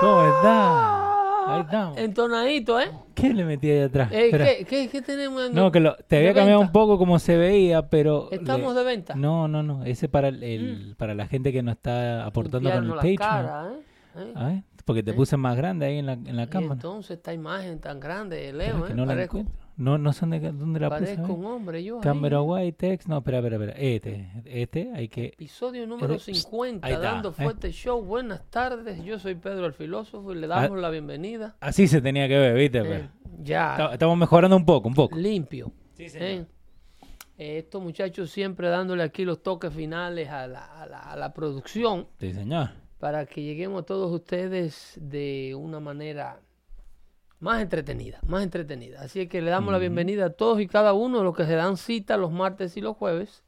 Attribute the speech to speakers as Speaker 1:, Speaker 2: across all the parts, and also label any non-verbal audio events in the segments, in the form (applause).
Speaker 1: ¿Cómo está? Ahí estamos.
Speaker 2: Entonadito, ¿eh?
Speaker 1: ¿Qué le metí ahí atrás?
Speaker 2: Ey,
Speaker 1: Espera.
Speaker 2: Eh, ¿qué, qué, qué tenemos? en-
Speaker 1: No, que lo- te
Speaker 2: de
Speaker 1: había cambiado un
Speaker 2: venta?
Speaker 1: poco como se veía, pero...
Speaker 2: Estamos
Speaker 1: le-
Speaker 2: de venta. Mm.
Speaker 1: No, no, no. Ese para el, el- para la gente que nos está aportando con el
Speaker 2: Limpiarnos las
Speaker 1: Patreon.
Speaker 2: caras, ¿eh? ¿Eh?
Speaker 1: A ver, porque te puse más grande ahí en la, en la
Speaker 2: Y
Speaker 1: cámara.
Speaker 2: entonces esta imagen tan grande,
Speaker 1: Pero
Speaker 2: Leo,
Speaker 1: es
Speaker 2: ¿eh?
Speaker 1: que no la
Speaker 2: parezco
Speaker 1: encuentro. No, no sé dónde, dónde la puse. a
Speaker 2: parezco
Speaker 1: ver.
Speaker 2: un hombre yo ahí.
Speaker 1: Cámara White Text. No, espera, espera, espera. Este, este hay que...
Speaker 2: Episodio número
Speaker 1: Eh, pst,
Speaker 2: 50,
Speaker 1: ahí está,
Speaker 2: dando
Speaker 1: ¿eh?
Speaker 2: fuerte show. Buenas tardes, yo soy Pedro el Filósofo y le damos la bienvenida.
Speaker 1: Así se tenía que Ah. ver, ¿viste? Pues.
Speaker 2: eh,
Speaker 1: Pero
Speaker 2: ya,
Speaker 1: está- Estamos mejorando un poco, un poco.
Speaker 2: limpio.
Speaker 1: Sí,
Speaker 2: ¿eh? Eh, estos muchachos siempre dándole aquí los toques finales a la- a la- a la producción.
Speaker 1: Sí, señor.
Speaker 2: para que lleguemos a todos ustedes de una manera más entretenida, más entretenida. Así es que le damos la bienvenida a todos y cada uno de los que se dan cita los martes y los jueves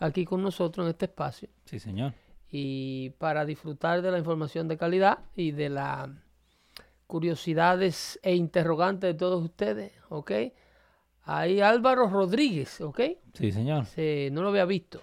Speaker 2: aquí con nosotros en este espacio
Speaker 1: Sí, señor.
Speaker 2: y para disfrutar de la información de calidad y de las curiosidades e interrogantes de todos ustedes, ¿ok? Ahí Álvaro Rodríguez, ¿ok?
Speaker 1: Sí, señor.
Speaker 2: Se- no lo había visto.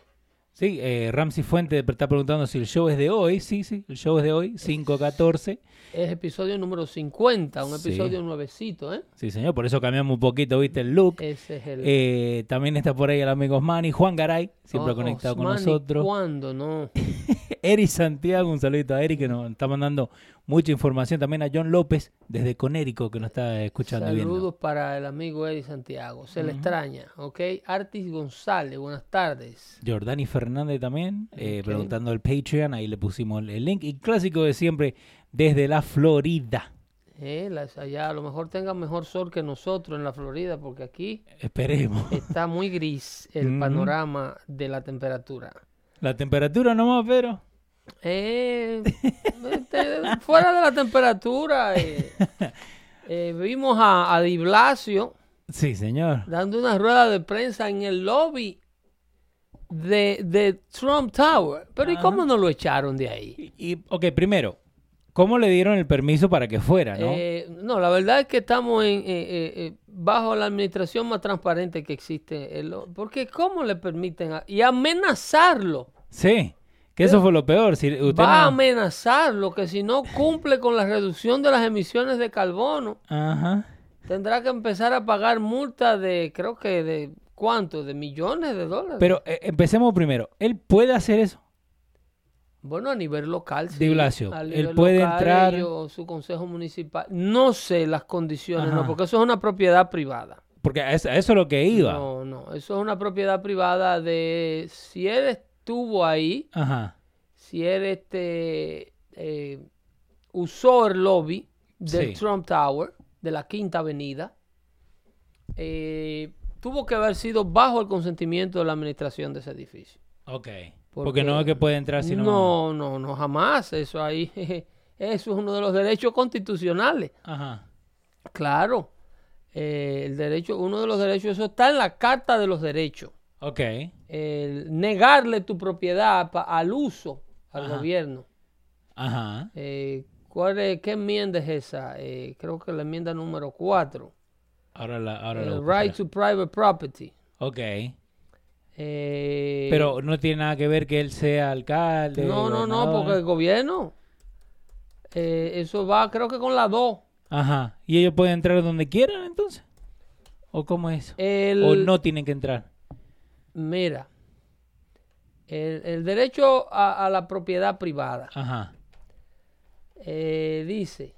Speaker 1: Sí, eh, Ramsey Fuente está preguntando si el show es de hoy. Sí, sí, el show es de hoy, 5.14.
Speaker 2: Es episodio número 50, un
Speaker 1: Sí.
Speaker 2: episodio nuevecito, ¿eh?
Speaker 1: Sí, señor, por eso cambiamos un poquito, viste, el look.
Speaker 2: Ese es el...
Speaker 1: Eh, también está por ahí el amigo Osmani, Juan Garay, siempre
Speaker 2: Oh,
Speaker 1: conectado con
Speaker 2: Osmani,
Speaker 1: nosotros.
Speaker 2: ¿Cuándo no?
Speaker 1: Eri Santiago, un saludito a Eri que nos está mandando mucha información. También a John López desde Conérico que nos está escuchando y viendo.
Speaker 2: Saludos para el amigo Eddie Santiago. Se le extraña, ¿ok? Artis González, buenas tardes.
Speaker 1: Jordani Fernández también, eh,
Speaker 2: Ok.
Speaker 1: preguntando el Patreon, ahí le pusimos el, el link. Y clásico de siempre, desde la Florida.
Speaker 2: Eh, las- allá a lo mejor tengan mejor sol que nosotros en la Florida, porque aquí
Speaker 1: Esperemos.
Speaker 2: está muy gris el
Speaker 1: Ujú.
Speaker 2: panorama de la temperatura.
Speaker 1: (laughs) La temperatura nomás, pero...
Speaker 2: Eh, este, fuera de la
Speaker 1: (laughs)
Speaker 2: temperatura, eh, eh, vimos a, a Di Blasio
Speaker 1: Sí, señor.
Speaker 2: dando una rueda de prensa en el lobby de, de Trump Tower. Pero ¿y cómo no lo echaron de ahí?
Speaker 1: Y, y- ok, primero, ¿cómo le dieron el permiso para que fuera, no?
Speaker 2: Eh, no, la verdad es que estamos en, eh, eh, eh, bajo la administración más transparente que existe. eh, lo- porque ¿cómo le permiten? a- y amenazarlo.
Speaker 1: sí, que
Speaker 2: eh,
Speaker 1: eso fue lo peor. Si usted
Speaker 2: Va a
Speaker 1: no-
Speaker 2: amenazarlo que si no cumple con la reducción de las emisiones de carbono,
Speaker 1: Ajá.
Speaker 2: tendrá que empezar a pagar multa de, creo que de, ¿cuánto? De millones de dólares.
Speaker 1: Pero eh, empecemos primero. ¿Él puede hacer eso?
Speaker 2: Bueno, a nivel local, sí.
Speaker 1: Di Blasio,
Speaker 2: A
Speaker 1: él
Speaker 2: nivel
Speaker 1: puede
Speaker 2: local,
Speaker 1: entrar-
Speaker 2: ellos, su consejo municipal. No sé las condiciones, no,
Speaker 1: Ajá.
Speaker 2: porque eso es una propiedad privada.
Speaker 1: Porque a eso, a eso es lo que iba.
Speaker 2: No, no, eso es una propiedad privada de si él estuvo ahí,
Speaker 1: Ajá.
Speaker 2: si él este eh, usó el lobby del
Speaker 1: Sí.
Speaker 2: Trump Tower de la Quinta Avenida, eh, tuvo que haber sido bajo el consentimiento de la administración de ese edificio.
Speaker 1: Ok. Porque,
Speaker 2: Porque-
Speaker 1: no es que puede entrar sino...
Speaker 2: No, no, no, jamás. Eso ahí, (laughs) jeje, eso es uno de los derechos constitucionales.
Speaker 1: Ajá.
Speaker 2: Claro, eh, el derecho, uno de los derechos, eso está en la Carta de los Derechos.
Speaker 1: Ok.
Speaker 2: El negarle tu propiedad pa- al uso al
Speaker 1: Ajá.
Speaker 2: gobierno.
Speaker 1: Ajá.
Speaker 2: Eh, ¿cuál es- ¿Qué enmienda es esa? Eh, creo que la enmienda número 4.
Speaker 1: Ahora la... Ahora la
Speaker 2: El
Speaker 1: busco,
Speaker 2: right
Speaker 1: espera.
Speaker 2: to private property.
Speaker 1: Ok.
Speaker 2: Eh,
Speaker 1: Pero eh, no tiene nada que ver que él sea alcalde.
Speaker 2: no, no, no,
Speaker 1: gobernador.
Speaker 2: porque el gobierno, eh, eso va creo que con la 2.
Speaker 1: Ajá. ¿Y ellos pueden entrar donde quieran entonces? ¿O cómo es?
Speaker 2: El,
Speaker 1: ¿O no tienen que entrar?
Speaker 2: Mira, el, el derecho a, a la propiedad privada
Speaker 1: Ajá.
Speaker 2: eh, dice,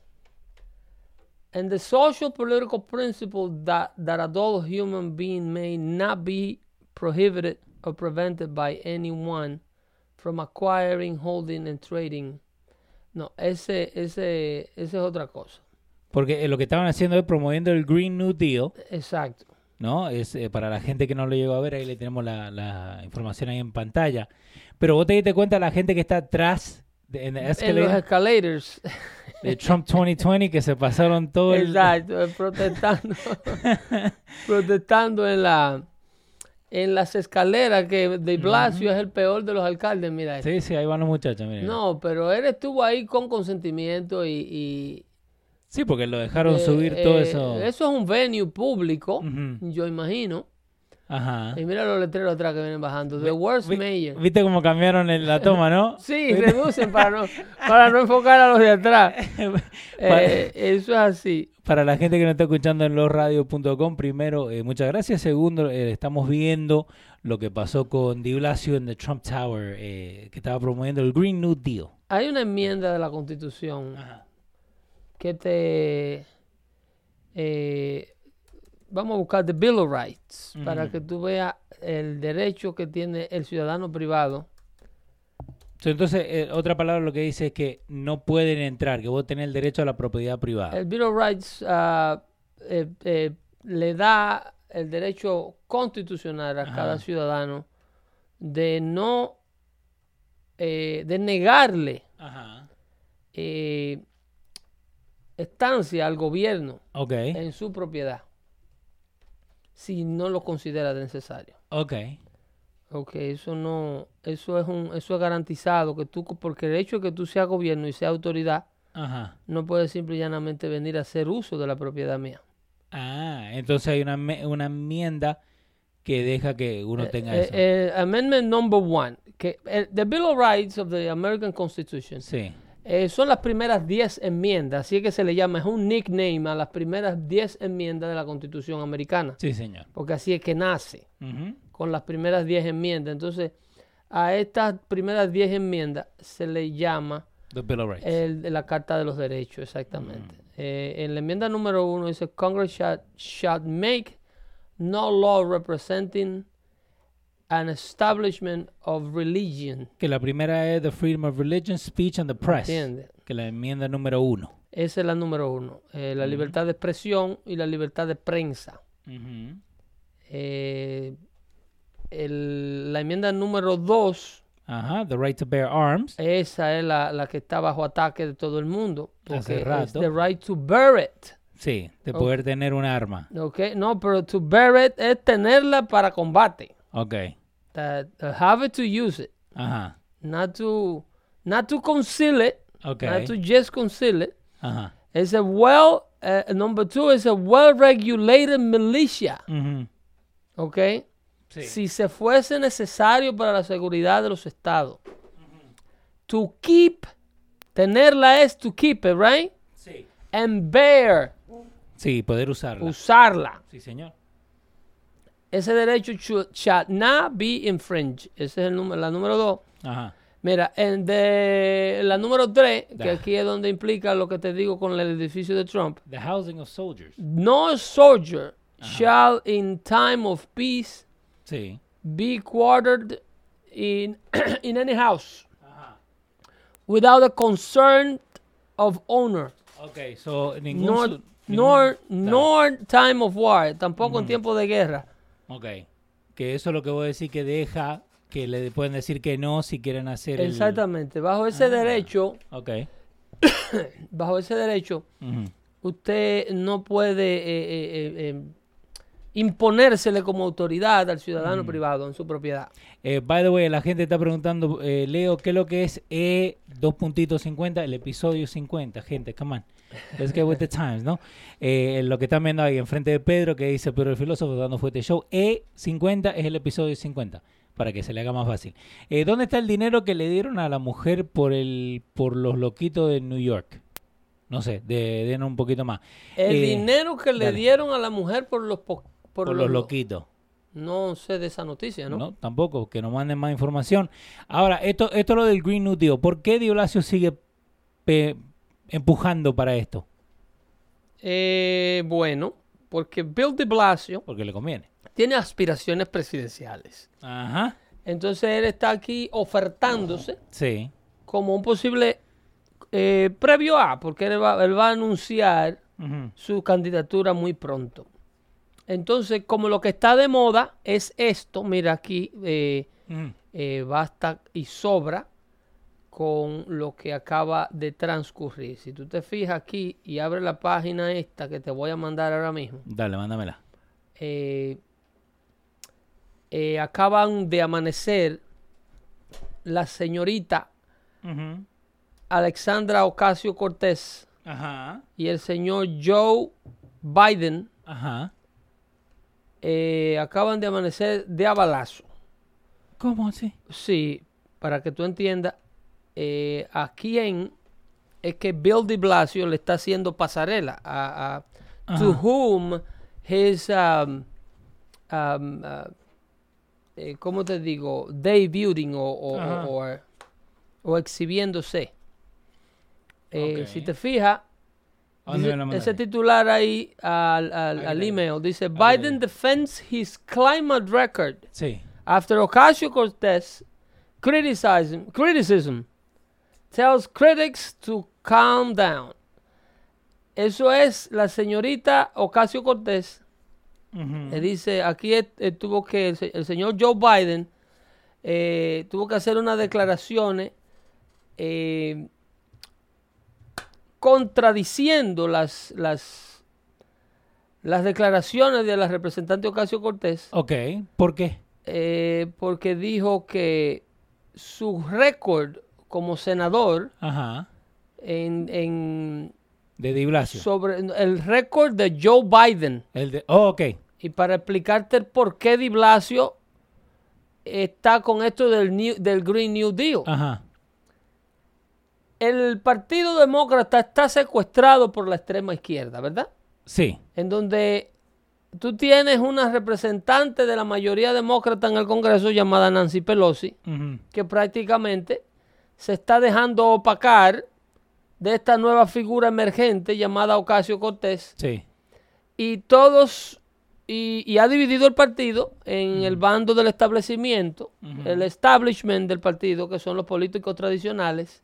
Speaker 2: and the social political principle that, that adult human being may not be prohibited or prevented by anyone from acquiring, holding and trading. No, ese, ese, ese es otra cosa.
Speaker 1: Porque eh, lo que estaban haciendo es promoviendo el Green New Deal,
Speaker 2: Exacto.
Speaker 1: ¿no? Es eh, para la gente que no lo llegó a ver, ahí le tenemos la, la información ahí en pantalla. Pero vos te diste cuenta la gente que está atrás de,
Speaker 2: (laughs)
Speaker 1: en la
Speaker 2: En los
Speaker 1: escalera
Speaker 2: escalators.
Speaker 1: de Trump 2020 que se pasaron todo el
Speaker 2: Exacto, eh, protestando, protestando en la en las escaleras que De Blasio es el peor de los alcaldes,
Speaker 1: (laughs)
Speaker 2: mira.
Speaker 1: Sí, sí, ahí van los muchachos, miren.
Speaker 2: No, pero él estuvo ahí con consentimiento y, y-
Speaker 1: Sí, porque lo dejaron
Speaker 2: eh,
Speaker 1: subir todo
Speaker 2: eh,
Speaker 1: eso.
Speaker 2: Eso es un venue público,
Speaker 1: Ujú.
Speaker 2: yo imagino.
Speaker 1: Ajá.
Speaker 2: Y mira los letreros atrás que vienen bajando. The worst
Speaker 1: Vi-
Speaker 2: mayor.
Speaker 1: Viste cómo cambiaron el- la toma, ¿no?
Speaker 2: (laughs) Sí, reducen para no, para no enfocar a los de
Speaker 1: (laughs)
Speaker 2: atrás.
Speaker 1: Pa-
Speaker 2: Eh, eso es así.
Speaker 1: Para la gente que nos está escuchando en losradio.com, primero, eh, muchas gracias. Segundo, eh, estamos viendo lo que pasó con Di Blasio en The Trump Tower, eh, que estaba promoviendo el Green New Deal.
Speaker 2: Hay una enmienda de la Constitución
Speaker 1: Ajá.
Speaker 2: que te... eh, vamos a buscar The Bill of Rights para que tú veas el derecho que tiene el ciudadano privado.
Speaker 1: So, Entonces, eh, otra palabra lo que dice es que no pueden entrar, que vos tenés el derecho a la propiedad privada.
Speaker 2: El Bill of Rights ah, eh, eh, le da el derecho constitucional a cada ciudadano de no... eh, de negarle
Speaker 1: Ajá.
Speaker 2: eh, estancia al gobierno
Speaker 1: Ok,
Speaker 2: en su propiedad si no lo considera necesario.
Speaker 1: ok.
Speaker 2: Ok, eso no, eso es un, eso es garantizado que tú, porque el hecho de que tú seas gobierno y seas autoridad,
Speaker 1: Ajá.
Speaker 2: no puedes simple y llanamente venir a hacer uso de la propiedad mía.
Speaker 1: Ah, entonces hay una, me- una enmienda que deja que uno tenga
Speaker 2: Eh,
Speaker 1: eso.
Speaker 2: eh, amendment number one, que eh, the Bill of Rights of the American Constitution
Speaker 1: sí.
Speaker 2: eh, son las primeras 10 enmiendas, así es que se le llama, es un nickname a las primeras 10 enmiendas de la Constitución americana,
Speaker 1: sí, señor.
Speaker 2: porque así es que nace.
Speaker 1: Ujú.
Speaker 2: con las primeras 10 enmiendas. Entonces, a estas primeras 10 enmiendas se le llama
Speaker 1: The Bill of Rights.
Speaker 2: el, la Carta de los Derechos, exactamente. Eh, en la enmienda número uno dice, Congress shall, shall make no law representing an establishment of religion.
Speaker 1: Que la primera es The Freedom of Religion, Speech and the Press.
Speaker 2: ¿Entiendes?
Speaker 1: Que la enmienda número uno.
Speaker 2: Esa es la número uno. Eh, la libertad de expresión y la libertad de prensa. Eh, el- la enmienda número dos
Speaker 1: Ajá, The Right to Bear Arms.
Speaker 2: Eh, Esa es la, la que está bajo ataque de todo el mundo.
Speaker 1: Hace
Speaker 2: Porque es
Speaker 1: rato.
Speaker 2: the right to bear it.
Speaker 1: Sí, de poder tener un arma.
Speaker 2: ¿ok? No, pero to bear it es tenerla para combate.
Speaker 1: Ok.
Speaker 2: That- uh, have it to use it.
Speaker 1: Ajá.
Speaker 2: Not to, not to conceal it.
Speaker 1: Ok.
Speaker 2: Not to just conceal it.
Speaker 1: Ajá.
Speaker 2: It's a well, uh, number two, es a well-regulated militia.
Speaker 1: Ujú.
Speaker 2: ¿Ok? Si se fuese necesario para la seguridad de los estados. To keep, tenerla es to keep it, right?
Speaker 1: Sí.
Speaker 2: and bear,
Speaker 1: Sí, poder usarla.
Speaker 2: usarla.
Speaker 1: sí, señor.
Speaker 2: Ese derecho chu- shall not be infringed. Ese es el número, la número dos.
Speaker 1: Ajá.
Speaker 2: Mira, en de, la número tres, que
Speaker 1: Da.
Speaker 2: aquí es donde implica lo que te digo con el edificio de Trump.
Speaker 1: The Housing of Soldiers.
Speaker 2: Mm. No soldier shall in time of peace
Speaker 1: Sí.
Speaker 2: be quartered in, (clears throat) in any house without the consent of owner.
Speaker 1: Ok, so ningún...
Speaker 2: Nor,
Speaker 1: sol-
Speaker 2: nor, nor time of war, tampoco
Speaker 1: Mm.
Speaker 2: en tiempo de guerra.
Speaker 1: Ok. Que eso es lo que voy a decir que deja que le pueden decir que no si quieren hacer el- Ah.
Speaker 2: Exactamente, bajo ese derecho,
Speaker 1: Ok.
Speaker 2: bajo ese derecho,
Speaker 1: Ujú.
Speaker 2: usted no puede eh, eh, eh, eh, imponérsele como autoridad al
Speaker 1: Mm.
Speaker 2: ciudadano privado en su propiedad.
Speaker 1: Eh, by the way, la gente está preguntando, eh, Leo, ¿qué es lo que es E 2.50? El episodio 50, gente, come on. Let's get with the times, ¿no? Eh, lo que están viendo ahí enfrente de Pedro, que dice Pedro el Filósofo, dando fuerte show. E50 es el episodio 50, para que se le haga más fácil. Eh, ¿Dónde está el dinero que le dieron a la mujer por, el, por los loquitos de New York? No sé, de, den un poquito más.
Speaker 2: El
Speaker 1: Eh,
Speaker 2: dinero que le
Speaker 1: dale.
Speaker 2: dieron a la mujer por los po-
Speaker 1: por,
Speaker 2: por
Speaker 1: los loquitos.
Speaker 2: No sé de esa noticia, ¿no?
Speaker 1: ¿no? Tampoco, que nos manden más información. Ahora, esto, esto es lo del Green New Deal. ¿Por qué Di Blasio sigue pe- empujando para esto?
Speaker 2: Eh, bueno, porque Bill de Blasio
Speaker 1: Porque le conviene.
Speaker 2: tiene aspiraciones presidenciales.
Speaker 1: Ajá.
Speaker 2: Entonces él está aquí ofertándose
Speaker 1: Sí.
Speaker 2: como un posible eh, previo a, porque él va, él va a anunciar
Speaker 1: Ujú.
Speaker 2: su candidatura muy pronto. Entonces, como lo que está de moda es esto, mira aquí, eh,
Speaker 1: Ujú.
Speaker 2: eh, basta y sobra con lo que acaba de transcurrir. Si tú te fijas aquí y abres la página esta que te voy a mandar ahora mismo,
Speaker 1: Dale, mándamela.
Speaker 2: eh, eh, acaban de amanecer la señorita
Speaker 1: Ujú.
Speaker 2: Alexandra Ocasio Cortés
Speaker 1: Ajá.
Speaker 2: y el señor Joe Biden
Speaker 1: Ajá.
Speaker 2: eh, acaban de amanecer de a balazo.
Speaker 1: ¿Cómo así?
Speaker 2: Sí, para que tú entiendas eh, a quién es que Bill de Blasio le está haciendo pasarela. A, a- to
Speaker 1: Ajá.
Speaker 2: whom his, um, um, uh, eh, ¿cómo te digo? Debuting o, o,
Speaker 1: Ajá.
Speaker 2: o, o- o exhibiéndose. Eh,
Speaker 1: Ok.
Speaker 2: Si te fijas,
Speaker 1: ¿A dónde
Speaker 2: dice-
Speaker 1: me lo
Speaker 2: ese
Speaker 1: mandaste?
Speaker 2: titular ahí al, al-
Speaker 1: Ahí
Speaker 2: al
Speaker 1: está.
Speaker 2: email dice,
Speaker 1: está.
Speaker 2: Biden defends his climate record.
Speaker 1: Sí.
Speaker 2: After Ocasio Cortez criticism, criticism tells critics to calm down. Eso es la señorita Ocasio Cortez.
Speaker 1: Ujú.
Speaker 2: Le dice, aquí est- eh, tuvo que, el, se- el señor Joe Biden eh, tuvo que hacer unas declaraciones eh, contradiciendo las, las, las declaraciones de la representante Ocasio Cortez
Speaker 1: Ok. ¿Por qué?
Speaker 2: eh, porque dijo que su récord como senador
Speaker 1: Ajá.
Speaker 2: en, en-
Speaker 1: De Di Blasio.
Speaker 2: sobre el récord de Joe Biden
Speaker 1: El de... Oh, ok.
Speaker 2: y para explicarte el por qué Di Blasio está con esto del New- del Green New Deal.
Speaker 1: Ajá.
Speaker 2: El Partido Demócrata está secuestrado por la extrema izquierda, ¿verdad?
Speaker 1: Sí.
Speaker 2: en donde tú tienes una representante de la mayoría demócrata en el Congreso llamada Nancy Pelosi,
Speaker 1: Ujú.
Speaker 2: que prácticamente se está dejando opacar de esta nueva figura emergente llamada Ocasio Cortés
Speaker 1: Sí.
Speaker 2: y todos y, y ha dividido el partido en el bando del establecimiento, el establishment del partido, que son los políticos tradicionales,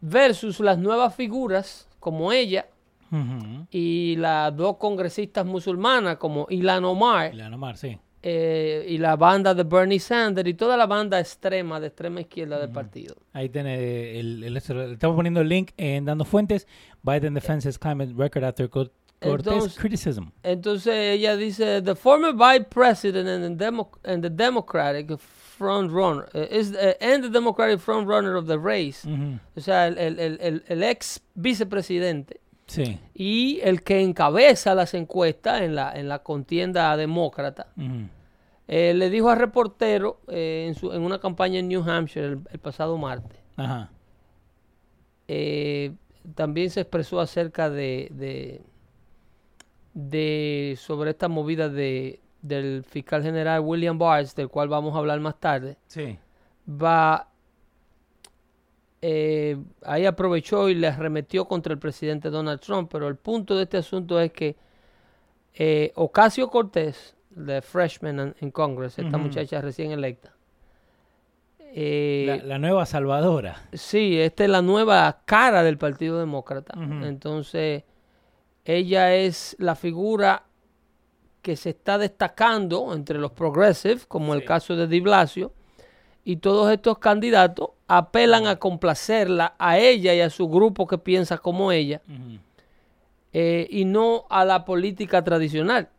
Speaker 2: versus las nuevas figuras como ella,
Speaker 1: Ujú.
Speaker 2: y las dos congresistas musulmanas como Ilan Omar
Speaker 1: Ilan Omar, sí.
Speaker 2: eh, y la banda de Bernie Sanders y toda la banda extrema de extrema izquierda del partido.
Speaker 1: Ahí tiene eh, el, el- el- estamos poniendo el link en Dando Fuentes. Biden defenses climate record after Cor- Cortés
Speaker 2: Entonces-
Speaker 1: criticism.
Speaker 2: Entonces ella dice, the former vice president and the, demo- and the Democratic front runner eh, is eh, and the Democratic front runner of the race,
Speaker 1: Ujú.
Speaker 2: o sea, el, el- el- el- el ex vicepresidente
Speaker 1: Sí.
Speaker 2: y el que encabeza las encuestas en la, en la contienda demócrata.
Speaker 1: Ujú.
Speaker 2: Eh, le dijo al reportero eh, en, su- en una campaña en New Hampshire el, el pasado martes.
Speaker 1: Ajá.
Speaker 2: Eh, también se expresó acerca de, de, de- sobre esta movida de, del fiscal general William Barr, del cual vamos a hablar más tarde.
Speaker 1: Sí.
Speaker 2: Va eh, ahí aprovechó y le arremetió contra el presidente Donald Trump, pero el punto de este asunto es que eh, Ocasio Cortés, la freshman en- en Congress, esta
Speaker 1: Ujú.
Speaker 2: muchacha recién electa, eh,
Speaker 1: La, la nueva salvadora.
Speaker 2: sí, esta es la nueva cara del Partido Demócrata.
Speaker 1: Ujú.
Speaker 2: Entonces, ella es la figura que se está destacando entre los progressives, como el
Speaker 1: Sí.
Speaker 2: caso de Di Blasio, y todos estos candidatos apelan a complacerla a ella y a su grupo que piensa como ella
Speaker 1: Ujú.
Speaker 2: eh, y no a la política tradicional.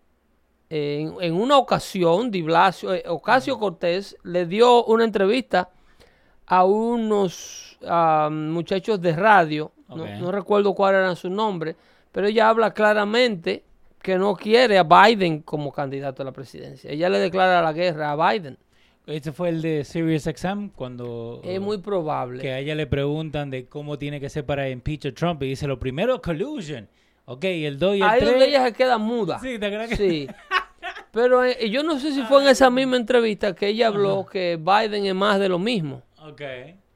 Speaker 2: Eh, en, en una ocasión, Di Blasio, eh, Ocasio Cortés le dio una entrevista a unos ah, muchachos de radio, no-
Speaker 1: Ok.
Speaker 2: no, recuerdo cuál era su nombre, pero ella habla claramente que no quiere a Biden como candidato a la presidencia. Ella le declara la guerra a Biden.
Speaker 1: Ese fue el de Serious Exam cuando
Speaker 2: Es muy probable.
Speaker 1: Oh. que a ella le preguntan de cómo tiene que ser para impeach a Trump y dice lo primero collusion. Ok, y el 2 y el
Speaker 2: Ahí es
Speaker 1: 3.
Speaker 2: donde ella se queda muda.
Speaker 1: Sí, ¿te acuerdas que-
Speaker 2: Sí. Pero eh, yo no sé si fue en esa misma entrevista que ella habló que Biden es más de lo mismo.
Speaker 1: Ok.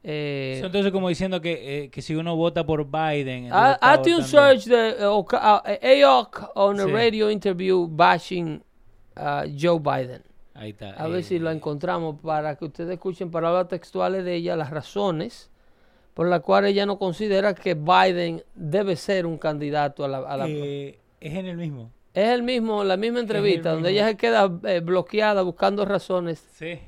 Speaker 2: eh,
Speaker 1: So, Entonces, como diciendo que, eh, que si uno vota por Biden. entonces
Speaker 2: I,
Speaker 1: está
Speaker 2: I did
Speaker 1: votando-
Speaker 2: Ah, search the uh, Oka- uh, AOC on a
Speaker 1: Sí.
Speaker 2: radio interview bashing uh, Joe Biden.
Speaker 1: Ahí está.
Speaker 2: A ver
Speaker 1: eh,
Speaker 2: si lo encontramos para que ustedes escuchen palabras textuales de ella, las razones por las cuales ella no considera que Biden debe ser un candidato a la... a la-
Speaker 1: eh, es en el mismo.
Speaker 2: Es el mismo, la misma entrevista, donde
Speaker 1: mismo.
Speaker 2: ella se queda eh, bloqueada buscando razones
Speaker 1: Sí.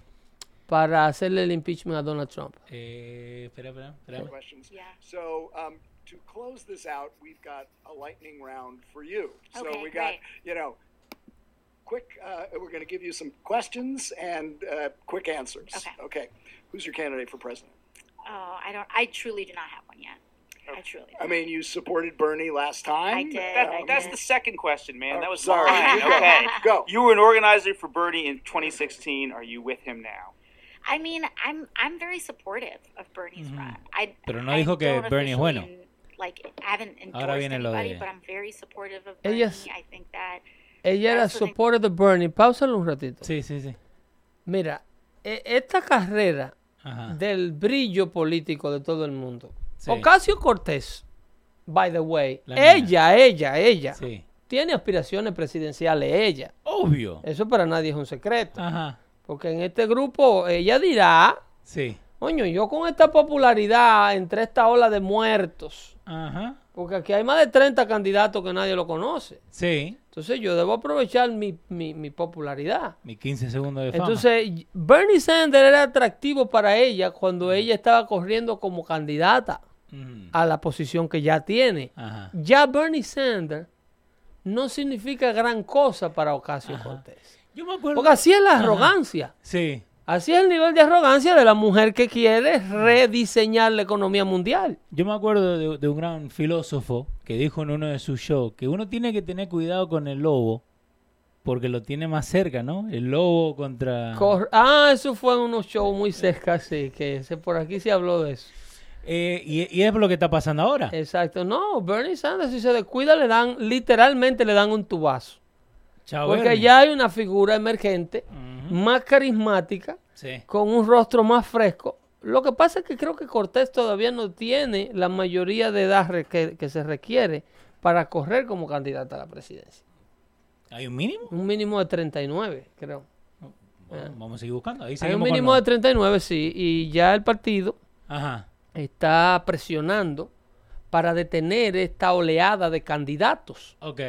Speaker 2: para hacerle el impeachment a Donald Trump.
Speaker 1: Eh, espera, espera, espérame.
Speaker 3: questions.
Speaker 4: Yeah.
Speaker 3: So um, to close this out, we've got a lightning round for you. so
Speaker 4: Okay,
Speaker 3: we got,
Speaker 4: great.
Speaker 3: you know, quick. Uh, we're going to give you some questions and uh, quick answers.
Speaker 4: Okay.
Speaker 3: Who's your candidate for president?
Speaker 4: Oh, I don't. I truly do not have one yet. I truly.
Speaker 3: I mean, you supported Bernie last time. Um,
Speaker 4: I did.
Speaker 5: That,
Speaker 4: I
Speaker 5: that's
Speaker 4: did.
Speaker 5: the second question, man. That was
Speaker 3: sorry. (laughs)
Speaker 5: mine.
Speaker 3: You go.
Speaker 5: Okay.
Speaker 3: Go.
Speaker 5: You were an organizer for Bernie in 2016. Are you with him now?
Speaker 4: I mean, I'm I'm very supportive of Bernie's run. I,
Speaker 1: Mm-hmm. Pero no
Speaker 4: I
Speaker 1: dijo que
Speaker 4: don't
Speaker 1: Bernie es bueno.
Speaker 4: officially, Like, I haven't endorsed
Speaker 1: Ahora viene lo de-
Speaker 4: anybody, but I'm very supportive of Bernie.
Speaker 2: Ella es-
Speaker 4: I think that.
Speaker 2: Ella era
Speaker 4: Eso de-
Speaker 2: supporter de Bernie. Páusalo un ratito.
Speaker 1: Sí, sí, sí.
Speaker 2: Mira, e- esta carrera
Speaker 1: Ajá.
Speaker 2: del brillo político de todo el mundo.
Speaker 1: Ah. Sí.
Speaker 2: Ocasio Cortés, by the way,
Speaker 1: La niña.
Speaker 2: ella, ella, ella,
Speaker 1: Sí.
Speaker 2: tiene aspiraciones presidenciales, ella.
Speaker 1: Obvio.
Speaker 2: Eso para nadie es un secreto.
Speaker 1: Ajá.
Speaker 2: Porque en este grupo ella dirá,
Speaker 1: Sí.
Speaker 2: coño, yo con esta popularidad entre esta ola de muertos,
Speaker 1: Ajá.
Speaker 2: porque aquí hay más de 30 candidatos que nadie lo conoce.
Speaker 1: Sí.
Speaker 2: Entonces yo debo aprovechar mi, mi- mi popularidad.
Speaker 1: Mi 15 segundos de fama.
Speaker 2: Entonces, Bernie Sanders era atractivo para ella cuando ella estaba corriendo como candidata
Speaker 1: Mm.
Speaker 2: a la posición que ya tiene.
Speaker 1: Ajá.
Speaker 2: Ya Bernie Sanders no significa gran cosa para Ocasio Cortés.
Speaker 1: Yo me acuerdo.
Speaker 2: Porque así es la arrogancia.
Speaker 1: Sí.
Speaker 2: Así es el nivel de arrogancia de la mujer que quiere rediseñar la economía mundial.
Speaker 1: Yo me acuerdo de, de un gran filósofo que dijo en uno de sus shows que uno tiene que tener cuidado con el lobo porque lo tiene más cerca, ¿no? El lobo contra...
Speaker 2: Cor- ah, eso fue en unos shows muy cerca, sí, que se- por aquí se habló de eso.
Speaker 1: Eh, y, y es lo que está pasando ahora.
Speaker 2: Exacto. No, Bernie Sanders, si se descuida, le dan, literalmente le dan un tubazo.
Speaker 1: Chao,
Speaker 2: Porque
Speaker 1: Bernie.
Speaker 2: ya hay una figura emergente,
Speaker 1: Ah, Ujú.
Speaker 2: más carismática,
Speaker 1: Sí.
Speaker 2: con un rostro más fresco. Lo que pasa es que creo que Cortés todavía no tiene la mayoría de edad re- que, que se requiere para correr como candidata a la presidencia.
Speaker 1: ¿Hay un mínimo?
Speaker 2: Un mínimo de 39, creo.
Speaker 1: Bueno, vamos a seguir buscando. Ahí
Speaker 2: Ah. Hay un
Speaker 1: seguimos con
Speaker 2: mínimo de
Speaker 1: los-
Speaker 2: 39, sí, y ya el partido
Speaker 1: Ajá.
Speaker 2: está presionando para detener esta oleada de candidatos,
Speaker 1: Ok.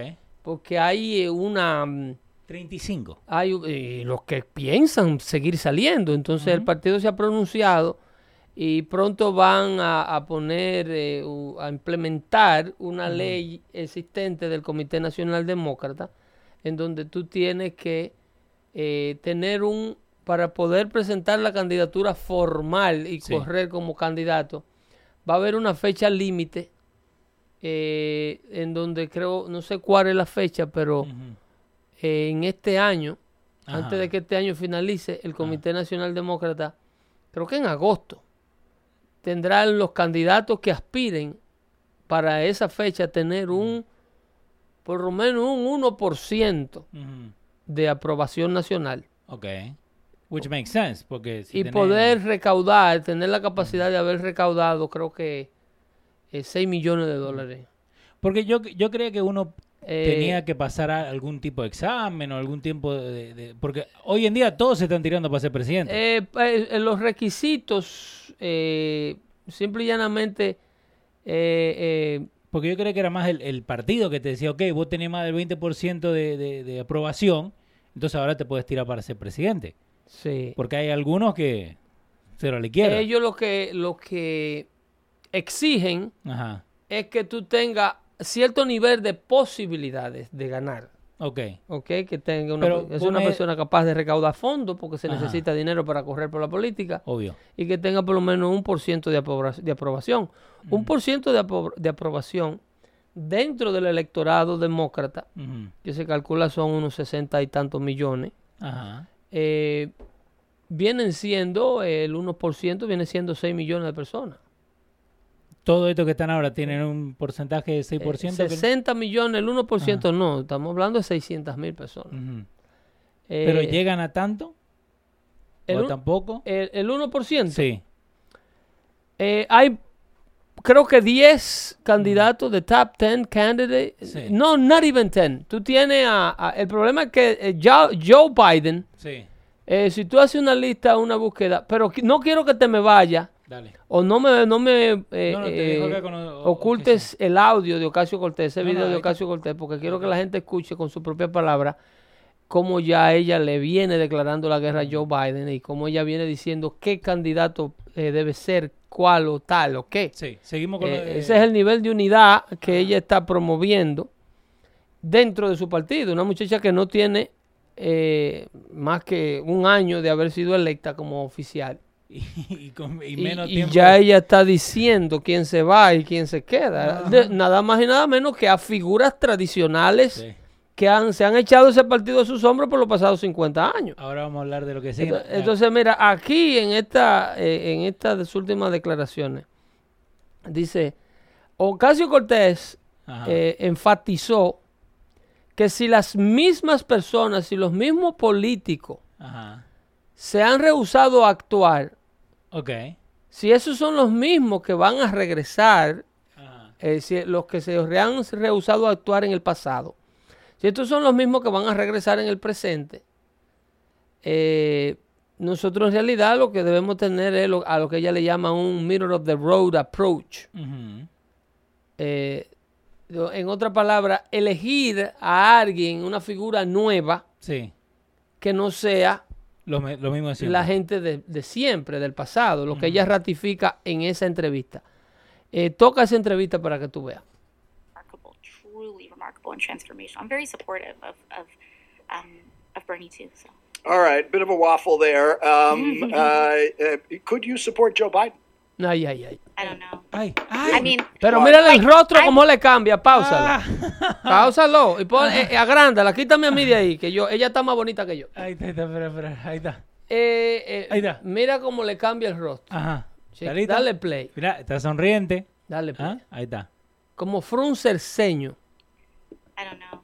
Speaker 2: porque hay eh, una... mm,
Speaker 1: 35.
Speaker 2: hay eh, los que piensan seguir saliendo. Entonces el partido se ha pronunciado y pronto van a, a poner, eh, u- a implementar una ley existente del Comité Nacional Demócrata, en donde tú tienes que eh, tener un, para poder presentar la candidatura formal y
Speaker 1: Sí.
Speaker 2: correr como candidato, va a haber una fecha límite. eh, en donde creo, no sé cuál es la fecha, pero
Speaker 1: Ujú.
Speaker 2: eh, en este año,
Speaker 1: Ajá. Ah.
Speaker 2: antes de que este año finalice, el Comité Nacional Demócrata, creo que en agosto, tendrán los candidatos que aspiren para esa fecha tener
Speaker 1: Mm.
Speaker 2: un, por lo menos un 1%
Speaker 1: Ujú.
Speaker 2: de aprobación nacional
Speaker 1: Ok. Which makes sense, porque... si Mm.
Speaker 2: y
Speaker 1: tenés-
Speaker 2: poder recaudar, tener la capacidad de haber recaudado, creo que eh, 6 millones
Speaker 1: Mm.
Speaker 2: de dólares.
Speaker 1: Porque yo, yo creía que uno
Speaker 2: Eh,
Speaker 1: tenía que pasar a algún tipo de examen o algún tiempo de, de- Porque hoy en día todos se están tirando para ser presidente.
Speaker 2: Eh, pa- eh, los requisitos, eh, simple y llanamente, eh, eh,
Speaker 1: porque yo creía que era más el, el partido que te decía, ok, vos tenés más del 20% de, de, de aprobación, entonces ahora te puedes tirar para ser presidente.
Speaker 2: sí.
Speaker 1: Porque hay algunos que... Cero a la izquierda.
Speaker 2: ellos lo que, lo que exigen
Speaker 1: Ajá.
Speaker 2: es que tú tengas cierto nivel de posibilidades de ganar.
Speaker 1: Ok.
Speaker 2: ¿Ok? Que tenga una,
Speaker 1: Pero
Speaker 2: es
Speaker 1: vos
Speaker 2: una
Speaker 1: me-
Speaker 2: persona capaz de recaudar fondos porque se
Speaker 1: Ajá.
Speaker 2: necesita dinero para correr por la política
Speaker 1: Obvio.
Speaker 2: y que tenga por lo menos un por ciento de, apobra- de aprobación. Un por ciento de, apro- de aprobación dentro del electorado demócrata,
Speaker 1: Ujú.
Speaker 2: que se calcula son unos sesenta y tantos millones,
Speaker 1: Ajá.
Speaker 2: eh, vienen siendo eh, el 1%, viene siendo 6 millones de personas.
Speaker 1: Todo esto que están ahora tienen un porcentaje de 6%.
Speaker 2: Eh,
Speaker 1: que- Ah.
Speaker 2: 60 millones, el 1% no, estamos hablando de 600 mil personas.
Speaker 1: Ujú.
Speaker 2: Eh,
Speaker 1: Pero llegan a tanto.
Speaker 2: el
Speaker 1: o
Speaker 2: un-
Speaker 1: tampoco.
Speaker 2: el, el 1%,
Speaker 1: Sí.
Speaker 2: Eh, hay creo que 10 candidatos de top 10 candidates.
Speaker 1: Sí.
Speaker 2: No, not even 10. Tú tienes a, a- el problema es que eh, Joe, Joe Biden,
Speaker 1: Sí,
Speaker 2: eh, si tú haces una lista, una búsqueda, pero qui- no quiero que te me vaya
Speaker 1: dale.
Speaker 2: o no me, no me eh,
Speaker 1: No, no, te dejo acá con o- o-
Speaker 2: ocultes el audio de Ocasio Cortés, ese
Speaker 1: No, no,
Speaker 2: video de
Speaker 1: ahí está.
Speaker 2: Ocasio Cortés, porque quiero que la gente escuche con su propia palabra cómo ya ella le viene declarando la guerra a Joe Biden y cómo ella viene diciendo qué candidato eh, debe ser, cuál o tal o qué.
Speaker 1: Sí, seguimos con lo
Speaker 2: Eh,
Speaker 1: de-
Speaker 2: Ese es el nivel de unidad que ella está promoviendo dentro de su partido. Una muchacha que no tiene eh, más que un año de haber sido electa como oficial.
Speaker 1: Y, (laughs) y con- y
Speaker 2: Y,
Speaker 1: menos
Speaker 2: y
Speaker 1: tiempo.
Speaker 2: ya ella está diciendo quién se va y quién se queda. De- nada más y nada menos que a figuras tradicionales
Speaker 1: Sí.
Speaker 2: que han, se han echado ese partido a sus hombros por los pasados 50 años.
Speaker 1: Ahora vamos a hablar de lo que sigue.
Speaker 2: Ento- Entonces, mira, aquí en esta, eh, en estas de sus últimas declaraciones, dice Ocasio Cortés
Speaker 1: Ajá.
Speaker 2: eh, enfatizó que si las mismas personas, si los mismos políticos
Speaker 1: Ajá.
Speaker 2: se han rehusado a actuar,
Speaker 1: Ok.
Speaker 2: si esos son los mismos que van a regresar,
Speaker 1: Ajá.
Speaker 2: eh, si los que se re- han rehusado a actuar en el pasado, si estos son los mismos que van a regresar en el presente, eh, nosotros en realidad lo que debemos tener es lo- a lo que ella le llama un mirror of the road approach.
Speaker 1: Ujú.
Speaker 2: Eh, lo- en otra palabra, elegir a alguien, una figura nueva,
Speaker 1: Sí.
Speaker 2: que no sea
Speaker 1: Lo, me- lo mismo de siempre.
Speaker 2: la gente de, de siempre, del pasado, lo que ella ratifica en esa entrevista. Eh, toca esa entrevista para que tú veas.
Speaker 4: remarkable, truly remarkable and transformational. I'm very supportive of of um, of Bernie too. So
Speaker 3: All right, bit of a waffle there.
Speaker 4: (laughs)
Speaker 3: Um, uh, uh, could you support Joe Biden?
Speaker 2: Ay, ay, ay.
Speaker 4: I don't know.
Speaker 1: Ay, ay.
Speaker 4: I mean,
Speaker 2: Pero mírale el rostro
Speaker 4: I'm-
Speaker 2: cómo le cambia,
Speaker 1: Ah.
Speaker 2: pausalo. Pausalo y pon, eh, eh, agrándala, quítame a mí de ahí, que yo, ella está más bonita que yo.
Speaker 1: (laughs) Ahí está, ahí está, espera, espera. Ahí está.
Speaker 2: Eh, eh,
Speaker 1: Ahí está.
Speaker 2: Mira cómo le cambia el rostro.
Speaker 1: Ajá.
Speaker 2: Sí,
Speaker 1: ¿Está lista?
Speaker 2: dale play.
Speaker 1: Mira, está sonriente.
Speaker 2: Dale play.
Speaker 1: ¿Ah? Ahí está.
Speaker 2: Como frunce el ceño.
Speaker 4: I don't know.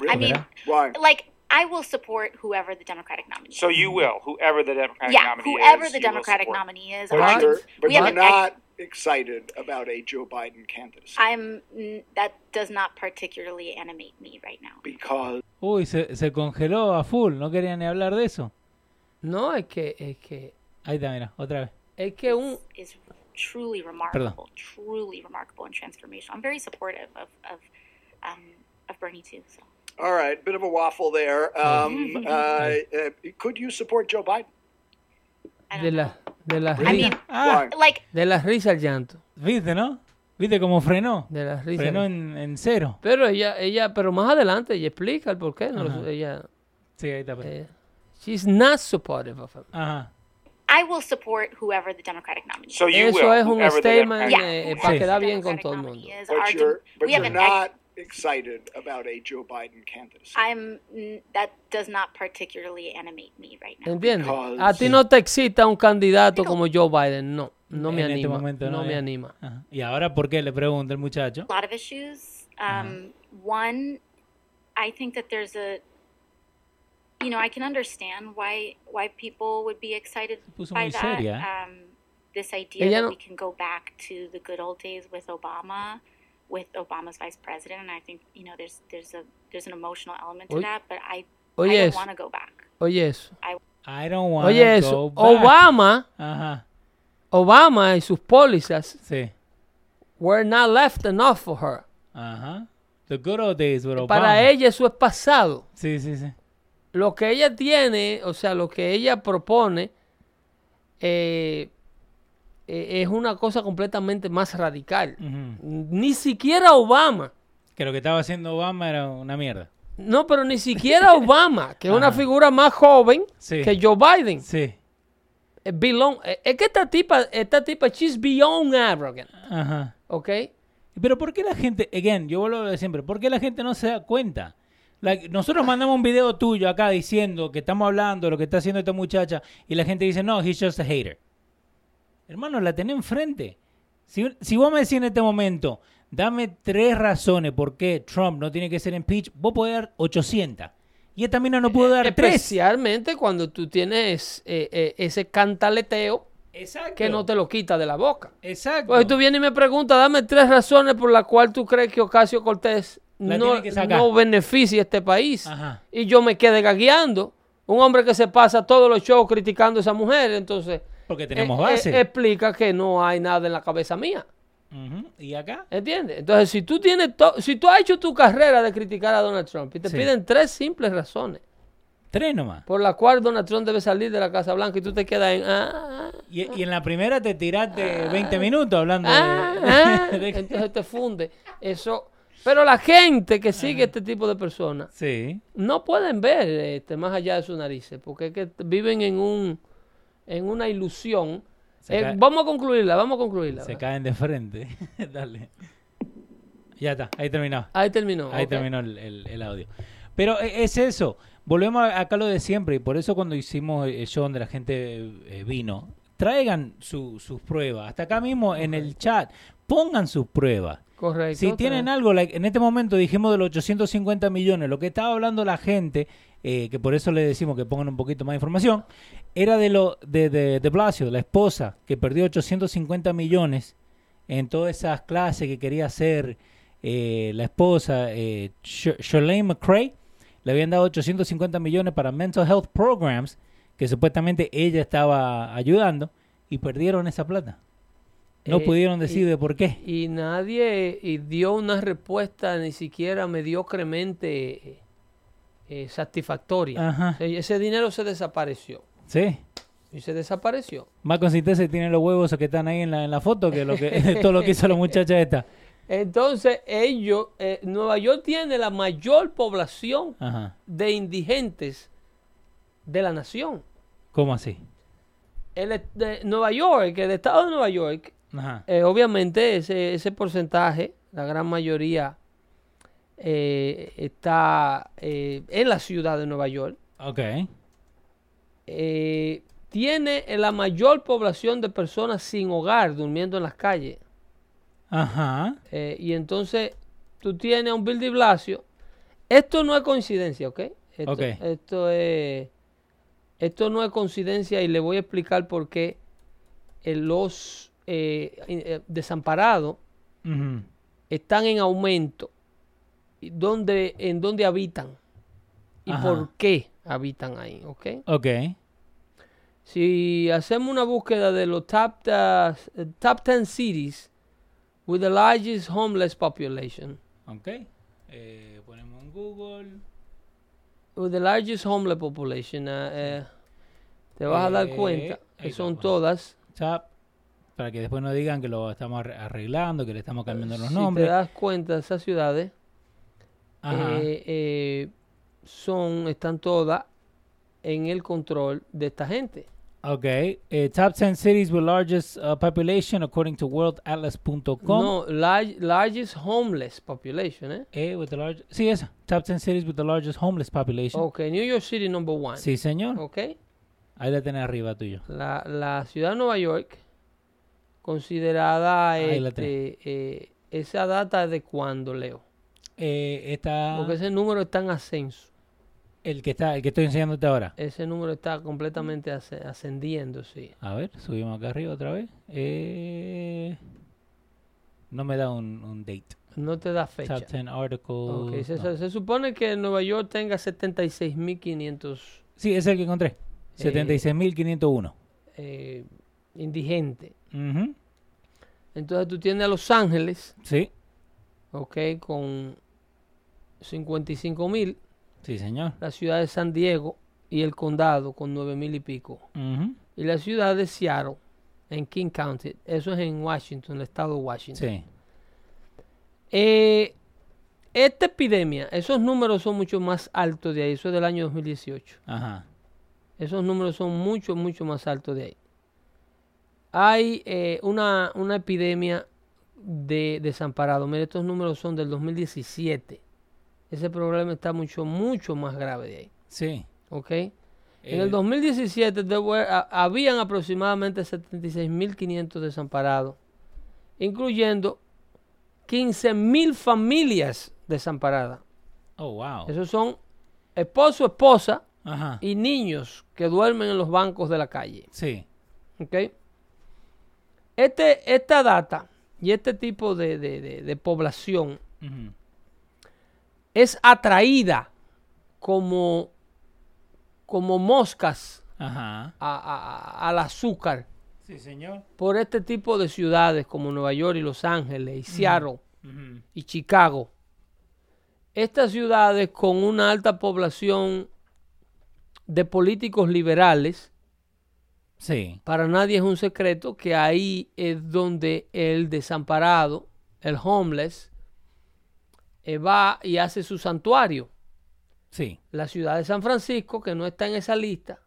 Speaker 3: Really?
Speaker 4: I mean,
Speaker 3: Why?
Speaker 4: like I will support whoever the Democratic nominee.
Speaker 5: So you will, whoever the Democratic
Speaker 4: Mm-hmm. yeah,
Speaker 5: nominee
Speaker 4: whoever
Speaker 5: is,
Speaker 4: the
Speaker 5: you will
Speaker 4: Democratic
Speaker 5: support.
Speaker 4: nominee is,
Speaker 3: But
Speaker 4: I-
Speaker 2: Right.
Speaker 3: you're, but
Speaker 4: we have
Speaker 3: you're
Speaker 4: an ex-
Speaker 3: not excited about a Joe Biden candidacy
Speaker 4: I'm n- that does not particularly animate me right now.
Speaker 3: because
Speaker 1: Uy, se, se congeló a full. No quería ni hablar de eso.
Speaker 2: No, es que, es que,
Speaker 1: Ahí está, mira, otra vez.
Speaker 2: es que un,
Speaker 4: Is truly remarkable, truly remarkable and transformational. I'm very supportive of of um, of Bernie too. So
Speaker 3: all right, bit of a waffle there. Um, uh, uh, could you support Joe Biden?
Speaker 4: I don't
Speaker 2: de
Speaker 4: know.
Speaker 2: la, de la
Speaker 4: I
Speaker 2: risa,
Speaker 4: mean,
Speaker 1: Ah,
Speaker 4: like
Speaker 2: de la risa al llanto.
Speaker 1: viste, ¿no? ¿Viste cómo frenó?
Speaker 2: De la risa.
Speaker 1: Frenó en, en cero.
Speaker 2: Pero ella, ella, pero más adelante ella explica el porqué. no lo-
Speaker 1: Ajá.
Speaker 2: ella,
Speaker 1: Sí, ahí está. espera.
Speaker 2: eh, she's not supportive of him.
Speaker 1: Ajá.
Speaker 4: I will support whoever the Democratic nominee.
Speaker 5: So you
Speaker 2: Eso
Speaker 5: will,
Speaker 2: es un
Speaker 5: whoever the
Speaker 2: statement
Speaker 5: Democratic
Speaker 4: Yeah.
Speaker 2: eh,
Speaker 1: Sí.
Speaker 4: whoever
Speaker 2: para
Speaker 4: the
Speaker 2: quedar bien con
Speaker 4: Democratic
Speaker 2: todo el
Speaker 4: nominee
Speaker 2: mundo.
Speaker 4: is, our
Speaker 3: But
Speaker 4: dem-
Speaker 3: you're, but
Speaker 4: we have
Speaker 3: you're
Speaker 4: an ex-
Speaker 3: not excited about a Joe Biden candidacy.
Speaker 4: I'm n- that does not particularly animate me right now.
Speaker 2: ¿Entiendes?
Speaker 3: Because-
Speaker 2: A ti no te excita un candidato como Joe Biden. No, no me
Speaker 1: En este
Speaker 2: anima.
Speaker 1: momento
Speaker 2: no me
Speaker 1: ya.
Speaker 2: anima.
Speaker 1: Ajá. ¿Y ahora por qué? Le pregunta el muchacho.
Speaker 4: a lot of issues. Um, One, I think that there's a, you know, I can understand why why people would be excited
Speaker 1: puso
Speaker 4: by
Speaker 1: muy
Speaker 4: that.
Speaker 1: seria, eh.
Speaker 4: Um, this idea
Speaker 2: Ella
Speaker 4: that
Speaker 2: no-
Speaker 4: we can go back to the good old days with Obama, with Obama's vice president, and I think you know there's there's a there's an emotional element to
Speaker 2: Oy-
Speaker 4: that, but I I
Speaker 2: Oye
Speaker 4: don't
Speaker 2: eso.
Speaker 4: want to go back.
Speaker 2: Oye eso.
Speaker 1: I don't want
Speaker 2: Oye eso. Obama,
Speaker 1: Ajá.
Speaker 2: Obama y sus pólizas
Speaker 1: Sí.
Speaker 2: were not left enough for her.
Speaker 1: Ajá. The good old days with Obama.
Speaker 2: Para ella eso es pasado.
Speaker 1: Sí, sí, sí.
Speaker 2: Lo que ella tiene, o sea, lo que ella propone, eh, eh, es una cosa completamente más radical.
Speaker 1: Ujú.
Speaker 2: Ni siquiera Obama.
Speaker 1: Que lo que estaba haciendo Obama era una mierda.
Speaker 2: No, pero
Speaker 1: (laughs)
Speaker 2: ni siquiera Obama, que es una
Speaker 1: Ajá.
Speaker 2: figura más joven
Speaker 1: Sí.
Speaker 2: que Joe Biden.
Speaker 1: Sí.
Speaker 2: Eh, belong- eh, es que esta tipa, esta tipa, she's beyond arrogant,
Speaker 1: Ajá.
Speaker 2: ¿ok?
Speaker 1: Pero ¿por qué la gente, again, yo vuelvo a lo de siempre, ¿por qué la gente no se da cuenta? Like, nosotros mandamos un video tuyo acá diciendo que estamos hablando de lo que está haciendo esta muchacha y la gente dice, no, he's just a hater. Hermano, la tenés enfrente. Si, si vos me decís en este momento, dame tres razones por qué Trump no tiene que ser impeached, vos podés dar 800. Y esta mina no pudo dar tres.
Speaker 2: Especialmente cuando tú tienes eh, eh, ese cantaleteo
Speaker 1: Exacto.
Speaker 2: que no te lo quita de la boca.
Speaker 1: Exacto.
Speaker 2: Pues tú vienes y me preguntas, dame tres razones por las cuales tú crees que Ocasio Cortés
Speaker 1: La
Speaker 2: no,
Speaker 1: tiene que sacar.
Speaker 2: no beneficia a este país.
Speaker 1: Ajá.
Speaker 2: Y yo me quedé gagueando. Un hombre que se pasa todos los shows criticando a esa mujer, entonces...
Speaker 1: Porque tenemos
Speaker 2: eh, eh,
Speaker 1: base.
Speaker 2: explica que no hay nada en la cabeza mía.
Speaker 1: Ujú. Y acá.
Speaker 2: ¿Entiendes? Entonces, si tú tienes to- si tú has hecho tu carrera de criticar a Donald Trump y te
Speaker 1: Sí.
Speaker 2: piden tres simples razones
Speaker 1: Tres nomás.
Speaker 2: por las cuales Donald Trump debe salir de la Casa Blanca y tú te quedas en ah, ah,
Speaker 1: Y, y en la primera te tiraste 20 minutos hablando de-
Speaker 2: ah, ah,
Speaker 1: (laughs)
Speaker 2: (laughs)
Speaker 1: de...
Speaker 2: entonces te funde. Eso, pero la gente que sigue este tipo de personas
Speaker 1: Sí.
Speaker 2: no pueden ver este, más allá de sus narices, porque es que t- viven en un en una ilusión.
Speaker 1: Se
Speaker 2: Eh,
Speaker 1: cae-
Speaker 2: vamos a concluirla, vamos a concluirla.
Speaker 1: Se caen de frente. (laughs) Dale. Ya está, ahí terminado.
Speaker 2: Ahí terminó.
Speaker 1: Ahí
Speaker 2: ok.
Speaker 1: terminó el, el- el audio. Pero e- es eso. Volvemos a- acá lo de siempre. Y por eso cuando hicimos el show donde la gente eh, vino, traigan su- sus pruebas. Hasta acá mismo en el chat, pongan sus pruebas.
Speaker 2: Correcto.
Speaker 1: Si tienen algo, like, en este momento dijimos de los 850 millones, lo que estaba hablando la gente, eh, que por eso le decimos que pongan un poquito más de información, era de lo de, de, de Blasio, la esposa, que perdió 850 millones en todas esas clases que quería hacer eh, la esposa, eh, Sh- Shirley McRae, le habían dado 850 millones para mental health programs, que supuestamente ella estaba ayudando, y perdieron esa plata. No
Speaker 2: Eh,
Speaker 1: pudieron
Speaker 2: y-
Speaker 1: decir de por qué.
Speaker 2: Y nadie eh, dio una respuesta ni siquiera mediocremente eh, eh, satisfactoria.
Speaker 1: Ajá.
Speaker 2: O sea, Ese dinero se desapareció.
Speaker 1: Sí.
Speaker 2: Y se desapareció.
Speaker 1: Más consistencia tienen los huevos que están ahí en la, en la foto que, (laughs) lo que todo lo que hizo la muchacha esta.
Speaker 2: Entonces, ellos, eh, Nueva York tiene la mayor población
Speaker 1: Ajá.
Speaker 2: de indigentes de la nación.
Speaker 1: ¿Cómo así?
Speaker 2: El, est- de Nueva York, el estado de Nueva York,
Speaker 1: Ajá.
Speaker 2: eh, obviamente ese, ese porcentaje, la gran mayoría, eh, está eh, en la ciudad de Nueva York.
Speaker 1: Ok.
Speaker 2: eh, tiene la mayor población de personas sin hogar durmiendo en las calles.
Speaker 1: Ajá.
Speaker 2: Eh, y entonces tú tienes a un Bill de Blasio. Esto no es coincidencia, ¿ok? Esto,
Speaker 1: Ok.
Speaker 2: esto es. Esto no es coincidencia y le voy a explicar por qué eh, los eh, in- eh, desamparados
Speaker 1: Ujú.
Speaker 2: están en aumento. Y dónde- en dónde habitan y
Speaker 1: Ajá.
Speaker 2: por qué habitan ahí, ¿ok?
Speaker 1: Ok.
Speaker 2: Si hacemos una búsqueda de los top, uh, top 10 cities with the largest homeless population,
Speaker 1: Ok. Eh, ponemos en Google.
Speaker 2: with the largest homeless population, uh, eh, te vas a dar
Speaker 1: Eh,
Speaker 2: cuenta
Speaker 1: ahí
Speaker 2: que
Speaker 1: está,
Speaker 2: son
Speaker 1: bueno.
Speaker 2: todas.
Speaker 1: Chap. Para que después no digan que lo estamos ar- arreglando, que le estamos cambiando los
Speaker 2: si
Speaker 1: nombres.
Speaker 2: te das cuenta, esas ciudades
Speaker 1: Ajá.
Speaker 2: eh, eh, son, están todas en el control de esta gente.
Speaker 1: ok. Eh, top 10 cities with largest uh, population according to worldatlas.com.
Speaker 2: No, large- largest homeless population, ¿eh?
Speaker 1: Eh, with the large- sí, esa. Top 10 cities with the largest homeless population.
Speaker 2: Ok, New York City number one.
Speaker 1: Sí, señor.
Speaker 2: Ok.
Speaker 1: Ahí la tenés arriba tuyo.
Speaker 2: La, la ciudad de Nueva York, considerada
Speaker 1: Ahí la
Speaker 2: este, eh, esa data de cuando leo,
Speaker 1: Eh, esta...
Speaker 2: porque ese número está en ascenso,
Speaker 1: El que está, el que estoy enseñándote ahora.
Speaker 2: ese número está completamente asce- ascendiendo, sí.
Speaker 1: A ver, subimos acá arriba otra vez. Eh, no me da un, un date.
Speaker 2: No te da fecha.
Speaker 1: Top 10 articles.
Speaker 2: Ok, se,
Speaker 1: no.
Speaker 2: se- se supone que Nueva York tenga 76.500
Speaker 1: Sí, es el que encontré. 76.501.
Speaker 2: eh, indigentes.
Speaker 1: Ujú,
Speaker 2: Entonces tú tienes a Los Ángeles,
Speaker 1: Sí,
Speaker 2: ok, con 55.000,
Speaker 1: sí, señor.
Speaker 2: la ciudad de San Diego y el condado con 9.000 y pico.
Speaker 1: Ujú,
Speaker 2: y la ciudad de Seattle, en King County, eso es en Washington, el estado de Washington.
Speaker 1: Sí.
Speaker 2: Eh, esta epidemia, esos números son mucho más altos de ahí, eso es del año 2018.
Speaker 1: Ajá.
Speaker 2: Esos números son mucho, mucho más altos de ahí. Hay eh, una, una epidemia de desamparados. Mira, estos números son del 2017. Ese problema está mucho, mucho más grave de ahí.
Speaker 1: Sí.
Speaker 2: ¿Ok? En
Speaker 1: Eh,
Speaker 2: el 2017 there were- a- habían aproximadamente 76.500 desamparados, incluyendo 15.000 familias desamparadas.
Speaker 1: Oh, wow.
Speaker 2: Esos son esposo, esposa
Speaker 1: Ajá.
Speaker 2: y niños que duermen en los bancos de la calle.
Speaker 1: Sí.
Speaker 2: ¿ok? Este, esta data y este tipo de, de- de- de población
Speaker 1: Ujú.
Speaker 2: es atraída como, como moscas
Speaker 1: Ajá.
Speaker 2: a- a- a- al azúcar
Speaker 1: Sí, señor.
Speaker 2: por este tipo de ciudades como Nueva York y Los Ángeles y Seattle y Chicago. Estas ciudades con una alta población de políticos liberales,
Speaker 1: Sí.
Speaker 2: para nadie es un secreto que ahí es donde el desamparado, el homeless, eh, va y hace su santuario.
Speaker 1: Sí.
Speaker 2: La ciudad de San Francisco, que no está en esa lista,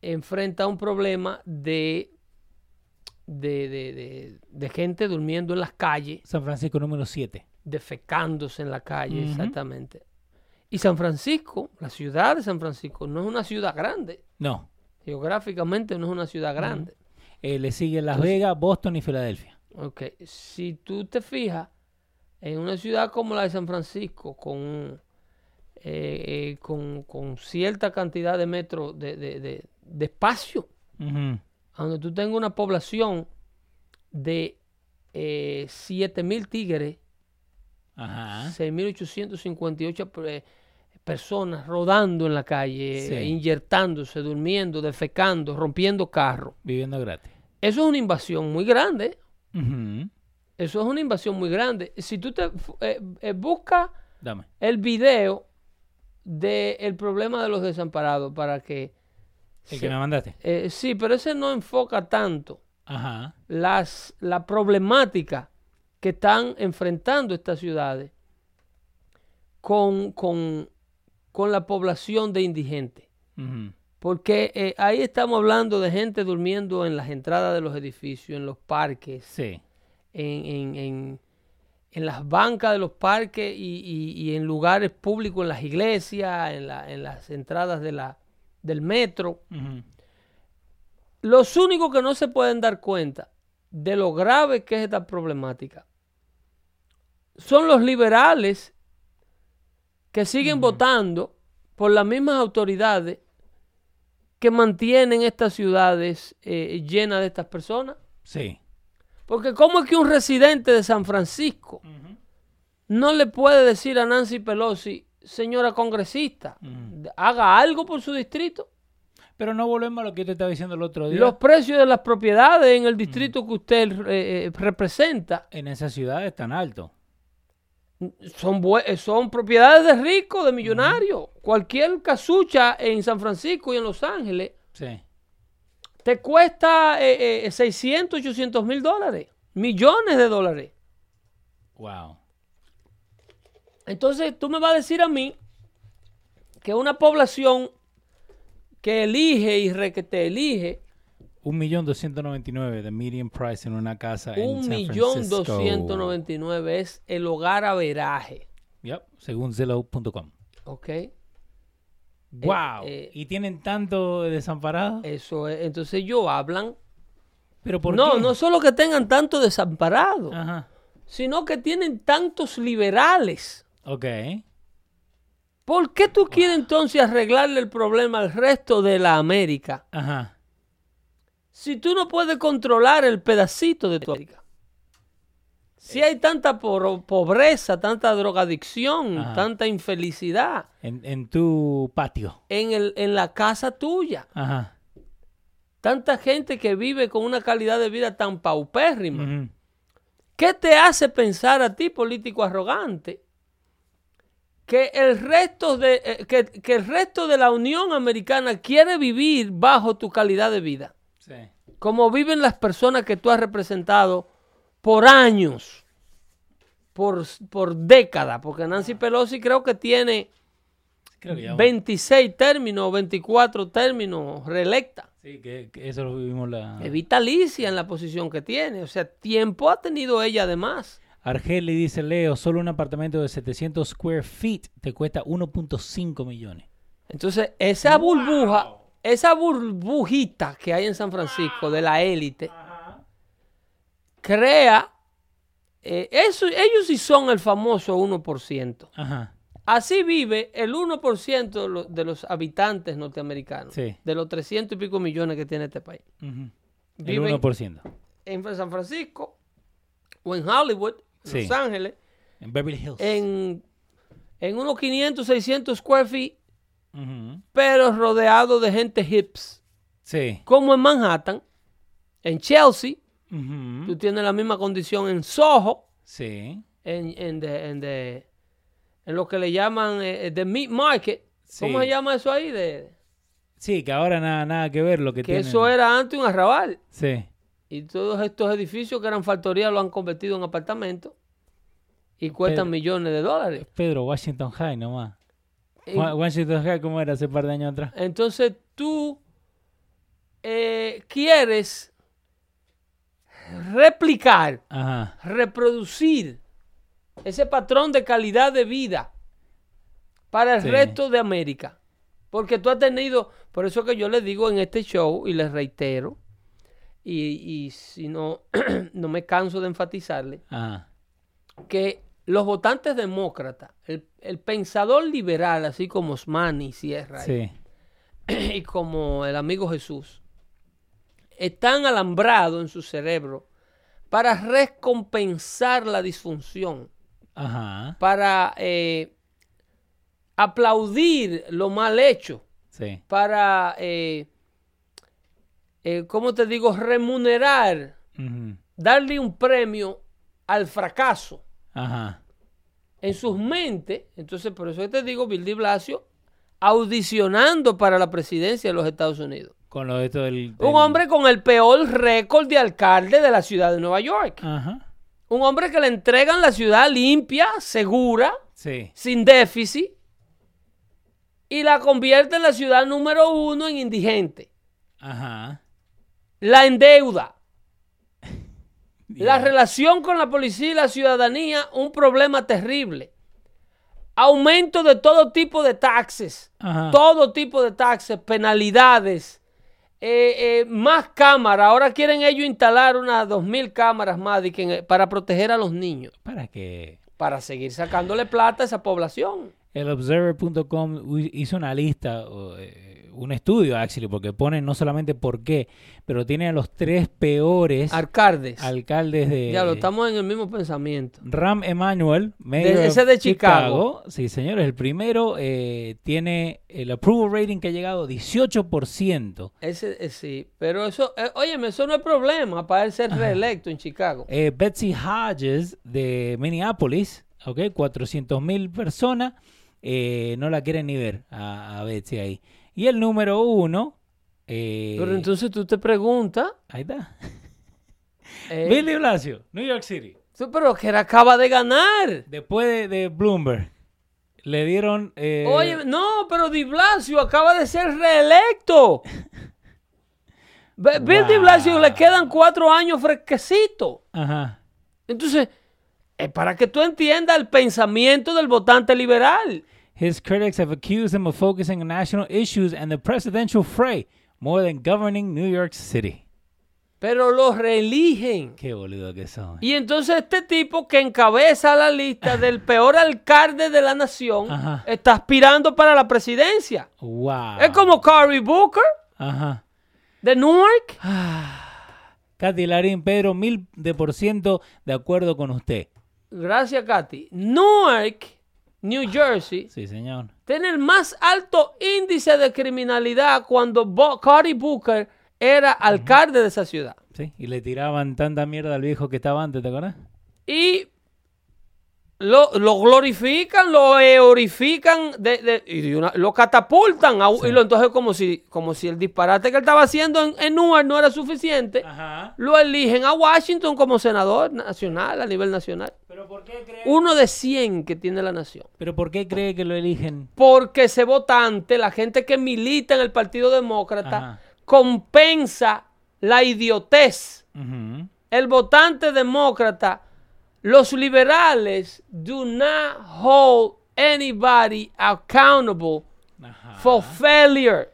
Speaker 2: enfrenta un problema de, de, de- de- de gente durmiendo en las calles,
Speaker 1: San Francisco número 7.
Speaker 2: defecándose en la calle,
Speaker 1: Ujú.
Speaker 2: exactamente. Y San Francisco, la ciudad de San Francisco, no es una ciudad grande.
Speaker 1: No.
Speaker 2: Geográficamente no es una ciudad grande.
Speaker 1: Eh, le sigue Las Vegas, Boston y Filadelfia.
Speaker 2: Ok, si tú te fijas en una ciudad como la de San Francisco, con, un- eh, eh, con, con cierta cantidad de metros de, de- de- de espacio,
Speaker 1: Ujú.
Speaker 2: donde tú tengas una población de eh, 7.000 tigres,
Speaker 1: Ajá.
Speaker 2: 6.858 pe- eh, personas rodando en la calle,
Speaker 1: Sí.
Speaker 2: inyertándose, durmiendo, defecando, rompiendo carros.
Speaker 1: Viviendo gratis.
Speaker 2: Eso es una invasión muy grande.
Speaker 1: Ujú.
Speaker 2: Eso es una invasión muy grande. Si tú te fu- eh, eh, busca
Speaker 1: Dame.
Speaker 2: el video del problema de los desamparados para que...
Speaker 1: El
Speaker 2: se-
Speaker 1: que me mandaste.
Speaker 2: eh, sí, pero ese no enfoca tanto
Speaker 1: Ajá.
Speaker 2: las, la problemática que están enfrentando estas ciudades con, con, con la población de indigentes.
Speaker 1: Ujú.
Speaker 2: Porque eh, ahí estamos hablando de gente durmiendo en las entradas de los edificios, en los parques,
Speaker 1: Sí.
Speaker 2: en, en- en- en las bancas de los parques y, y- y en lugares públicos, en las iglesias, en, la- en las entradas de la, del metro.
Speaker 1: Ujú.
Speaker 2: Los únicos que no se pueden dar cuenta de lo grave que es esta problemática son los liberales que siguen votando por las mismas autoridades que mantienen estas ciudades eh, llenas de estas personas.
Speaker 1: Sí.
Speaker 2: Porque ¿cómo es que un residente de San Francisco no le puede decir a Nancy Pelosi, señora congresista, d- haga algo por su distrito?
Speaker 1: Pero no volvemos a lo que yo te estaba diciendo el otro día.
Speaker 2: Los precios de las propiedades en el distrito que usted eh, eh, representa
Speaker 1: En esa ciudad es tan alto.
Speaker 2: son, bue- eh, son propiedades de ricos, de millonarios. Cualquier casucha en San Francisco y en Los Ángeles
Speaker 1: Sí.
Speaker 2: te cuesta eh, eh, 600, 800 mil dólares, millones de dólares.
Speaker 1: Wow.
Speaker 2: Entonces tú me vas a decir a mí que una población que elige y re que te elige
Speaker 1: Un millón doscientos noventa y nueve de median price en una casa en
Speaker 2: un
Speaker 1: San
Speaker 2: millón
Speaker 1: Francisco.
Speaker 2: doscientos noventa y nueve es el hogar a veraje,
Speaker 1: Yep, según Zillow.com.
Speaker 2: ¿ok?
Speaker 1: Wow.
Speaker 2: eh.
Speaker 1: y tienen tanto desamparados.
Speaker 2: Eso es. Entonces ellos hablan.
Speaker 1: Pero por
Speaker 2: No,
Speaker 1: qué? Ah.
Speaker 2: no solo que tengan tanto desamparado,
Speaker 1: Ajá.
Speaker 2: sino que tienen tantos liberales.
Speaker 1: Ok.
Speaker 2: ¿Por qué tú quieres entonces arreglarle el problema al resto de la América
Speaker 1: Ajá.
Speaker 2: si tú no puedes controlar el pedacito de tu América.
Speaker 1: Eh.
Speaker 2: Si hay tanta por- pobreza, tanta drogadicción,
Speaker 1: Ajá.
Speaker 2: tanta infelicidad
Speaker 1: En, en tu patio.
Speaker 2: en, el, en la casa tuya,
Speaker 1: Ajá.
Speaker 2: tanta gente que vive con una calidad de vida tan paupérrima,
Speaker 1: Ujú.
Speaker 2: ¿qué te hace pensar a ti, político arrogante, que el resto de, eh, que- que el resto de la Unión Americana quiere vivir bajo tu calidad de vida?
Speaker 1: Sí.
Speaker 2: como viven las personas que tú has representado por años, por, por décadas, porque Nancy Pelosi creo que tiene
Speaker 1: Creo que ya.
Speaker 2: 26 términos, 24 términos reelecta.
Speaker 1: Sí, que, que eso lo vivimos la.
Speaker 2: Es vitalicia en la posición que tiene, o sea, tiempo ha tenido ella además.
Speaker 1: Argeli dice, Leo, solo un apartamento de 700 square feet te cuesta 1.5 millones.
Speaker 2: Entonces, esa burbuja, esa burbujita que hay en San Francisco de la élite, crea, eh, eso, ellos sí son el famoso 1%.
Speaker 1: Ajá.
Speaker 2: Así vive el 1% de lo- de los habitantes norteamericanos,
Speaker 1: Sí.
Speaker 2: de los 300 y pico millones que tiene este país.
Speaker 1: Ujú. El
Speaker 2: Viven-
Speaker 1: 1%.
Speaker 2: en San Francisco o en Hollywood, en
Speaker 1: Sí.
Speaker 2: Los Ángeles,
Speaker 1: En Beverly Hills.
Speaker 2: en, en unos 500, 600 square feet,
Speaker 1: Ujú.
Speaker 2: pero rodeado de gente hips.
Speaker 1: Sí.
Speaker 2: Como en Manhattan, en Chelsea,
Speaker 1: Ujú.
Speaker 2: tú tienes la misma condición en Soho,
Speaker 1: Sí.
Speaker 2: en, en, the- en, the- en lo que le llaman eh, eh, the meat market. ¿Cómo
Speaker 1: Sí.
Speaker 2: se llama eso ahí? De,
Speaker 1: Sí, que ahora nada, nada que ver lo que,
Speaker 2: que
Speaker 1: tienen.
Speaker 2: eso era antes un arrabal.
Speaker 1: Sí.
Speaker 2: Y todos estos edificios que eran factorías lo han convertido en apartamentos y cuestan
Speaker 1: Pero-
Speaker 2: millones de dólares.
Speaker 1: Pedro, Washington High nomás.
Speaker 2: Y-
Speaker 1: Wa- Washington High, ¿cómo era hace par de años atrás?
Speaker 2: Entonces tú eh, quieres replicar,
Speaker 1: Ajá.
Speaker 2: reproducir ese patrón de calidad de vida para el
Speaker 1: Sí.
Speaker 2: resto de América. Porque tú has tenido, por eso que yo les digo en este show y les reitero, y, y si no, (clears throat) no me canso de enfatizarle,
Speaker 1: Ajá.
Speaker 2: que los votantes demócratas, el, el pensador liberal, así como Osmani Sierra y-
Speaker 1: Sí.
Speaker 2: (clears throat) y como el amigo Jesús, están alambrados en su cerebro para recompensar la disfunción,
Speaker 1: Ajá.
Speaker 2: para eh, aplaudir lo mal hecho,
Speaker 1: Sí.
Speaker 2: para, eh, eh, ¿cómo te digo?, remunerar,
Speaker 1: Ujú.
Speaker 2: darle un premio al fracaso
Speaker 1: Ajá.
Speaker 2: en sus mentes. Entonces, por eso te digo, Bill de Blasio, audicionando para la presidencia de los Estados Unidos.
Speaker 1: Con lo de esto del. del-
Speaker 2: Un hombre con el peor récord de alcalde de la ciudad de Nueva York.
Speaker 1: Ajá.
Speaker 2: Un hombre que le entregan la ciudad limpia, segura,
Speaker 1: Sí.
Speaker 2: sin déficit, y la convierte en la ciudad número uno en indigente.
Speaker 1: Ajá.
Speaker 2: La endeuda.
Speaker 1: Ya.
Speaker 2: La relación con la policía y la ciudadanía, un problema terrible. Aumento de todo tipo de taxes.
Speaker 1: Ajá.
Speaker 2: todo tipo de taxes, penalidades, eh, eh, más cámaras. Ahora quieren ellos instalar unas 2.000 cámaras más de que en- para proteger a los niños,
Speaker 1: Para que.
Speaker 2: para seguir sacándole plata a esa población.
Speaker 1: El Observer.com hu- hizo una lista, o, eh, un estudio, actually, porque ponen no solamente por qué, pero tiene a los tres peores
Speaker 2: Arcardes.
Speaker 1: alcaldes de.
Speaker 2: ya lo estamos en el mismo pensamiento.
Speaker 1: Ram Emanuel, medio
Speaker 2: ese de Chicago.
Speaker 1: Sí, señores, el primero eh, tiene el approval rating que ha llegado a 18%.
Speaker 2: Ese, eh, sí, pero eso, eh, óyeme, eso no es problema para él ser reelecto en Chicago.
Speaker 1: Eh, Betsy Hodges de Minneapolis, ¿ok? 400 mil personas, eh, no la quieren ni ver a, a Betsy ahí. Y el número uno... eh,
Speaker 2: Pero entonces tú te preguntas,
Speaker 1: Ahí está.
Speaker 2: eh,
Speaker 1: Bill de Blasio, New York City.
Speaker 2: tú, pero que él acaba de ganar.
Speaker 1: Después de, de Bloomberg, le dieron... eh,
Speaker 2: Oye, no, pero Di Blasio acaba de ser reelecto. Ve- Bill Di Blasio le quedan cuatro años fresquecito.
Speaker 1: Ajá.
Speaker 2: Entonces, es para que tú entiendas el pensamiento del votante liberal.
Speaker 1: His critics have accused him of focusing on national issues and the presidential fray more than governing New York City.
Speaker 2: Pero lo reeligen.
Speaker 1: Qué boludo que son.
Speaker 2: Y entonces este tipo que encabeza la lista del peor alcalde de la nación
Speaker 1: Ajá. Ah.
Speaker 2: está aspirando para la presidencia.
Speaker 1: Wow.
Speaker 2: Es como Cory Booker
Speaker 1: Ajá.
Speaker 2: de Newark.
Speaker 1: Katy Larín, Pedro, mil de por ciento de acuerdo con usted.
Speaker 2: Gracias, Katy. Newark, New Jersey.
Speaker 1: Sí, señor.
Speaker 2: tiene el más alto índice de criminalidad cuando Bo- Cory Booker era alcalde de esa ciudad.
Speaker 1: Sí. Y le tiraban tanta mierda al viejo que estaba antes, ¿te acuerdas?
Speaker 2: Y lo, lo glorifican, lo eorifican, de, de- y de una- lo catapultan. a- y lo, entonces como si, como si el disparate que él estaba haciendo en, en Newark no era suficiente,
Speaker 1: Ajá.
Speaker 2: lo eligen a Washington como senador nacional, a nivel nacional.
Speaker 1: Pero ¿por qué cree?
Speaker 2: Uno de 100 que tiene la nación.
Speaker 1: Pero ¿por qué cree que lo eligen?
Speaker 2: porque ese votante, la gente que milita en el Partido Demócrata,
Speaker 1: Ajá.
Speaker 2: compensa la idiotez.
Speaker 1: Ujú.
Speaker 2: El votante demócrata, los liberales, do not hold anybody accountable
Speaker 1: Ajá.
Speaker 2: for failure.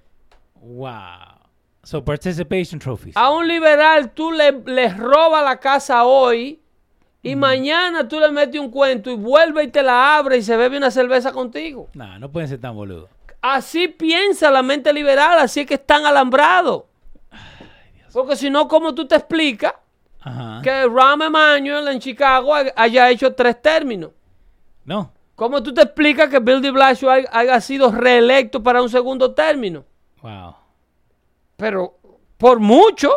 Speaker 1: Wow. So participation trophies.
Speaker 2: A un liberal tú le, le robas la casa hoy y mañana tú le metes un cuento y vuelve y te la abre y se bebe una cerveza contigo.
Speaker 1: Nah, no pueden ser tan boludos.
Speaker 2: Así piensa la mente liberal, así es que están alambrados. Porque si no, ¿cómo tú te explicas
Speaker 1: Ajá.
Speaker 2: que Rahm Emanuel en Chicago ha- haya hecho tres términos?
Speaker 1: No.
Speaker 2: ¿Cómo tú te explicas que Bill de Blasio haya, haya sido reelecto para un segundo término?
Speaker 1: Wow.
Speaker 2: Pero por mucho,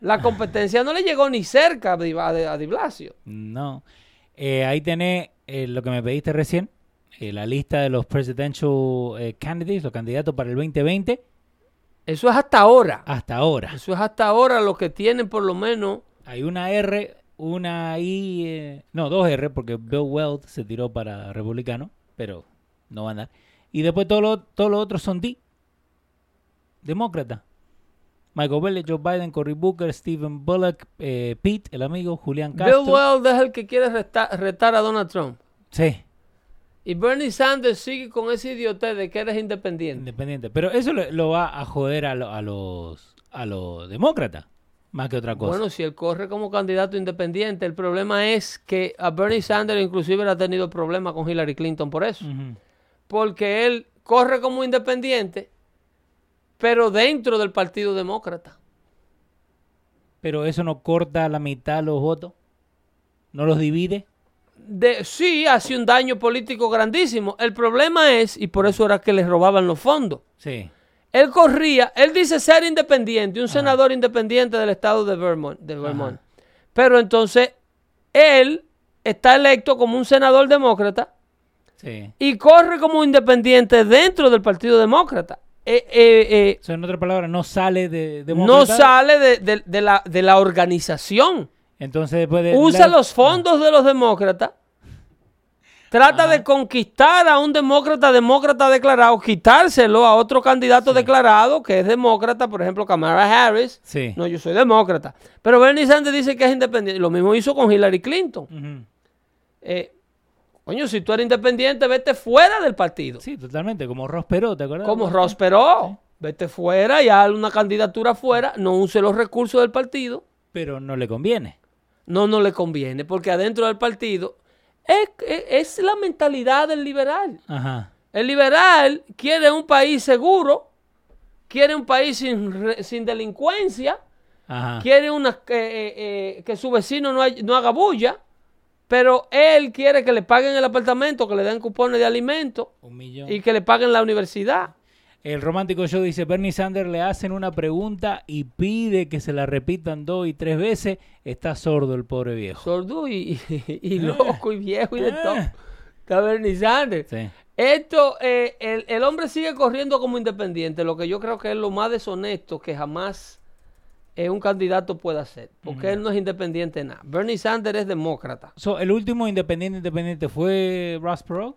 Speaker 2: la competencia no le llegó ni cerca a Di, a Di- a Di Blasio.
Speaker 1: No. Eh, ahí tenés eh, lo que me pediste recién, eh, la lista de los presidential eh, candidates, los candidatos para el 2020,
Speaker 2: Eso es hasta ahora.
Speaker 1: hasta ahora.
Speaker 2: Eso es hasta ahora lo que tienen por lo menos.
Speaker 1: Hay una R, una I, eh, no, dos R, porque Bill Weld se tiró para republicano, pero no va a andar. Y después todos los todo lo otros son D, demócrata. Michael Bennett, Joe Biden, Cory Booker, Stephen Bullock, eh, Pete, el amigo, Julián Castro.
Speaker 2: Bill Weld es el que quiere resta- retar a Donald Trump.
Speaker 1: Sí,
Speaker 2: Y Bernie Sanders sigue con ese idiotez de que eres independiente.
Speaker 1: independiente. Pero eso lo, lo va a joder a, lo- a los a los demócratas, más que otra cosa.
Speaker 2: Bueno, si él corre como candidato independiente, el problema es que a Bernie Sanders inclusive él ha tenido problemas con Hillary Clinton por eso.
Speaker 1: Ujú.
Speaker 2: Porque él corre como independiente, pero dentro del Partido Demócrata.
Speaker 1: Pero eso no corta a la mitad los votos, no los divide.
Speaker 2: De, sí, hace un daño político grandísimo. El problema es, y por eso era que les robaban los fondos.
Speaker 1: Sí.
Speaker 2: Él corría, él dice ser independiente, un senador independiente del estado de Vermont. de Vermont. Pero entonces, él está electo como un senador demócrata
Speaker 1: Sí.
Speaker 2: y corre como independiente dentro del Partido Demócrata. Eh, eh, eh,
Speaker 1: O sea, en otras palabras, no sale de, de
Speaker 2: no
Speaker 1: Demócrata,
Speaker 2: sale de, de- de la, de la organización.
Speaker 1: Entonces después de
Speaker 2: Usa
Speaker 1: la-
Speaker 2: los fondos de los demócratas. Trata de conquistar a un demócrata, demócrata declarado, quitárselo a otro candidato declarado que es demócrata, por ejemplo, Kamala Harris.
Speaker 1: Sí.
Speaker 2: No, yo soy demócrata. Pero Bernie Sanders dice que es independiente. Lo mismo hizo con Hillary Clinton.
Speaker 1: Ujú.
Speaker 2: Eh, coño, si tú eres independiente, vete fuera del partido.
Speaker 1: Sí, totalmente, como Ross Perot, ¿te acuerdas?
Speaker 2: Como Ross Perot. Vete fuera y haz una candidatura fuera. No use los recursos del partido.
Speaker 1: Pero no le conviene.
Speaker 2: No, no le conviene, porque adentro del partido es, es- es la mentalidad del liberal.
Speaker 1: Ajá.
Speaker 2: El liberal quiere un país seguro, quiere un país sin, re- sin delincuencia,
Speaker 1: Ajá.
Speaker 2: quiere una, eh, eh, eh, que su vecino no, hay- no haga bulla, pero él quiere que le paguen el apartamento, que le den cupones de alimento
Speaker 1: Un millón.
Speaker 2: y que le paguen la universidad.
Speaker 1: El romántico show dice, Bernie Sanders le hacen una pregunta y pide que se la repitan dos y tres veces. Está sordo el pobre viejo.
Speaker 2: Sordo y, (laughs) y- y loco y viejo y de
Speaker 1: Ah.
Speaker 2: todo. Está Bernie Sanders.
Speaker 1: Sí.
Speaker 2: Esto, eh, el, el hombre sigue corriendo como independiente, lo que yo creo que es lo más deshonesto que jamás eh, un candidato pueda hacer, porque él no es independiente en nada. Bernie Sanders es demócrata.
Speaker 1: So, el último independiente independiente fue Ross Perot.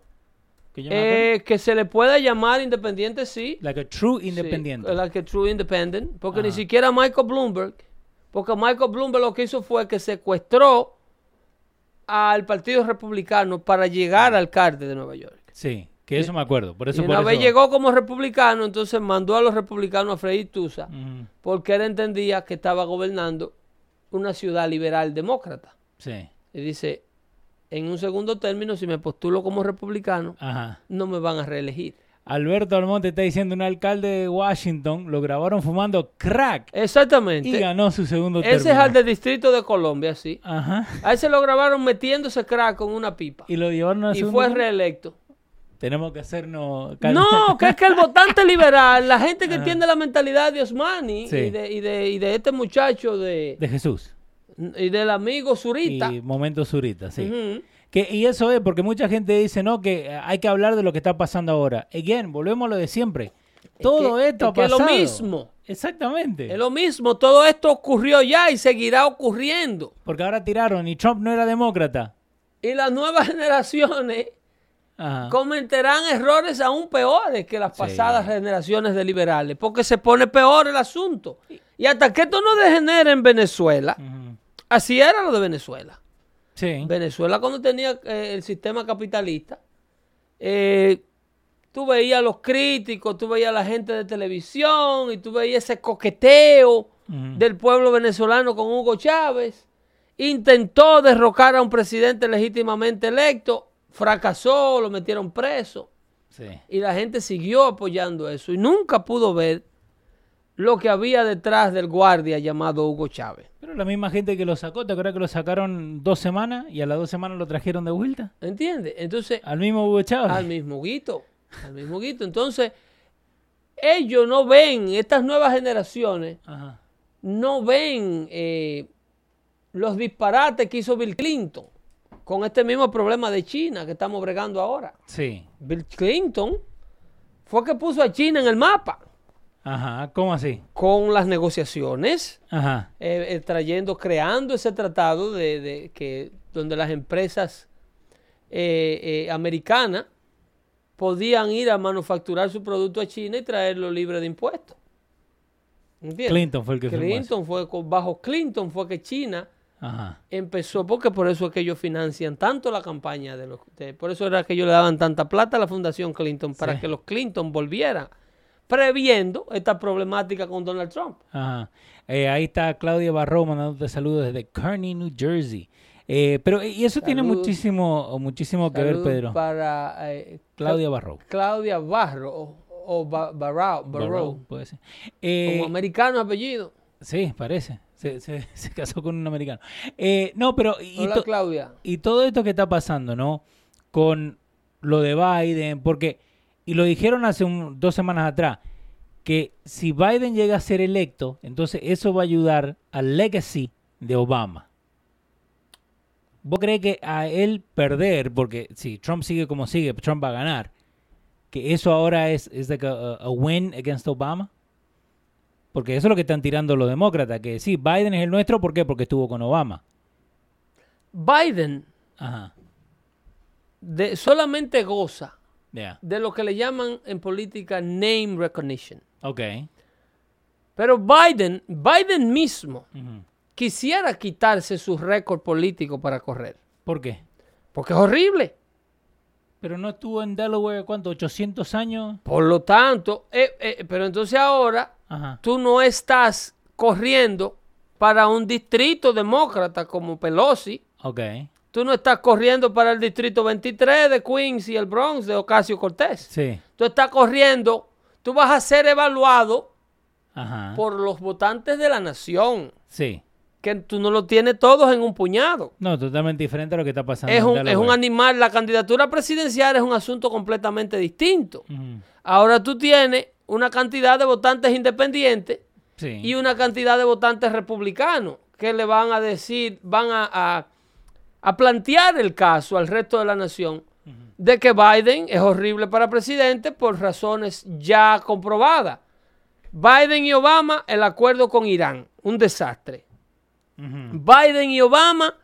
Speaker 1: Que yo me acuerdo.
Speaker 2: Eh, que se le pueda llamar independiente, sí.
Speaker 1: Like a true
Speaker 2: Sí,
Speaker 1: independiente.
Speaker 2: la que true independent, porque ni
Speaker 1: Ajá.
Speaker 2: siquiera Michael Bloomberg, porque Michael Bloomberg lo que hizo fue que secuestró al Partido Republicano para llegar al alcalde de Nueva York.
Speaker 1: Sí, que eso me acuerdo. Por eso,
Speaker 2: y
Speaker 1: por
Speaker 2: una vez
Speaker 1: eso-
Speaker 2: llegó como republicano, entonces mandó a los republicanos a freír tusa,
Speaker 1: Ujú.
Speaker 2: porque él entendía que estaba gobernando una ciudad liberal demócrata.
Speaker 1: Sí.
Speaker 2: Y dice, en un segundo término, si me postulo como republicano,
Speaker 1: Ajá.
Speaker 2: no me van a reelegir.
Speaker 1: Alberto Almonte está diciendo un alcalde de Washington lo grabaron fumando crack
Speaker 2: Exactamente.
Speaker 1: y ganó su segundo
Speaker 2: Ese es
Speaker 1: término.
Speaker 2: al del Distrito de Colombia, sí.
Speaker 1: Ajá.
Speaker 2: A ese lo grabaron metiéndose crack con una pipa.
Speaker 1: Y lo llevaron a
Speaker 2: Y
Speaker 1: su
Speaker 2: fue reelecto.
Speaker 1: Tenemos que hacernos
Speaker 2: No, que es que el votante liberal, la gente que tiene la mentalidad de Osmani
Speaker 1: Ah. Sí.
Speaker 2: y, de, y de- y de este muchacho de,
Speaker 1: (laughs) de Jesús.
Speaker 2: y del amigo Zurita.
Speaker 1: Y momento Zurita, sí.
Speaker 2: Ujú.
Speaker 1: Que, y eso es porque mucha gente dice, no, que eh, hay que hablar de lo que está pasando ahora. Again, volvemos a lo de siempre. Todo
Speaker 2: que-
Speaker 1: esto
Speaker 2: es
Speaker 1: ha
Speaker 2: que es lo
Speaker 1: pasado.
Speaker 2: mismo.
Speaker 1: Exactamente.
Speaker 2: Es lo mismo, todo esto ocurrió ya y seguirá ocurriendo.
Speaker 1: Porque ahora tiraron y Trump no era demócrata.
Speaker 2: Y las nuevas (laughs) generaciones
Speaker 1: Ajá.
Speaker 2: cometerán errores aún peores que las pasadas generaciones de liberales, porque se pone peor el asunto. Y hasta que esto no degenere en Venezuela,
Speaker 1: Ujú.
Speaker 2: así era lo de Venezuela.
Speaker 1: Sí.
Speaker 2: Venezuela cuando tenía eh, el sistema capitalista, eh, tú veías a los críticos, tú veías a la gente de televisión y tú veías ese coqueteo
Speaker 1: Ujú.
Speaker 2: del pueblo venezolano con Hugo Chávez. Intentó derrocar a un presidente legítimamente electo, fracasó, lo metieron preso
Speaker 1: Sí.
Speaker 2: y la gente siguió apoyando eso y nunca pudo ver lo que había detrás del guardia llamado Hugo Chávez.
Speaker 1: Pero la misma gente que lo sacó, ¿te acuerdas que lo sacaron dos semanas y a las dos semanas lo trajeron de vuelta?
Speaker 2: ¿Entiendes? Entonces,
Speaker 1: Al mismo Hugo Chávez.
Speaker 2: al mismo guito, al mismo guito. Entonces, ellos no ven, estas nuevas generaciones,
Speaker 1: Ajá.
Speaker 2: no ven eh, los disparates que hizo Bill Clinton con este mismo problema de China que estamos bregando ahora.
Speaker 1: Sí.
Speaker 2: Bill Clinton fue que puso a China en el mapa
Speaker 1: Ajá. ¿Cómo así?
Speaker 2: con las negociaciones,
Speaker 1: Ajá.
Speaker 2: eh, eh, trayendo, creando ese tratado de, de que donde las empresas eh, eh, americanas podían ir a manufacturar su producto a China y traerlo libre de impuestos. ¿Entiendes?
Speaker 1: Clinton fue el que firmó eso.
Speaker 2: Clinton fue con- bajo Clinton fue que China
Speaker 1: Ajá.
Speaker 2: empezó porque por eso es que ellos financian tanto la campaña de los de- por eso era que ellos le daban tanta plata a la fundación Clinton para
Speaker 1: Sí.
Speaker 2: que los Clinton volvieran previendo esta problemática con Donald Trump.
Speaker 1: Ajá. Eh, ahí está Claudia Barro mandándote saludos desde Kearney, New Jersey. Eh, pero, eh, y eso tiene
Speaker 2: Saludos.
Speaker 1: muchísimo, muchísimo que ver,
Speaker 2: Salud
Speaker 1: Pedro.
Speaker 2: Para eh,
Speaker 1: Claudia Barro.
Speaker 2: Claudia Barro o, o Ba- Barrao, Barrow,
Speaker 1: Barro, puede ser. Eh,
Speaker 2: como americano apellido.
Speaker 1: sí, parece. Se, se- (laughs) se casó con un americano. Eh, no, pero. y
Speaker 2: Hola
Speaker 1: to-
Speaker 2: Claudia.
Speaker 1: y todo esto que está pasando, ¿no? Con lo de Biden, porque, y lo dijeron hace un- dos semanas atrás, que si Biden llega a ser electo, entonces eso va a ayudar al legacy de Obama. ¿Vos crees que a él perder, porque si Trump sigue como sigue, Trump va a ganar, que eso ahora es, es like a, a win against Obama? Porque eso es lo que están tirando los demócratas, que sí, Biden es el nuestro, ¿por qué? Porque estuvo con Obama.
Speaker 2: Biden
Speaker 1: Ajá,
Speaker 2: de- solamente goza
Speaker 1: ya,
Speaker 2: de lo que le llaman en política name recognition.
Speaker 1: ok.
Speaker 2: Pero Biden, Biden mismo
Speaker 1: Ujú.
Speaker 2: quisiera quitarse su récord político para correr.
Speaker 1: ¿Por qué?
Speaker 2: Porque es horrible.
Speaker 1: Pero no estuvo en Delaware, ¿cuánto? ¿800 años?
Speaker 2: Por lo tanto, eh, eh, pero entonces ahora
Speaker 1: Ajá.
Speaker 2: tú no estás corriendo para un distrito demócrata como Pelosi.
Speaker 1: Ok.
Speaker 2: Tú no estás corriendo para el distrito 23 de Queens y el Bronx de Ocasio Cortés.
Speaker 1: Sí.
Speaker 2: Tú estás corriendo, tú vas a ser evaluado
Speaker 1: Ajá.
Speaker 2: por los votantes de la nación,
Speaker 1: Sí.
Speaker 2: que tú no lo tienes todos en un puñado.
Speaker 1: No, totalmente diferente a lo que está pasando
Speaker 2: es
Speaker 1: en
Speaker 2: un, es
Speaker 1: Delaware.
Speaker 2: un animal, la candidatura presidencial es un asunto completamente distinto.
Speaker 1: Ujú.
Speaker 2: Ahora tú tienes una cantidad de votantes independientes
Speaker 1: Sí.
Speaker 2: y una cantidad de votantes republicanos que le van a decir, van a, a- a plantear el caso al resto de la nación de que Biden es horrible para presidente por razones ya comprobadas. Biden y Obama, el acuerdo con Irán, un desastre.
Speaker 1: Ujú.
Speaker 2: Biden y Obama,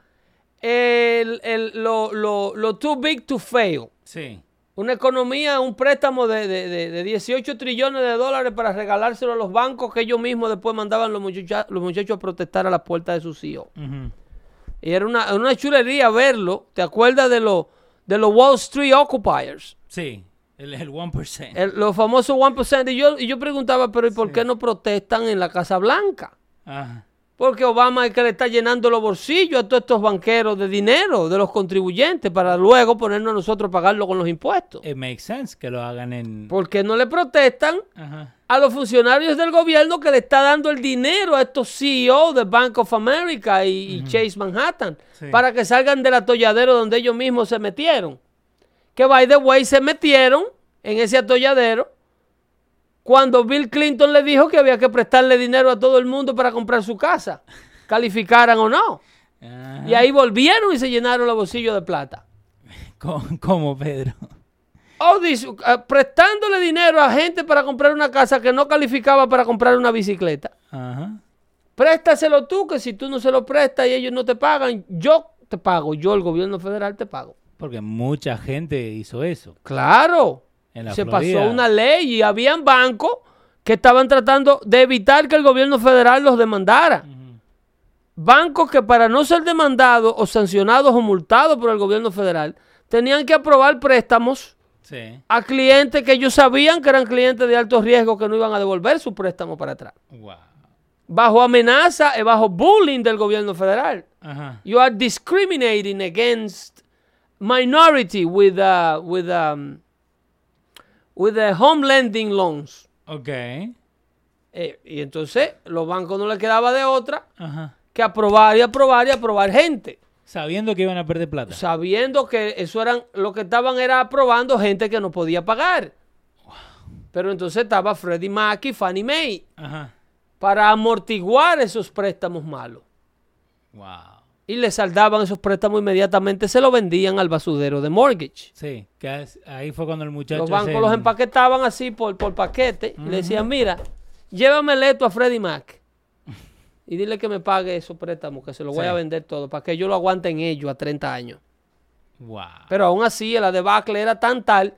Speaker 2: el, el- lo, lo- lo too big to fail.
Speaker 1: Sí.
Speaker 2: Una economía, un préstamo de, de- de- de 18 trillones de dólares para regalárselo a los bancos que ellos mismos después mandaban los, muchacha- los muchachos a protestar a las puertas de sus hijos.
Speaker 1: Ujú.
Speaker 2: Y era una, una chulería verlo. ¿Te acuerdas de, los de los Wall Street Occupiers?
Speaker 1: Sí. El, el 1%.
Speaker 2: El- los famosos 1%. Y yo, y yo preguntaba, pero ¿y por qué no protestan en la Casa Blanca?
Speaker 1: Ajá.
Speaker 2: Porque Obama es el que le está llenando los bolsillos a todos estos banqueros de dinero, de los contribuyentes, para luego ponernos nosotros a pagarlo con los impuestos.
Speaker 1: It makes sense que lo hagan en...
Speaker 2: Porque no le protestan
Speaker 1: Ajá.
Speaker 2: a los funcionarios del gobierno que le está dando el dinero a estos CEO de Bank of America y, y Chase Manhattan
Speaker 1: Sí.
Speaker 2: para que salgan del atolladero donde ellos mismos se metieron. Que by the way se metieron en ese atolladero cuando Bill Clinton le dijo que había que prestarle dinero a todo el mundo para comprar su casa, calificaran o no.
Speaker 1: (laughs) Ajá.
Speaker 2: Y ahí volvieron y se llenaron los bolsillos de plata.
Speaker 1: ¿Cómo, cómo, Pedro?
Speaker 2: O dice, ah, prestándole dinero a gente para comprar una casa que no calificaba para comprar una bicicleta.
Speaker 1: Ajá.
Speaker 2: Préstaselo tú, que si tú no se lo prestas y ellos no te pagan, yo te pago, yo el gobierno federal te pago.
Speaker 1: Porque mucha gente hizo eso.
Speaker 2: Claro.
Speaker 1: En la
Speaker 2: Se
Speaker 1: Florida.
Speaker 2: pasó una ley y habían bancos que estaban tratando de evitar que el gobierno federal los demandara. Bancos que para no ser demandados o sancionados o multados por el gobierno federal, tenían que aprobar préstamos
Speaker 1: Sí.
Speaker 2: a clientes que ellos sabían que eran clientes de alto riesgo que no iban a devolver su préstamo para atrás.
Speaker 1: Wow.
Speaker 2: Bajo amenaza y bajo bullying del gobierno federal.
Speaker 1: Ajá.
Speaker 2: You are discriminating against minority with uh, with um, with the home lending loans.
Speaker 1: Ok.
Speaker 2: Eh, y entonces los bancos no les quedaba de otra
Speaker 1: Ajá.
Speaker 2: que aprobar y aprobar y aprobar gente.
Speaker 1: Sabiendo que iban a perder plata.
Speaker 2: sabiendo que eso eran lo que estaban era aprobando gente que no podía pagar. Pero entonces estaba Freddie Mac y Fannie Mae
Speaker 1: Ajá.
Speaker 2: para amortiguar esos préstamos malos.
Speaker 1: Wow.
Speaker 2: Y le saldaban esos préstamos inmediatamente, se lo vendían al basudero de mortgage.
Speaker 1: Sí, que as- ahí fue cuando el muchacho.
Speaker 2: Los bancos
Speaker 1: se-
Speaker 2: los empaquetaban así por, por paquete y le decían, mira, llévamele esto a Freddie Mac y dile que me pague esos préstamos, que se los voy
Speaker 1: Sí.
Speaker 2: a vender todo, para que yo lo aguanten ellos a 30 años.
Speaker 1: Wow.
Speaker 2: Pero aún así, la debacle era tan tal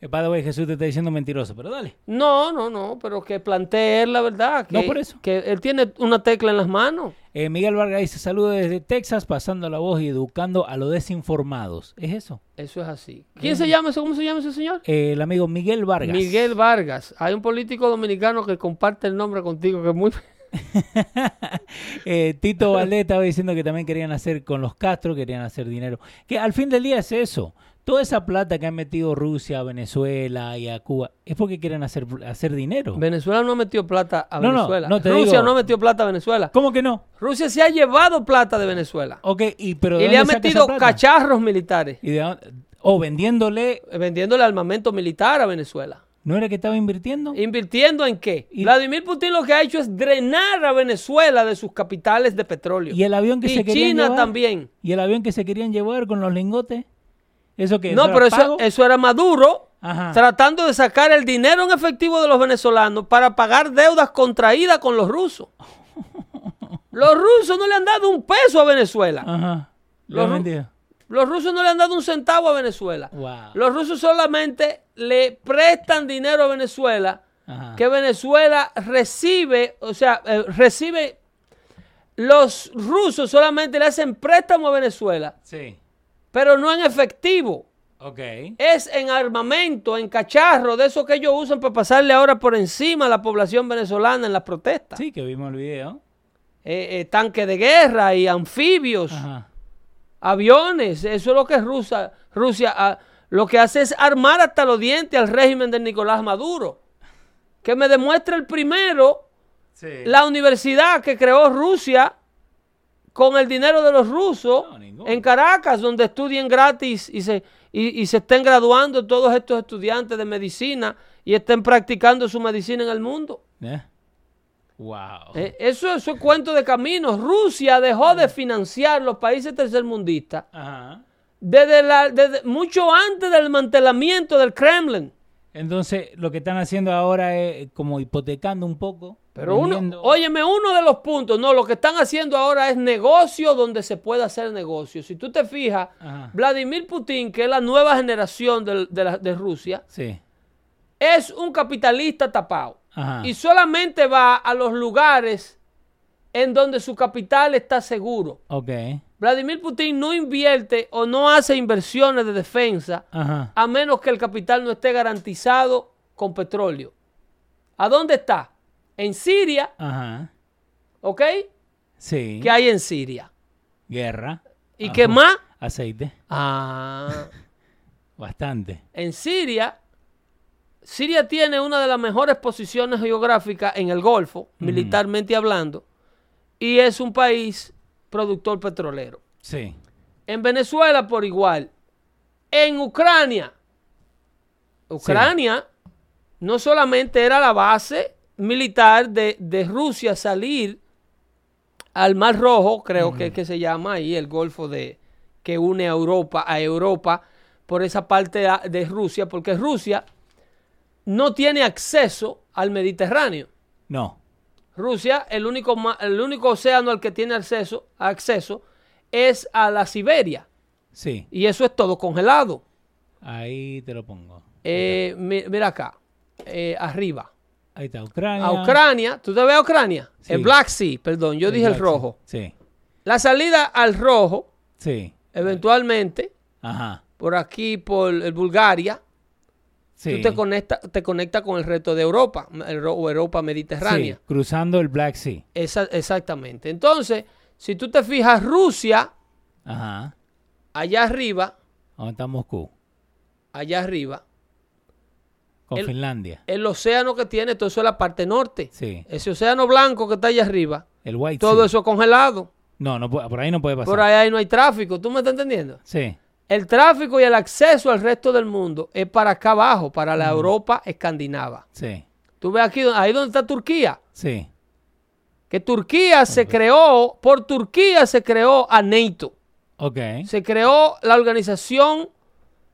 Speaker 1: Eh, by the way, Jesús te está diciendo mentiroso, pero dale.
Speaker 2: No, no, no, pero que plantee él la verdad. Que,
Speaker 1: No, por eso.
Speaker 2: Que él tiene una tecla en las manos.
Speaker 1: Eh, Miguel Vargas dice: saludos desde Texas, pasando la voz y educando a los desinformados. ¿Es eso?
Speaker 2: Eso es así. ¿Quién se llama ese? ¿Cómo se llama ese señor?
Speaker 1: Eh, el amigo Miguel Vargas. (laughs)
Speaker 2: Miguel Vargas. Hay un político dominicano que comparte el nombre contigo, que es muy...
Speaker 1: Eh, Tito Valé estaba diciendo que también querían hacer con los Castro, querían hacer dinero. Que al fin del día es eso. Toda esa plata que han metido Rusia, a Venezuela y a Cuba es porque quieren hacer, hacer dinero.
Speaker 2: Venezuela no metió plata a
Speaker 1: No, no,
Speaker 2: Venezuela.
Speaker 1: no te
Speaker 2: Rusia
Speaker 1: digo-
Speaker 2: no metió plata a Venezuela.
Speaker 1: ¿Cómo que no?
Speaker 2: Rusia se ha llevado plata de Venezuela.
Speaker 1: Ok, y pero ¿de
Speaker 2: y
Speaker 1: dónde
Speaker 2: le ha
Speaker 1: saca esa
Speaker 2: metido
Speaker 1: plata?
Speaker 2: cacharros militares,
Speaker 1: ¿Y de dónde- O vendiéndole,
Speaker 2: eh, vendiéndole armamento militar a Venezuela.
Speaker 1: ¿no era que estaba invirtiendo?
Speaker 2: ¿Invirtiendo en qué?
Speaker 1: Y-
Speaker 2: Vladimir Putin lo que ha hecho es drenar a Venezuela de sus capitales de petróleo.
Speaker 1: Y el avión que
Speaker 2: Y
Speaker 1: se querían
Speaker 2: China
Speaker 1: llevar.
Speaker 2: también.
Speaker 1: Y el avión que se querían llevar con los lingotes. Eso que
Speaker 2: No,
Speaker 1: era
Speaker 2: pero eso,
Speaker 1: pago?
Speaker 2: eso era Maduro
Speaker 1: Ajá.
Speaker 2: tratando de sacar el dinero en efectivo de los venezolanos para pagar deudas contraídas con
Speaker 1: (laughs)
Speaker 2: los rusos. Los rusos no le han dado un peso a Venezuela.
Speaker 1: Ajá. Lo
Speaker 2: Los
Speaker 1: han
Speaker 2: ru-
Speaker 1: vendido.
Speaker 2: Los rusos no le han dado un centavo a Venezuela.
Speaker 1: Wow.
Speaker 2: Los rusos solamente le prestan dinero a Venezuela
Speaker 1: Ajá.
Speaker 2: que Venezuela recibe, o sea, eh, recibe... Los rusos solamente le hacen préstamo a Venezuela,
Speaker 1: Sí.
Speaker 2: pero no en efectivo.
Speaker 1: Ok.
Speaker 2: es en armamento, en cacharro, de eso que ellos usan para pasarle ahora por encima a la población venezolana en las protestas.
Speaker 1: Sí, que vimos el video.
Speaker 2: Eh, eh, tanques de guerra y anfibios,
Speaker 1: Ajá.
Speaker 2: aviones, eso es lo que Rusia, Rusia ah, lo que hace es armar hasta los dientes al régimen de Nicolás Maduro. Que me demuestre el primero
Speaker 1: Sí.
Speaker 2: la universidad que creó Rusia con el dinero de los rusos
Speaker 1: No, ninguno.
Speaker 2: en Caracas, donde estudien gratis y se, y, y se estén graduando todos estos estudiantes de medicina y estén practicando su medicina en el mundo.
Speaker 1: Wow.
Speaker 2: Eh, eso, eso es cuento de caminos. Rusia dejó de financiar los países tercermundistas
Speaker 1: Ajá.
Speaker 2: desde la- desde- mucho antes del mantelamiento del Kremlin.
Speaker 1: Entonces, lo que están haciendo ahora es como hipotecando un poco.
Speaker 2: Pero uno,
Speaker 1: vendiendo-
Speaker 2: óyeme, uno de los puntos, no, lo que están haciendo ahora es negocio donde se puede hacer negocio. Si tú te fijas,
Speaker 1: Ajá.
Speaker 2: Vladimir Putin, que es la nueva generación del- de, la- de Rusia,
Speaker 1: Sí.
Speaker 2: es un capitalista tapado.
Speaker 1: Ajá.
Speaker 2: Y solamente va a los lugares en donde su capital está seguro.
Speaker 1: Ok.
Speaker 2: Vladimir Putin no invierte o no hace inversiones de defensa
Speaker 1: Ajá.
Speaker 2: a menos que el capital no esté garantizado con petróleo. ¿A dónde está? En Siria,
Speaker 1: Ajá.
Speaker 2: ¿ok?
Speaker 1: Sí.
Speaker 2: ¿Qué hay en Siria?
Speaker 1: Guerra.
Speaker 2: ¿Y
Speaker 1: Ajo.
Speaker 2: qué más?
Speaker 1: Aceite.
Speaker 2: Ah,
Speaker 1: Bastante.
Speaker 2: en Siria, Siria tiene una de las mejores posiciones geográficas en el Golfo, militarmente hablando, y es un país productor petrolero.
Speaker 1: Sí.
Speaker 2: En Venezuela por igual. En Ucrania. Ucrania no solamente era la base militar de, de Rusia salir al Mar Rojo, creo que es que se llama ahí el Golfo de que une a Europa a Europa por esa parte a- de Rusia, porque Rusia no tiene acceso al Mediterráneo.
Speaker 1: No.
Speaker 2: Rusia, el único, ma- el único océano al que tiene acceso, acceso es a la Siberia.
Speaker 1: Sí.
Speaker 2: Y eso es todo congelado.
Speaker 1: Ahí te lo pongo.
Speaker 2: Eh, mi- mira acá, eh, arriba.
Speaker 1: Ahí está. Ucrania.
Speaker 2: A Ucrania, ¿tú te ves a Ucrania?
Speaker 1: Sí.
Speaker 2: El Black Sea, perdón, yo dije el
Speaker 1: Black Sea.
Speaker 2: rojo.
Speaker 1: Sí.
Speaker 2: La salida al rojo,
Speaker 1: Sí.
Speaker 2: eventualmente,
Speaker 1: Ajá.
Speaker 2: por aquí, por el Bulgaria,
Speaker 1: Sí.
Speaker 2: tú te conectas te conecta con el resto de Europa, el ro- o Europa mediterránea.
Speaker 1: Sí, Cruzando el Black Sea.
Speaker 2: Esa- exactamente. Entonces, si tú te fijas, Rusia,
Speaker 1: Ajá.
Speaker 2: allá arriba,
Speaker 1: ¿Dónde está Moscú?
Speaker 2: allá arriba,
Speaker 1: con
Speaker 2: El-
Speaker 1: Finlandia.
Speaker 2: El océano que tiene, todo eso es la parte norte.
Speaker 1: Sí.
Speaker 2: Ese océano blanco que está allá arriba,
Speaker 1: El White
Speaker 2: todo
Speaker 1: Sea.
Speaker 2: eso congelado.
Speaker 1: No, no, pu- por ahí no puede pasar.
Speaker 2: Por ahí no hay tráfico, ¿tú me estás entendiendo?
Speaker 1: Sí.
Speaker 2: El tráfico y el acceso al resto del mundo es para acá abajo, para la Europa escandinava.
Speaker 1: Sí.
Speaker 2: Tú ves aquí, ahí donde está Turquía,
Speaker 1: Sí.
Speaker 2: que Turquía se creó, por Turquía se creó a NATO.
Speaker 1: Ok.
Speaker 2: Se creó la organización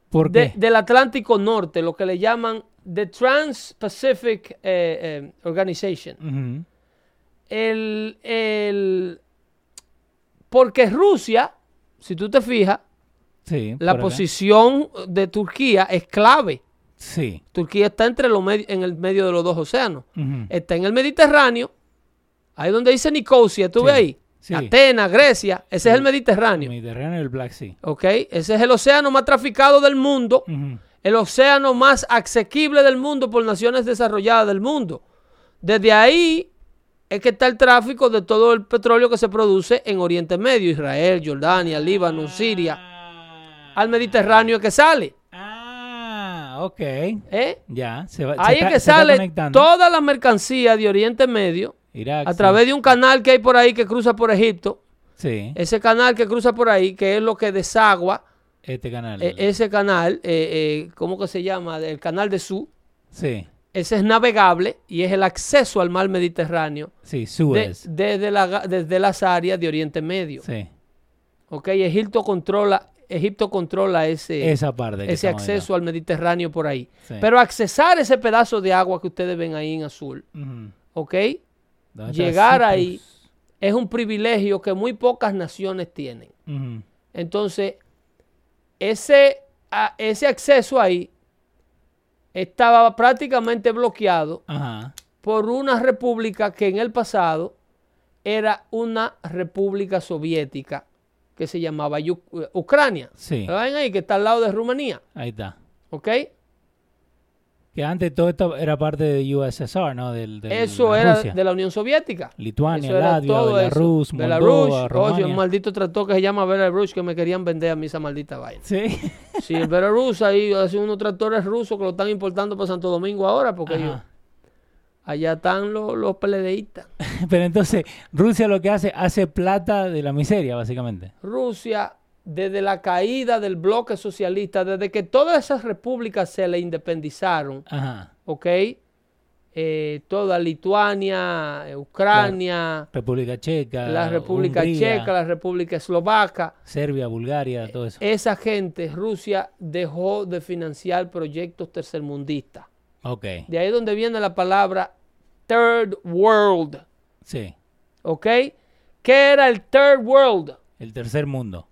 Speaker 1: ¿Por
Speaker 2: de-
Speaker 1: qué?
Speaker 2: del Atlántico Norte, lo que le llaman The Trans-Pacific eh, eh, Organization.
Speaker 1: Ujú.
Speaker 2: el, el- porque Rusia, si tú te fijas,
Speaker 1: Sí.
Speaker 2: la
Speaker 1: por acá.
Speaker 2: posición de Turquía es clave.
Speaker 1: Sí.
Speaker 2: Turquía está entre los medi- en el medio de los dos océanos.
Speaker 1: Ujú.
Speaker 2: Está en el Mediterráneo, ahí donde dice Nicosia, tú
Speaker 1: Sí,
Speaker 2: ves ahí,
Speaker 1: sí. Mm.
Speaker 2: Atenas, Grecia, ese es el Mediterráneo.
Speaker 1: Mediterráneo y el Black Sea.
Speaker 2: ¿Ok? Ese es el océano más traficado del mundo,
Speaker 1: Ujú.
Speaker 2: el océano más asequible del mundo por naciones desarrolladas del mundo. Desde ahí es que está el tráfico de todo el petróleo que se produce en Oriente Medio, Israel, Jordania, Líbano, Siria, al Mediterráneo es que sale.
Speaker 1: Ah, ok.
Speaker 2: ¿eh?
Speaker 1: Ya. Se va, se
Speaker 2: Ahí
Speaker 1: está-
Speaker 2: es que
Speaker 1: se está
Speaker 2: sale
Speaker 1: conectando.
Speaker 2: toda la mercancía de Oriente Medio
Speaker 1: Irak,
Speaker 2: a
Speaker 1: sí.
Speaker 2: través de un canal que hay por ahí que cruza por Egipto.
Speaker 1: Sí.
Speaker 2: Ese canal que cruza por ahí, que es lo que desagua,
Speaker 1: Este canal.
Speaker 2: eh, ese canal, eh, eh, ¿cómo que se llama? El canal de Suez.
Speaker 1: sí.
Speaker 2: Ese es navegable y es el acceso al mar Mediterráneo
Speaker 1: Sí.
Speaker 2: de- eh,
Speaker 1: Suez.
Speaker 2: desde, la ga- desde las áreas de Oriente Medio.
Speaker 1: Sí.
Speaker 2: ¿Ok? Egipto controla, Egipto controla ese,
Speaker 1: Esa parte. que
Speaker 2: ese
Speaker 1: estamos
Speaker 2: acceso al Mediterráneo por ahí.
Speaker 1: Sí.
Speaker 2: Pero accesar ese pedazo de agua que ustedes ven ahí en azul,
Speaker 1: hablando. Ujú.
Speaker 2: ¿ok?
Speaker 1: ¿Dónde está
Speaker 2: Llegar
Speaker 1: Cyprus?
Speaker 2: ahí es un privilegio que muy pocas naciones tienen.
Speaker 1: Ujú.
Speaker 2: Entonces, ese, a- ese acceso ahí estaba prácticamente bloqueado
Speaker 1: Ajá.
Speaker 2: por una república que en el pasado era una república soviética que se llamaba Yu- eh, Ucrania.
Speaker 1: Sí.
Speaker 2: ¿La ven ahí? Que está al lado de Rumanía.
Speaker 1: Ahí está.
Speaker 2: ¿Ok?
Speaker 1: Que antes todo esto era parte de USSR, ¿no? Del, del-
Speaker 2: eso
Speaker 1: de
Speaker 2: era
Speaker 1: Rusia.
Speaker 2: de la Unión Soviética.
Speaker 1: Lituania,
Speaker 2: Eso era
Speaker 1: Latvia,
Speaker 2: todo eso.
Speaker 1: Belarus,
Speaker 2: Belarus.
Speaker 1: Moldova,
Speaker 2: Oye,
Speaker 1: Rumania.
Speaker 2: un maldito trató que se llama Belarus que me querían vender a mí esa
Speaker 1: (laughs)
Speaker 2: maldita vaina.
Speaker 1: Sí.
Speaker 2: Sí, el Belarus ahí hace unos tractores rusos que lo están importando para Santo Domingo ahora porque ellos-
Speaker 1: Ajá.
Speaker 2: allá están los, los PLDistas.
Speaker 1: (laughs) Pero entonces, Rusia lo que hace, hace plata de la miseria, básicamente.
Speaker 2: Rusia, desde la caída del bloque socialista, desde que todas esas repúblicas se le independizaron,
Speaker 1: Ajá.
Speaker 2: ¿ok? Eh, toda Lituania, eh, Ucrania,
Speaker 1: República Checa.
Speaker 2: la República
Speaker 1: Eh, Hungría,
Speaker 2: Checa, la Eh, República Eslovaca,
Speaker 1: Serbia, Bulgaria, todo eso.
Speaker 2: esa gente, Rusia dejó de financiar proyectos tercermundistas.
Speaker 1: ok.
Speaker 2: De ahí donde viene la palabra Third World,
Speaker 1: Sí.
Speaker 2: ¿ok? ¿Qué era el Third World?
Speaker 1: El tercer mundo.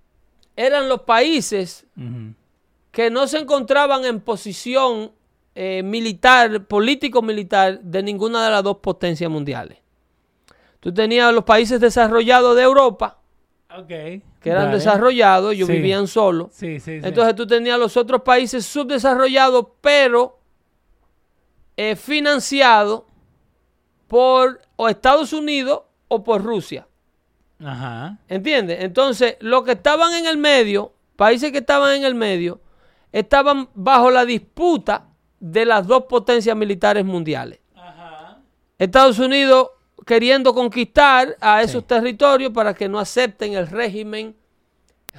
Speaker 2: Eran los países
Speaker 1: Ujú.
Speaker 2: que no se encontraban en posición eh, militar, político-militar, de ninguna de las dos potencias mundiales. Tú tenías los países desarrollados de Europa,
Speaker 1: Ok.
Speaker 2: que eran
Speaker 1: Dale.
Speaker 2: desarrollados, ellos
Speaker 1: Sí.
Speaker 2: vivían solos.
Speaker 1: Sí, sí, sí.
Speaker 2: Entonces tú tenías los otros países subdesarrollados, pero eh, financiados por o Estados Unidos o por Rusia.
Speaker 1: Ajá.
Speaker 2: ¿Entiendes? Entonces, los que estaban en el medio, países que estaban en el medio, estaban bajo la disputa de las dos potencias militares mundiales. Estados Unidos queriendo conquistar a esos
Speaker 1: Sí.
Speaker 2: territorios para que no acepten el régimen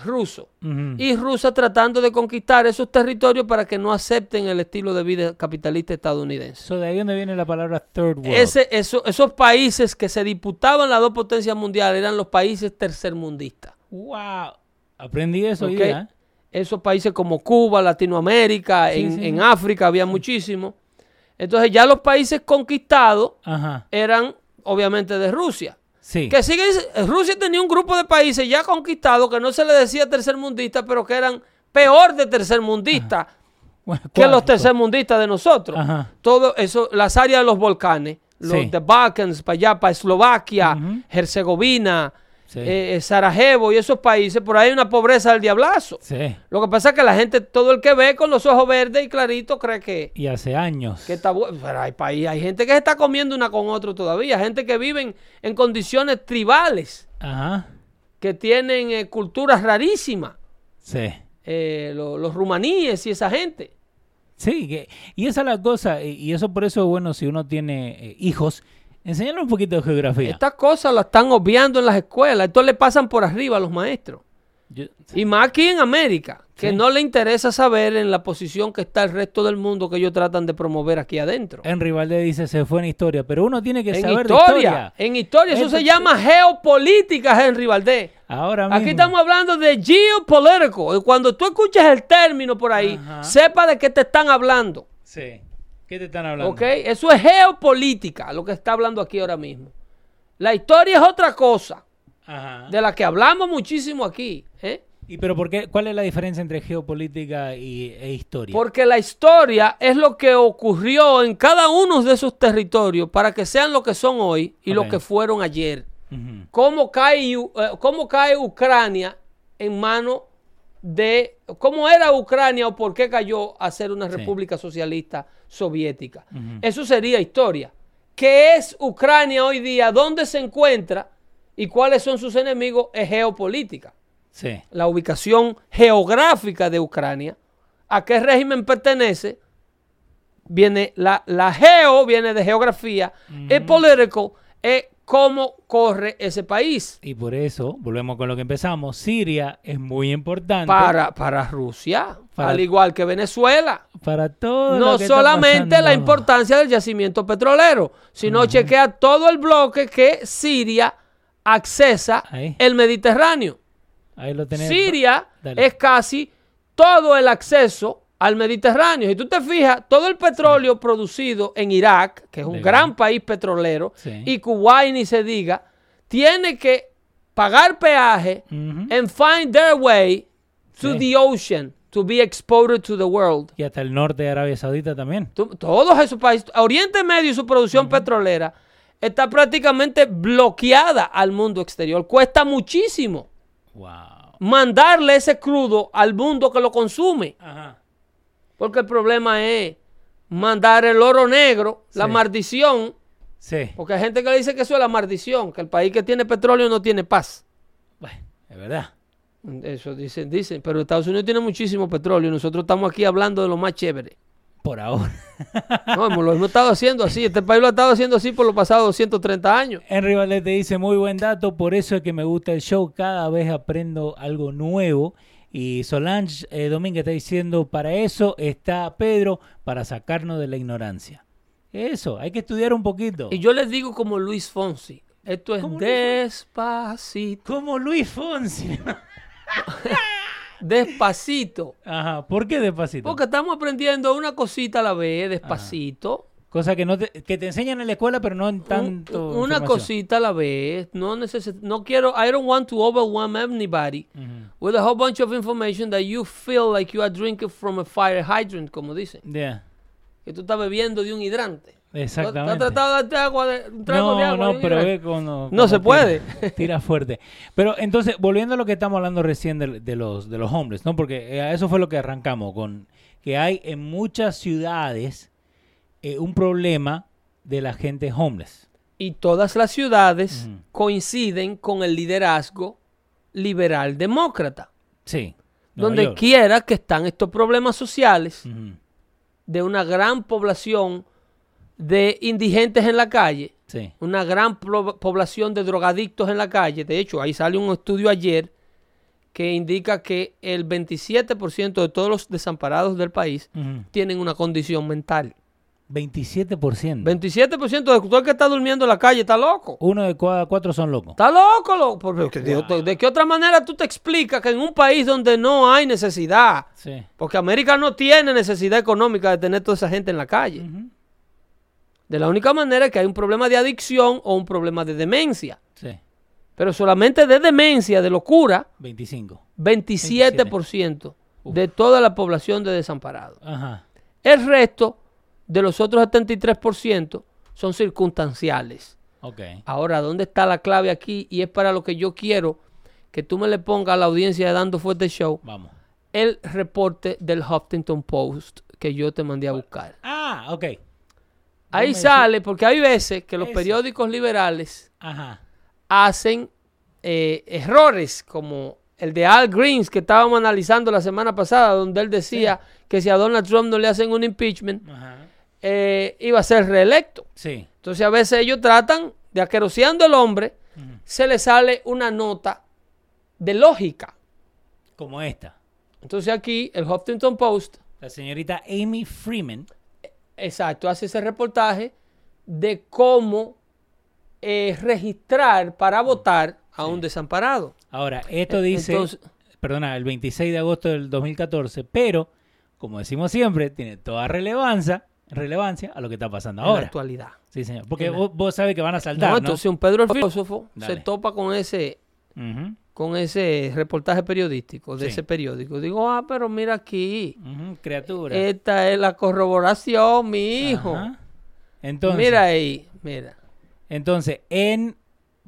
Speaker 2: ruso.
Speaker 1: Ujú.
Speaker 2: Y Rusia tratando de conquistar esos territorios para que no acepten el estilo de vida capitalista estadounidense.
Speaker 1: So, de ahí donde viene la palabra third world.
Speaker 2: Ese- eso- esos países que se disputaban las dos potencias mundiales eran los países tercermundistas.
Speaker 1: Wow. Aprendí eso hoy
Speaker 2: ¿ok?
Speaker 1: día, ¿eh?
Speaker 2: Esos países como Cuba, Latinoamérica,
Speaker 1: Sí,
Speaker 2: en,
Speaker 1: sí.
Speaker 2: en África había muchísimos. Entonces ya los países conquistados
Speaker 1: Ajá.
Speaker 2: eran obviamente de Rusia.
Speaker 1: Ah. Sí.
Speaker 2: Que sigue, Rusia tenía un grupo de países ya conquistados que no se le decía tercermundista, pero que eran peor de tercermundista
Speaker 1: Bueno,
Speaker 2: que los
Speaker 1: cuatro.
Speaker 2: tercermundistas de nosotros.
Speaker 1: Ajá.
Speaker 2: Todo eso, las áreas de los volcanes, los
Speaker 1: Sí.
Speaker 2: de Balkans, para allá, para Eslovaquia,
Speaker 1: Ujú.
Speaker 2: Herzegovina,
Speaker 1: Sí.
Speaker 2: eh, eh, Sarajevo y esos países, por ahí hay una pobreza del diablazo.
Speaker 1: Sí.
Speaker 2: Lo que pasa es que la gente, todo el que ve con los ojos verdes y claritos, cree que,
Speaker 1: Y hace años.
Speaker 2: que está bueno. Pero hay país, hay gente que se está comiendo una con otro todavía, gente que vive en, en condiciones tribales,
Speaker 1: Ajá.
Speaker 2: que tienen eh, culturas rarísimas,
Speaker 1: Sí.
Speaker 2: eh, lo- los rumaníes y esa gente.
Speaker 1: Sí, que- y esa es la cosa, y- y eso por eso, bueno, si uno tiene eh, hijos, enseñarle un poquito de geografía.
Speaker 2: Estas cosas las están obviando en las escuelas. Entonces le pasan por arriba a los maestros.
Speaker 1: Yo-
Speaker 2: Y más aquí en América, que
Speaker 1: Sí.
Speaker 2: no le interesa saber en la posición que está el resto del mundo que ellos tratan de promover aquí adentro.
Speaker 1: Henry Valdés dice, se fue en historia, pero uno tiene que
Speaker 2: En
Speaker 1: saber
Speaker 2: historia,
Speaker 1: de historia.
Speaker 2: en historia, eso
Speaker 1: Esto-
Speaker 2: se llama geopolítica, Henry Valdés.
Speaker 1: Ahora mismo.
Speaker 2: Aquí estamos hablando de geopolítico. Y cuando tú escuchas el término por ahí,
Speaker 1: Ajá.
Speaker 2: sepa de qué te están hablando.
Speaker 1: Sí. ¿Qué te están hablando?
Speaker 2: ¿Ok? Eso es geopolítica, lo que está hablando aquí ahora mismo. La historia es otra cosa,
Speaker 1: Ajá.
Speaker 2: de la que hablamos muchísimo aquí. ¿eh?
Speaker 1: ¿Y pero por qué? ¿Cuál es la diferencia entre geopolítica y, e historia?
Speaker 2: Porque la historia es lo que ocurrió en cada uno de esos territorios para que sean lo que son hoy y
Speaker 1: Ok.
Speaker 2: lo que fueron ayer.
Speaker 1: Ujú.
Speaker 2: ¿Cómo cae, U- eh, cómo cae Ucrania en manos de... ¿Cómo era Ucrania o por qué cayó a ser una
Speaker 1: Sí.
Speaker 2: república socialista soviética?
Speaker 1: Ujú.
Speaker 2: Eso sería historia. ¿Qué es Ucrania hoy día? ¿Dónde se encuentra? ¿Y cuáles son sus enemigos? Es geopolítica
Speaker 1: Sí.
Speaker 2: la ubicación geográfica de Ucrania, a qué régimen pertenece, viene la, la geo, viene de geografía, el political es cómo corre ese país
Speaker 1: Y por eso, volvemos con lo que empezamos, Siria es muy importante
Speaker 2: para, para Rusia,
Speaker 1: Para-
Speaker 2: al igual que Venezuela.
Speaker 1: para todo lo
Speaker 2: No
Speaker 1: que está
Speaker 2: solamente
Speaker 1: pasando.
Speaker 2: la importancia del yacimiento petrolero, sino chequea todo el bloque que Siria accesa
Speaker 1: Ahí.
Speaker 2: el Mediterráneo.
Speaker 1: Ahí lo tenés.
Speaker 2: Siria
Speaker 1: Dale.
Speaker 2: es casi todo el acceso al Mediterráneo. Si tú te fijas, todo el petróleo producido en Irak, que es un
Speaker 1: De
Speaker 2: gran país petrolero,
Speaker 1: Sí.
Speaker 2: y Kuwait ni se diga, tiene que pagar peaje
Speaker 1: Ujú.
Speaker 2: and find their way to
Speaker 1: Sí.
Speaker 2: the ocean to be exported to the world.
Speaker 1: Y hasta el norte de Arabia Saudita también.
Speaker 2: Tú- Todos esos países, Oriente Medio y su producción petrolera está prácticamente bloqueada al mundo exterior. Cuesta muchísimo
Speaker 1: Wow.
Speaker 2: mandarle ese crudo al mundo que lo consume.
Speaker 1: Ajá.
Speaker 2: Porque el problema es mandar el oro negro, la
Speaker 1: Sí.
Speaker 2: maldición.
Speaker 1: Sí.
Speaker 2: Porque hay gente que le dice que eso es la maldición, que el país que tiene petróleo no tiene paz.
Speaker 1: Bueno, es verdad.
Speaker 2: Eso dicen, dicen. Pero Estados Unidos tiene muchísimo petróleo y nosotros estamos aquí hablando de lo más chévere.
Speaker 1: Por ahora. (laughs)
Speaker 2: No, hemos- lo hemos estado haciendo así. Este país lo ha estado haciendo así por los pasados 230 años.
Speaker 1: Henry Valdés te dice, muy buen dato, por eso es que me gusta el show, cada vez aprendo algo nuevo. Y Solange eh, Domínguez está diciendo, para eso está Pedro, para sacarnos de la ignorancia. Eso, hay que estudiar un poquito.
Speaker 2: Y yo les digo como Luis Fonsi. Esto es
Speaker 1: ¿Cómo Luis
Speaker 2: despacito.
Speaker 1: Como Luis Fonsi.
Speaker 2: Despacito.
Speaker 1: (laughs) Ajá, ¿por qué despacito?
Speaker 2: Porque estamos aprendiendo una cosita a la
Speaker 1: Ah.
Speaker 2: vez, despacito.
Speaker 1: Cosa que, no te, que te enseñan en la escuela, pero no en tanto...
Speaker 2: Un- una
Speaker 1: información.
Speaker 2: cosita a la vez. No neces no quiero, I don't want to overwhelm anybody
Speaker 1: Ujú.
Speaker 2: with a whole bunch of information that you feel like you are drinking from a fire hydrant, como dicen.
Speaker 1: Yeah,
Speaker 2: Que tú estás bebiendo de un hidrante. ¿Tú has- tú has
Speaker 1: exactamente.
Speaker 2: tratado de darte agua de, un trago
Speaker 1: No,
Speaker 2: de agua de
Speaker 1: no,
Speaker 2: un
Speaker 1: pero
Speaker 2: hidrante?
Speaker 1: ve
Speaker 2: (laughs)
Speaker 1: cuando-
Speaker 2: No
Speaker 1: cuando
Speaker 2: se
Speaker 1: tira-
Speaker 2: puede.
Speaker 1: Tira fuerte. Pero entonces, volviendo a lo que estamos hablando recién de, de los de los hombres, ¿no? Porque eh, a eso fue lo que arrancamos con que hay en muchas ciudades eh, un problema de la gente homeless.
Speaker 2: Y todas las ciudades
Speaker 1: Ujú.
Speaker 2: coinciden con el liderazgo liberal demócrata.
Speaker 1: Sí. Nueva
Speaker 2: Donde
Speaker 1: York.
Speaker 2: quiera que están estos problemas sociales,
Speaker 1: Ujú,
Speaker 2: de una gran población de indigentes en la calle,
Speaker 1: Sí.
Speaker 2: una gran pro- población de drogadictos en la calle. De hecho, ahí sale un estudio ayer que indica que el 27% de todos los desamparados del país
Speaker 1: Ujú.
Speaker 2: tienen una condición mental.
Speaker 1: 27%.
Speaker 2: 27% de todo el que está durmiendo en la calle está loco.
Speaker 1: Uno de cada cuatro son locos.
Speaker 2: Está loco, loco. Por- ¿De, de- de qué otra manera tú te explicas que en un país donde no hay necesidad?
Speaker 1: Sí.
Speaker 2: Porque América no tiene necesidad económica de tener toda esa gente en la calle.
Speaker 1: Ujú.
Speaker 2: De la única manera es que hay un problema de adicción o un problema de demencia.
Speaker 1: Sí.
Speaker 2: Pero solamente de demencia, de locura,
Speaker 1: 25.
Speaker 2: 27%, de toda la población de desamparados.
Speaker 1: Ajá.
Speaker 2: El resto de los otros 73% son circunstanciales.
Speaker 1: Ok.
Speaker 2: Ahora, ¿dónde está la clave aquí? Y es para lo que yo quiero que tú me le pongas a la audiencia de Dando Fuerte Show
Speaker 1: Vamos.
Speaker 2: el reporte del Huffington Post que yo te mandé a buscar.
Speaker 1: Ah, ok.
Speaker 2: Ahí
Speaker 1: Dame ese-
Speaker 2: sale, porque hay veces que los
Speaker 1: Ese.
Speaker 2: periódicos liberales
Speaker 1: Ajá.
Speaker 2: hacen eh, errores como el de Al Greens que estábamos analizando la semana pasada, donde él decía que si a Donald Trump no le hacen un impeachment,
Speaker 1: Ajá.
Speaker 2: eh, iba a ser reelecto.
Speaker 1: Sí.
Speaker 2: Entonces a veces ellos tratan de aqueroseando al hombre,
Speaker 1: Ujú.
Speaker 2: se le sale una nota de lógica.
Speaker 1: Como esta.
Speaker 2: Entonces aquí el Huffington Post,
Speaker 1: La señorita Amy Freeman.
Speaker 2: exacto, hace ese reportaje de cómo eh, registrar para
Speaker 1: Mm,
Speaker 2: votar a un desamparado.
Speaker 1: Ahora, esto
Speaker 2: Eh,
Speaker 1: dice,
Speaker 2: entonces-
Speaker 1: perdona, el 26 de agosto del 2014, pero, como decimos siempre, tiene toda relevancia, relevancia a lo que está pasando
Speaker 2: En la
Speaker 1: ahora.
Speaker 2: actualidad.
Speaker 1: Sí, señor. Porque
Speaker 2: en la-
Speaker 1: vos, vos sabes que van a saltar,
Speaker 2: No,
Speaker 1: ¿no?
Speaker 2: entonces un Pedro el filósofo
Speaker 1: Dale.
Speaker 2: se topa con ese
Speaker 1: Ujú,
Speaker 2: con ese reportaje periodístico de
Speaker 1: Sí.
Speaker 2: ese periódico. Digo, ah, pero mira aquí,
Speaker 1: ujú, criatura.
Speaker 2: esta es la corroboración, mi hijo.
Speaker 1: Ajá. Entonces,
Speaker 2: mira ahí, mira.
Speaker 1: entonces, en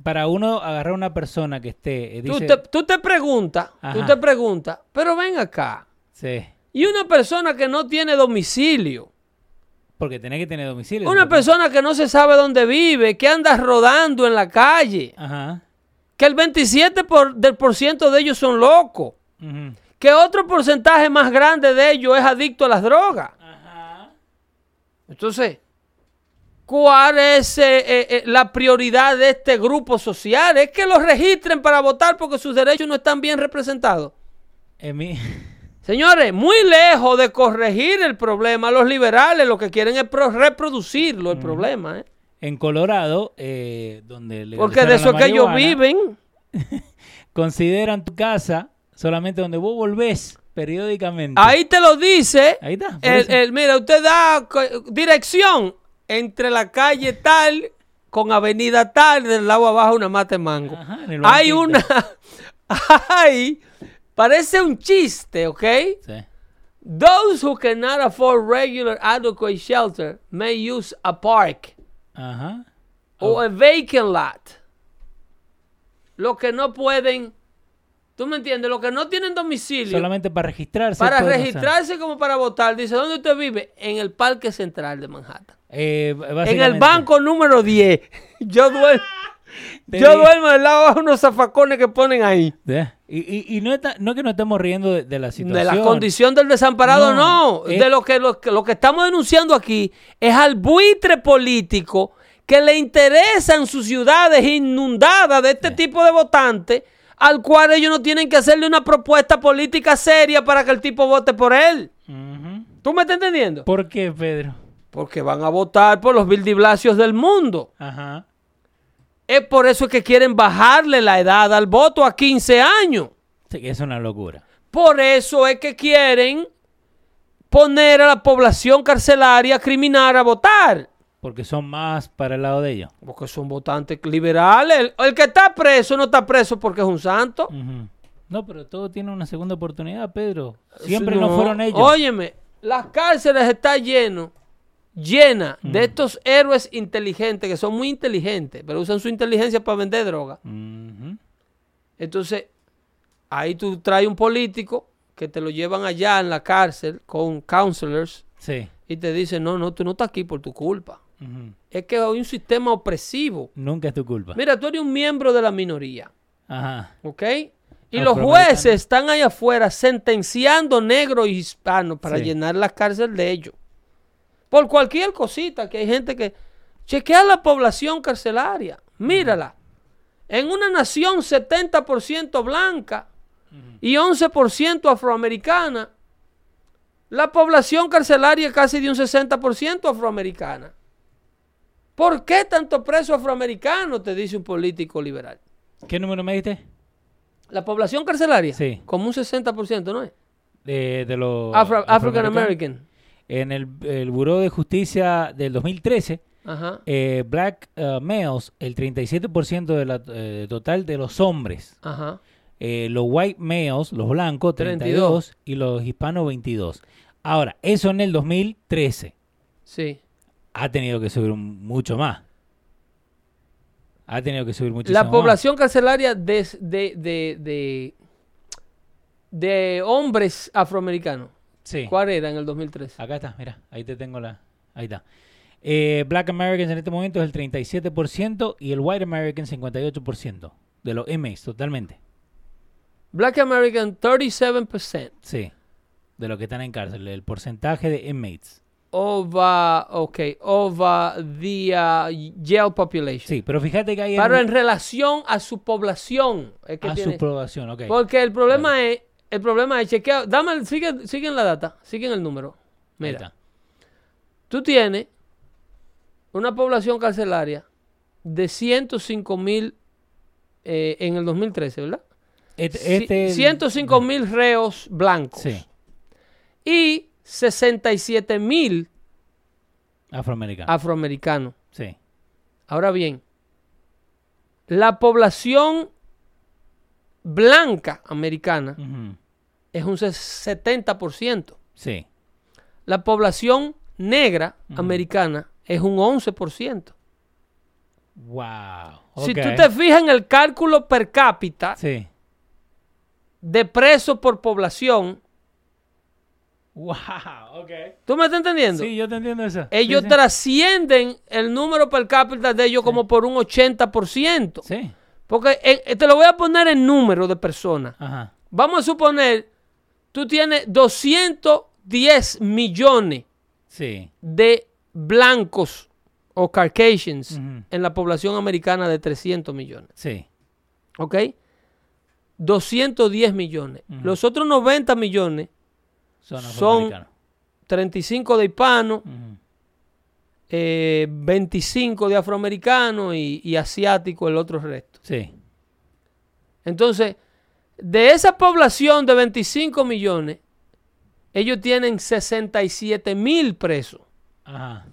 Speaker 1: para uno agarrar a una persona que esté, eh,
Speaker 2: Tú
Speaker 1: dice,
Speaker 2: te, tú te preguntas, tú
Speaker 1: Ajá.
Speaker 2: te preguntas, pero ven acá.
Speaker 1: sí,
Speaker 2: Y una persona que no tiene domicilio,
Speaker 1: porque tenés que tener domicilio.
Speaker 2: una
Speaker 1: supongo.
Speaker 2: persona que no se sabe dónde vive, que anda rodando en la calle,
Speaker 1: Ajá.
Speaker 2: que el 27% por- del por ciento de ellos son locos,
Speaker 1: ujú.
Speaker 2: que otro porcentaje más grande de ellos es adicto a las drogas. Entonces, ¿cuál es eh, eh, eh, la prioridad de este grupo social? Es que los registren para votar porque sus derechos no están bien representados.
Speaker 1: En mi- (laughs)
Speaker 2: Señores, muy lejos de corregir el problema, los liberales lo que quieren es pro- reproducirlo, el problema. ¿eh?
Speaker 1: en Colorado, eh, donde le
Speaker 2: Porque de eso es que ellos viven.
Speaker 1: consideran tu casa solamente donde vos volvés periódicamente.
Speaker 2: Ahí te lo dice.
Speaker 1: Ahí está, por
Speaker 2: el-
Speaker 1: eso.
Speaker 2: el- mira, usted da co- dirección entre la calle tal con avenida tal, del lado abajo una mata de mango.
Speaker 1: Ajá, en el
Speaker 2: hay
Speaker 1: banquito.
Speaker 2: una... (laughs) hay... Parece un chiste, ¿ok?
Speaker 1: Sí.
Speaker 2: Those who cannot afford regular adequate shelter may use a park
Speaker 1: Ajá. Oh.
Speaker 2: o a vacant lot. Los que no pueden... ¿Tú me entiendes? Los que no tienen domicilio.
Speaker 1: Solamente para registrarse.
Speaker 2: Para
Speaker 1: pueden usar.
Speaker 2: registrarse como para votar, dice, ¿dónde usted vive? En el Parque Central de Manhattan.
Speaker 1: Eh, b-
Speaker 2: En
Speaker 1: básicamente,
Speaker 2: el banco número 10. (laughs) Yo duermo,
Speaker 1: te
Speaker 2: yo
Speaker 1: di-
Speaker 2: duermo del lado de unos zafacones que ponen ahí.
Speaker 1: Sí. Y, y- y no, está- no que nos estemos riendo de, de la situación.
Speaker 2: De la condición del desamparado,
Speaker 1: No,
Speaker 2: no.
Speaker 1: es-
Speaker 2: De lo que, lo, que- lo que estamos denunciando aquí es al buitre político que le interesan sus ciudades inundadas de este tipo de votantes, al cual ellos no tienen que hacerle una propuesta política seria para que el tipo vote por él.
Speaker 1: Ujú.
Speaker 2: ¿Tú me estás entendiendo?
Speaker 1: ¿Por qué, Pedro?
Speaker 2: Porque van a votar por los Bildiblasios del mundo.
Speaker 1: Ajá.
Speaker 2: Es por eso que quieren bajarle la edad al voto a 15 años.
Speaker 1: Sí, que es una locura.
Speaker 2: Por eso es que quieren poner a la población carcelaria criminal a votar.
Speaker 1: Porque son más para el lado de ellos.
Speaker 2: Porque son votantes liberales. El, el que está preso no está preso porque es un santo.
Speaker 1: Ujú. No, pero todo tiene una segunda oportunidad, Pedro. Siempre no, fueron ellos.
Speaker 2: Óyeme, las cárceles están lleno, llenas
Speaker 1: Mm.
Speaker 2: de estos héroes inteligentes que son muy inteligentes, pero usan su inteligencia para vender droga.
Speaker 1: Ujú.
Speaker 2: Entonces, ahí tú traes un político que te lo llevan allá en la cárcel con counselors
Speaker 1: Sí.
Speaker 2: y te dicen, no, no, tú no estás aquí por tu culpa.
Speaker 1: Ujú.
Speaker 2: Es que hay un sistema opresivo.
Speaker 1: Nunca es tu culpa.
Speaker 2: Mira, tú eres un miembro de la minoría,
Speaker 1: Ajá.
Speaker 2: ¿ok? Y los
Speaker 1: Afroamericano.
Speaker 2: jueces están allá afuera sentenciando negros y hispanos para
Speaker 1: Sí.
Speaker 2: llenar la cárcel de ellos. Por cualquier cosita, que hay gente que... Chequea la población carcelaria, mírala. En una nación 70% blanca y 11% afroamericana, la población carcelaria es casi de un 60% afroamericana. ¿Por qué tanto preso afroamericano? Te dice un político liberal.
Speaker 1: ¿Qué número me diste?
Speaker 2: La población carcelaria,
Speaker 1: Sí.
Speaker 2: como un 60%, ¿no es?
Speaker 1: De, de los
Speaker 2: Afro- African
Speaker 1: afroamericanos.
Speaker 2: American.
Speaker 1: En el, el Buró de Justicia del 2013,
Speaker 2: Ajá.
Speaker 1: eh, Black eh, Males, el 37% de la, eh, total de los hombres.
Speaker 2: Ajá.
Speaker 1: Eh, los White Males, los blancos, 32, y los hispanos, 22. Ahora, eso en el 2013
Speaker 2: Sí.
Speaker 1: ha tenido que subir un- mucho más. Ha tenido que subir muchísimo
Speaker 2: La
Speaker 1: más.
Speaker 2: población carcelaria de, de, de, de, de hombres afroamericanos.
Speaker 1: Sí.
Speaker 2: ¿Cuál era en el 2003?
Speaker 1: Acá está, mira, ahí te tengo la. Ahí está. Eh, Black Americans en este momento es el 37% y el White American 58% de los M's totalmente.
Speaker 2: Black American, 37%.
Speaker 1: Sí. De los que están en cárcel, el porcentaje de inmates.
Speaker 2: Over, okay, over the uh, jail population.
Speaker 1: Sí, pero fíjate que hay
Speaker 2: Pero en relación a su población. Es que
Speaker 1: a
Speaker 2: tiene-
Speaker 1: su población, ok.
Speaker 2: Porque el problema es, el problema es, chequea, dame, el- sigue, sigue en la data, sigue en el número.
Speaker 1: Ahí
Speaker 2: Mira,
Speaker 1: está.
Speaker 2: tú tienes una población carcelaria de 105 mil eh, en el 2013, ¿verdad?
Speaker 1: Este, este-
Speaker 2: 105 mil reos blancos
Speaker 1: Sí,
Speaker 2: y 67 mil
Speaker 1: afroamericano.
Speaker 2: afroamericanos.
Speaker 1: sí.
Speaker 2: Ahora bien, la población blanca americana
Speaker 1: Ujú.
Speaker 2: es un 70%.
Speaker 1: Sí.
Speaker 2: La población negra americana es un 11%.
Speaker 1: Wow.
Speaker 2: Si tú
Speaker 1: ok.
Speaker 2: te fijas en el cálculo per cápita
Speaker 1: Sí.
Speaker 2: de presos por población,
Speaker 1: Wow, ok.
Speaker 2: ¿tú me estás entendiendo?
Speaker 1: Sí, yo te entiendo eso. Sí,
Speaker 2: Ellos
Speaker 1: sí.
Speaker 2: trascienden el número per cápita de ellos como por un 80%.
Speaker 1: Sí,
Speaker 2: Porque eh, te lo voy a poner en número de personas.
Speaker 1: ajá.
Speaker 2: Vamos a suponer, tú tienes 210 millones
Speaker 1: Sí.
Speaker 2: de blancos o Caucasians
Speaker 1: Ujú.
Speaker 2: en la población americana de 300 millones.
Speaker 1: Sí.
Speaker 2: ¿Ok? 210 millones. Los otros 90 millones,
Speaker 1: Son
Speaker 2: Son-
Speaker 1: afroamericanos.
Speaker 2: 35 de hispanos,
Speaker 1: Ujú.
Speaker 2: eh, 25 de afroamericanos y, y asiáticos el otro resto.
Speaker 1: Sí.
Speaker 2: Entonces, de esa población de 25 millones, ellos tienen 67 mil presos.
Speaker 1: Ajá.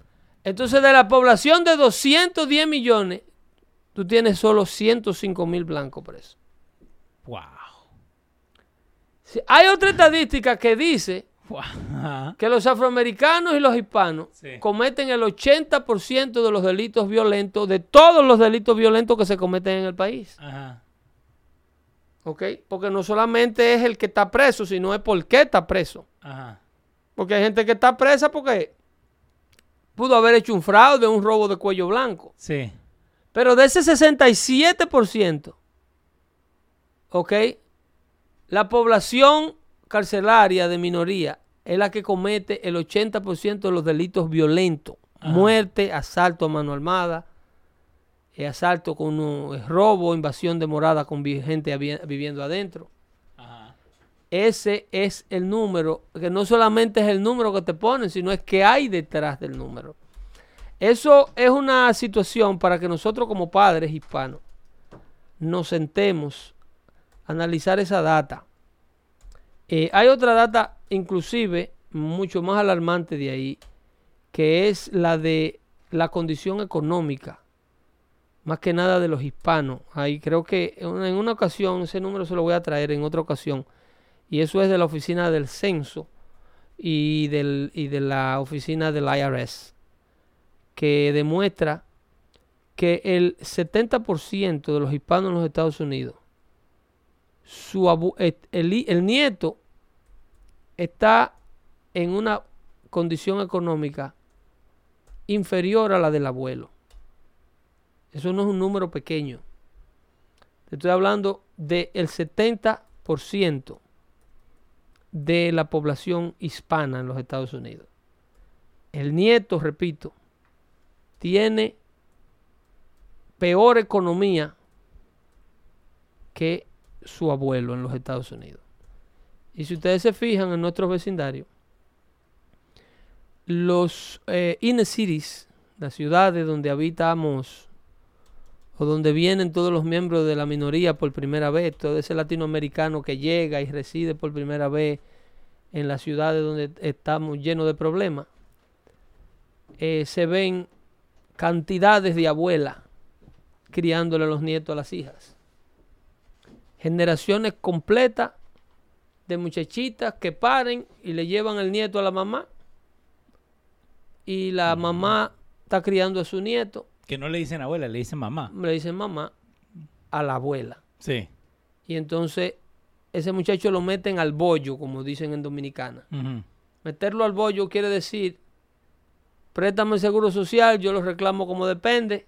Speaker 2: Entonces, de la población de 210 millones, tú tienes solo 105 mil blancos presos.
Speaker 1: Wow.
Speaker 2: Sí, Hay otra estadística que dice
Speaker 1: wow. Ajá.
Speaker 2: que los afroamericanos y los hispanos
Speaker 1: Sí.
Speaker 2: cometen el 80% de los delitos violentos, de todos los delitos violentos que se cometen en el país.
Speaker 1: Ajá.
Speaker 2: ¿Ok? Porque no solamente es el que está preso, sino es por qué está preso.
Speaker 1: Ajá.
Speaker 2: Porque hay gente que está presa porque pudo haber hecho un fraude, un robo de cuello blanco.
Speaker 1: Sí.
Speaker 2: Pero de ese 67%, ¿ok? La población carcelaria de minoría es la que comete el 80% de los delitos violentos. Muerte, asalto a mano armada, eh, asalto con un- eh, robo, invasión de morada con vi- gente habi- viviendo adentro.
Speaker 1: Ajá.
Speaker 2: Ese es el número, que no solamente es el número que te ponen, sino es que hay detrás del número. Eso es una situación para que nosotros como padres hispanos nos sentemos a analizar esa data. Eh, hay otra data inclusive mucho más alarmante de ahí, que es la de la condición económica, más que nada de los hispanos. Ahí creo que en una- en una ocasión, ese número se lo voy a traer en otra ocasión, y eso es de la oficina del censo y, del, y de la oficina del IRS, que demuestra que el 70% de los hispanos en los Estados Unidos, su abu- et- el, hi- el nieto está en una condición económica inferior a la del abuelo. Eso no es un número pequeño. Te estoy hablando del 70% de la población hispana en los Estados Unidos. El nieto, repito, tiene peor economía que su abuelo en los Estados Unidos. Y si ustedes se fijan en nuestros vecindarios, los eh, inner cities, las ciudades donde habitamos o donde vienen todos los miembros de la minoría por primera vez, todo ese latinoamericano que llega y reside por primera vez en las ciudades donde estamos llenos de problemas, eh, se ven cantidades de abuelas criándole a los nietos a las hijas. Generaciones completas de muchachitas que paren y le llevan el nieto a la mamá y la mamá está criando a su nieto
Speaker 1: Que no le dicen abuela, le dicen mamá.
Speaker 2: le dicen mamá a la abuela.
Speaker 1: Sí.
Speaker 2: Y entonces ese muchacho lo meten al bollo, como dicen en Dominicana.
Speaker 1: Ujú.
Speaker 2: Meterlo al bollo quiere decir, préstame el seguro social, yo lo reclamo como depende,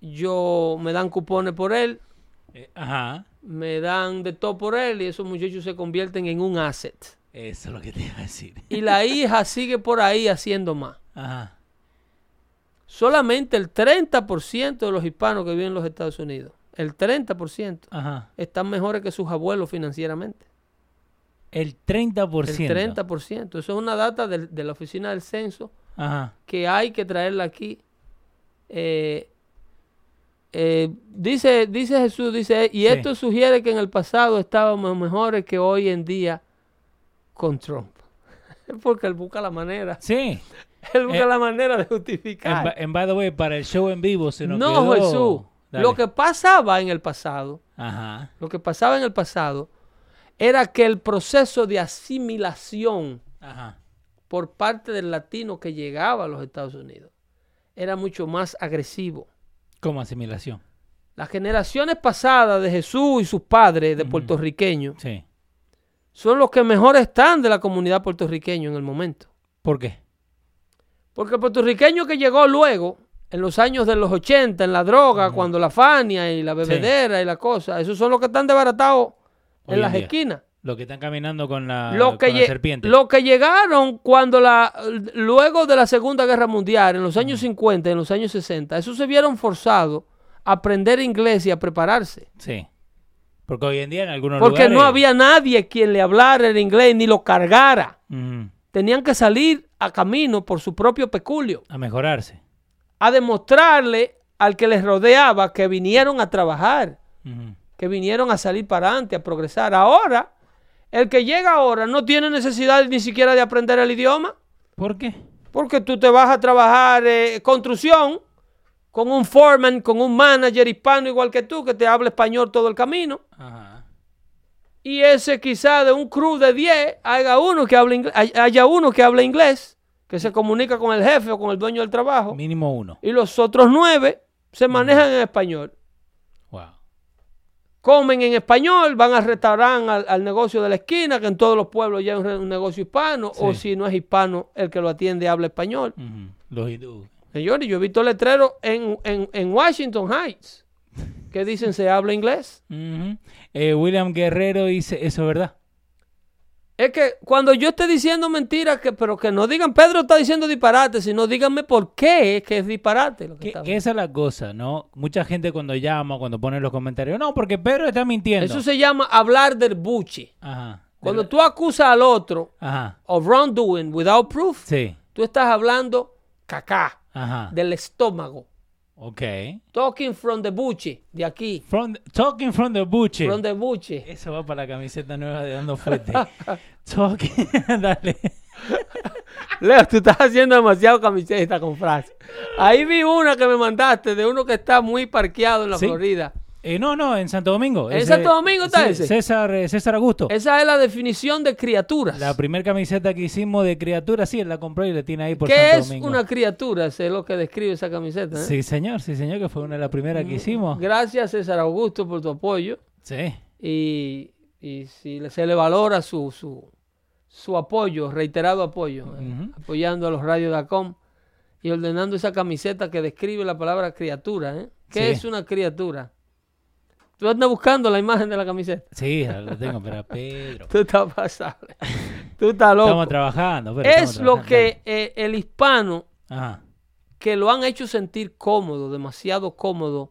Speaker 2: yo me dan cupones por él,
Speaker 1: Eh, ajá.
Speaker 2: me dan de todo por él y esos muchachos se convierten en un asset.
Speaker 1: Eso es lo que te iba a decir.
Speaker 2: Y la hija sigue por ahí haciendo más.
Speaker 1: Ajá.
Speaker 2: Solamente el 30% de los hispanos que viven en los Estados Unidos, el 30%,
Speaker 1: Ajá.
Speaker 2: están mejores que sus abuelos financieramente.
Speaker 1: El 30%.
Speaker 2: El 30%. Eso es una data del- de la oficina del censo
Speaker 1: Ajá.
Speaker 2: que hay que traerla aquí. Eh, eh, dice, dice Jesús, dice, y esto sugiere que en el pasado estábamos mejores que hoy en día con Trump. (laughs) Porque él busca la manera, (laughs)
Speaker 1: Sí.
Speaker 2: él busca
Speaker 1: Eh,
Speaker 2: la manera de
Speaker 1: En,
Speaker 2: justificar.
Speaker 1: by the way, para el show en vivo se nos
Speaker 2: No,
Speaker 1: quedó-
Speaker 2: Jesús,
Speaker 1: Dale.
Speaker 2: lo que pasaba en el pasado,
Speaker 1: Ajá.
Speaker 2: lo que pasaba en el pasado era que el proceso de asimilación
Speaker 1: Ajá.
Speaker 2: por parte del latino que llegaba a los Estados Unidos era mucho más agresivo.
Speaker 1: Como asimilación.
Speaker 2: Las generaciones pasadas de Jesús y sus padres de puertorriqueños
Speaker 1: Sí.
Speaker 2: son los que mejor están de la comunidad puertorriqueña en el momento.
Speaker 1: ¿Por qué?
Speaker 2: Porque el puertorriqueño que llegó luego, en los años de los 80, en la droga, cuando la Fania y la bebedera y la cosa, esos son los que están desbaratados
Speaker 1: Hoy en
Speaker 2: en las
Speaker 1: día.
Speaker 2: esquinas.
Speaker 1: Los que están caminando con la,
Speaker 2: los que,
Speaker 1: con la
Speaker 2: lle-
Speaker 1: serpiente.
Speaker 2: los que llegaron cuando la luego de la Segunda Guerra Mundial, en los años 50, en los años 60, esos se vieron forzados a aprender inglés y a prepararse.
Speaker 1: Sí. Porque hoy en día en algunos
Speaker 2: Porque
Speaker 1: lugares...
Speaker 2: no había nadie quien le hablara el inglés ni lo cargara.
Speaker 1: Ujú.
Speaker 2: Tenían que salir a camino por su propio peculio,
Speaker 1: A mejorarse.
Speaker 2: a demostrarle al que les rodeaba que vinieron a trabajar,
Speaker 1: Ujú.
Speaker 2: que vinieron a salir para adelante, a progresar. Ahora, el que llega ahora no tiene necesidad ni siquiera de aprender el idioma.
Speaker 1: ¿Por qué?
Speaker 2: Porque tú te vas a trabajar eh, construcción con un foreman, con un manager hispano igual que tú, que te habla español todo el camino.
Speaker 1: Ajá.
Speaker 2: Y ese quizá de un crew de 10, haya uno que hable inglés, haya uno que habla inglés, que se comunica con el jefe o con el dueño del trabajo.
Speaker 1: Mínimo uno.
Speaker 2: Y los otros nueve se manejan en español.
Speaker 1: Wow.
Speaker 2: Comen en español, van al restaurante, al, al negocio de la esquina, que en todos los pueblos ya es un, re- un negocio hispano, o
Speaker 1: Sí.
Speaker 2: si no es hispano, el que lo atiende habla español.
Speaker 1: Ujú. Los hindúes.
Speaker 2: Señores, yo he visto letreros en, en- en Washington Heights que dicen se habla inglés.
Speaker 1: Ujú. Eh, William Guerrero dice, eso es verdad.
Speaker 2: Es que cuando yo esté diciendo mentiras, que, pero que no digan Pedro está diciendo disparate, sino díganme por qué es que es disparate. Lo que
Speaker 1: Que,
Speaker 2: está-
Speaker 1: que esa es la cosa, ¿no? Mucha gente cuando llama, cuando pone en los comentarios, no, porque Pedro está mintiendo.
Speaker 2: Eso se llama hablar del buche.
Speaker 1: Ajá.
Speaker 2: Cuando tú acusas al otro
Speaker 1: Ajá.
Speaker 2: of wrongdoing without proof,
Speaker 1: Sí. Ah.
Speaker 2: tú estás hablando cacá,
Speaker 1: Ajá.
Speaker 2: del estómago.
Speaker 1: Ok.
Speaker 2: Talking from the buche, de aquí,
Speaker 1: From the- talking from the buche.
Speaker 2: from
Speaker 1: (laughs)
Speaker 2: the buche.
Speaker 1: Eso va para la camiseta nueva de Dando (laughs) Fuerte.
Speaker 2: (laughs)
Speaker 1: talking. Dale.
Speaker 2: Leo, tú estás haciendo demasiado camiseta con frases. Ahí vi una que me mandaste de uno que está muy parqueado en la
Speaker 1: Sí.
Speaker 2: Florida.
Speaker 1: Eh, no, no, en Santo Domingo.
Speaker 2: ¿En Santo Domingo está
Speaker 1: sí,
Speaker 2: ese?
Speaker 1: César, eh, César Augusto.
Speaker 2: Esa es la definición de criaturas.
Speaker 1: La primera camiseta que hicimos de criatura, sí, él la compró y la tiene ahí por
Speaker 2: ¿Qué
Speaker 1: Santo
Speaker 2: es
Speaker 1: Domingo.
Speaker 2: una criatura? Eso es lo que describe esa camiseta. ¿eh? Mm,
Speaker 1: Sí, señor, sí, señor, que fue una de las primeras que hicimos.
Speaker 2: Gracias, César Augusto, por tu apoyo.
Speaker 1: Sí.
Speaker 2: Y, y si le- se le valora su, su, su apoyo, reiterado apoyo, eh, apoyando a los Radio Dacom y ordenando esa camiseta que describe la palabra criatura. ¿eh? ¿Qué
Speaker 1: Sí.
Speaker 2: es una criatura? Tú andas buscando la imagen de la camiseta. (laughs)
Speaker 1: Sí, lo tengo, pero Pedro.
Speaker 2: Tú estás pasado. Tú estás
Speaker 1: Estamos
Speaker 2: loco.
Speaker 1: trabajando. Pedro,
Speaker 2: Es
Speaker 1: estamos
Speaker 2: lo
Speaker 1: trabajando.
Speaker 2: que eh, el hispano
Speaker 1: Ajá.
Speaker 2: que lo han hecho sentir cómodo, demasiado cómodo